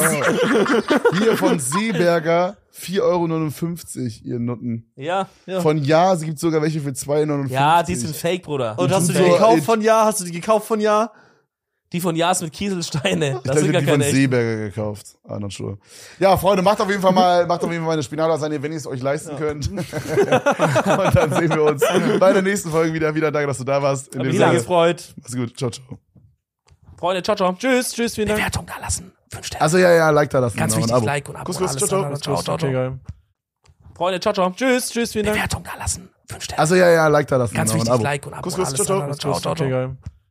B: Hier von Seeberger 4,59 Euro, ihr Nutten.
A: ja.
C: Ja.
B: Von Ja, es gibt sogar welche für 2,59
A: Ja, die sind fake, Bruder.
C: Und hast du die
B: So,
C: gekauft
B: ich-
C: von ja? Hast du die gekauft von ja?
A: die von Jas mit Kieselsteine.
B: Ich
A: Das
B: glaube, ich
A: sind gar
B: hab die von
A: keine echten.
B: Seeberger gekauft. Ah, not sure. Ja, Freunde, macht auf jeden Fall mal, macht auf jeden Fall mal eine Spinatlasagne, wenn ihr es euch leisten könnt. Und dann sehen wir uns bei der nächsten Folge wieder. Wieder danke, dass du da warst. In
C: Hab
B: dem
C: mich sehr
B: Sinne,
C: gefreut.
B: mach's gut. Ciao, ciao.
A: Freunde, ciao, ciao.
C: Tschüss, tschüss, vielen Dank.
A: Bewertung da lassen. Fünf Sterne.
B: Also ja, ja, Like da lassen.
A: Ganz
B: genau,
A: wichtig,
B: ein Abo.
A: Like und Abo.
B: Kuss, Kuss,
A: alles
B: ciao, ciao.
A: andere. ciao, ciao, ciao.
C: Okay, geil.
A: Freunde, ciao, ciao.
C: Tschüss, tschüss, vielen Dank.
A: Bewertung da lassen. Fünf Sterne.
B: Also ja, ja, Like da lassen.
A: Ganz
B: genau, ein
A: wichtig,
B: Abo.
A: Like und Abo.
B: Kuss, Kuss,
A: alles
B: ciao, ciao.
A: andere. Ciao, ciao, ciao.
C: Okay, geil.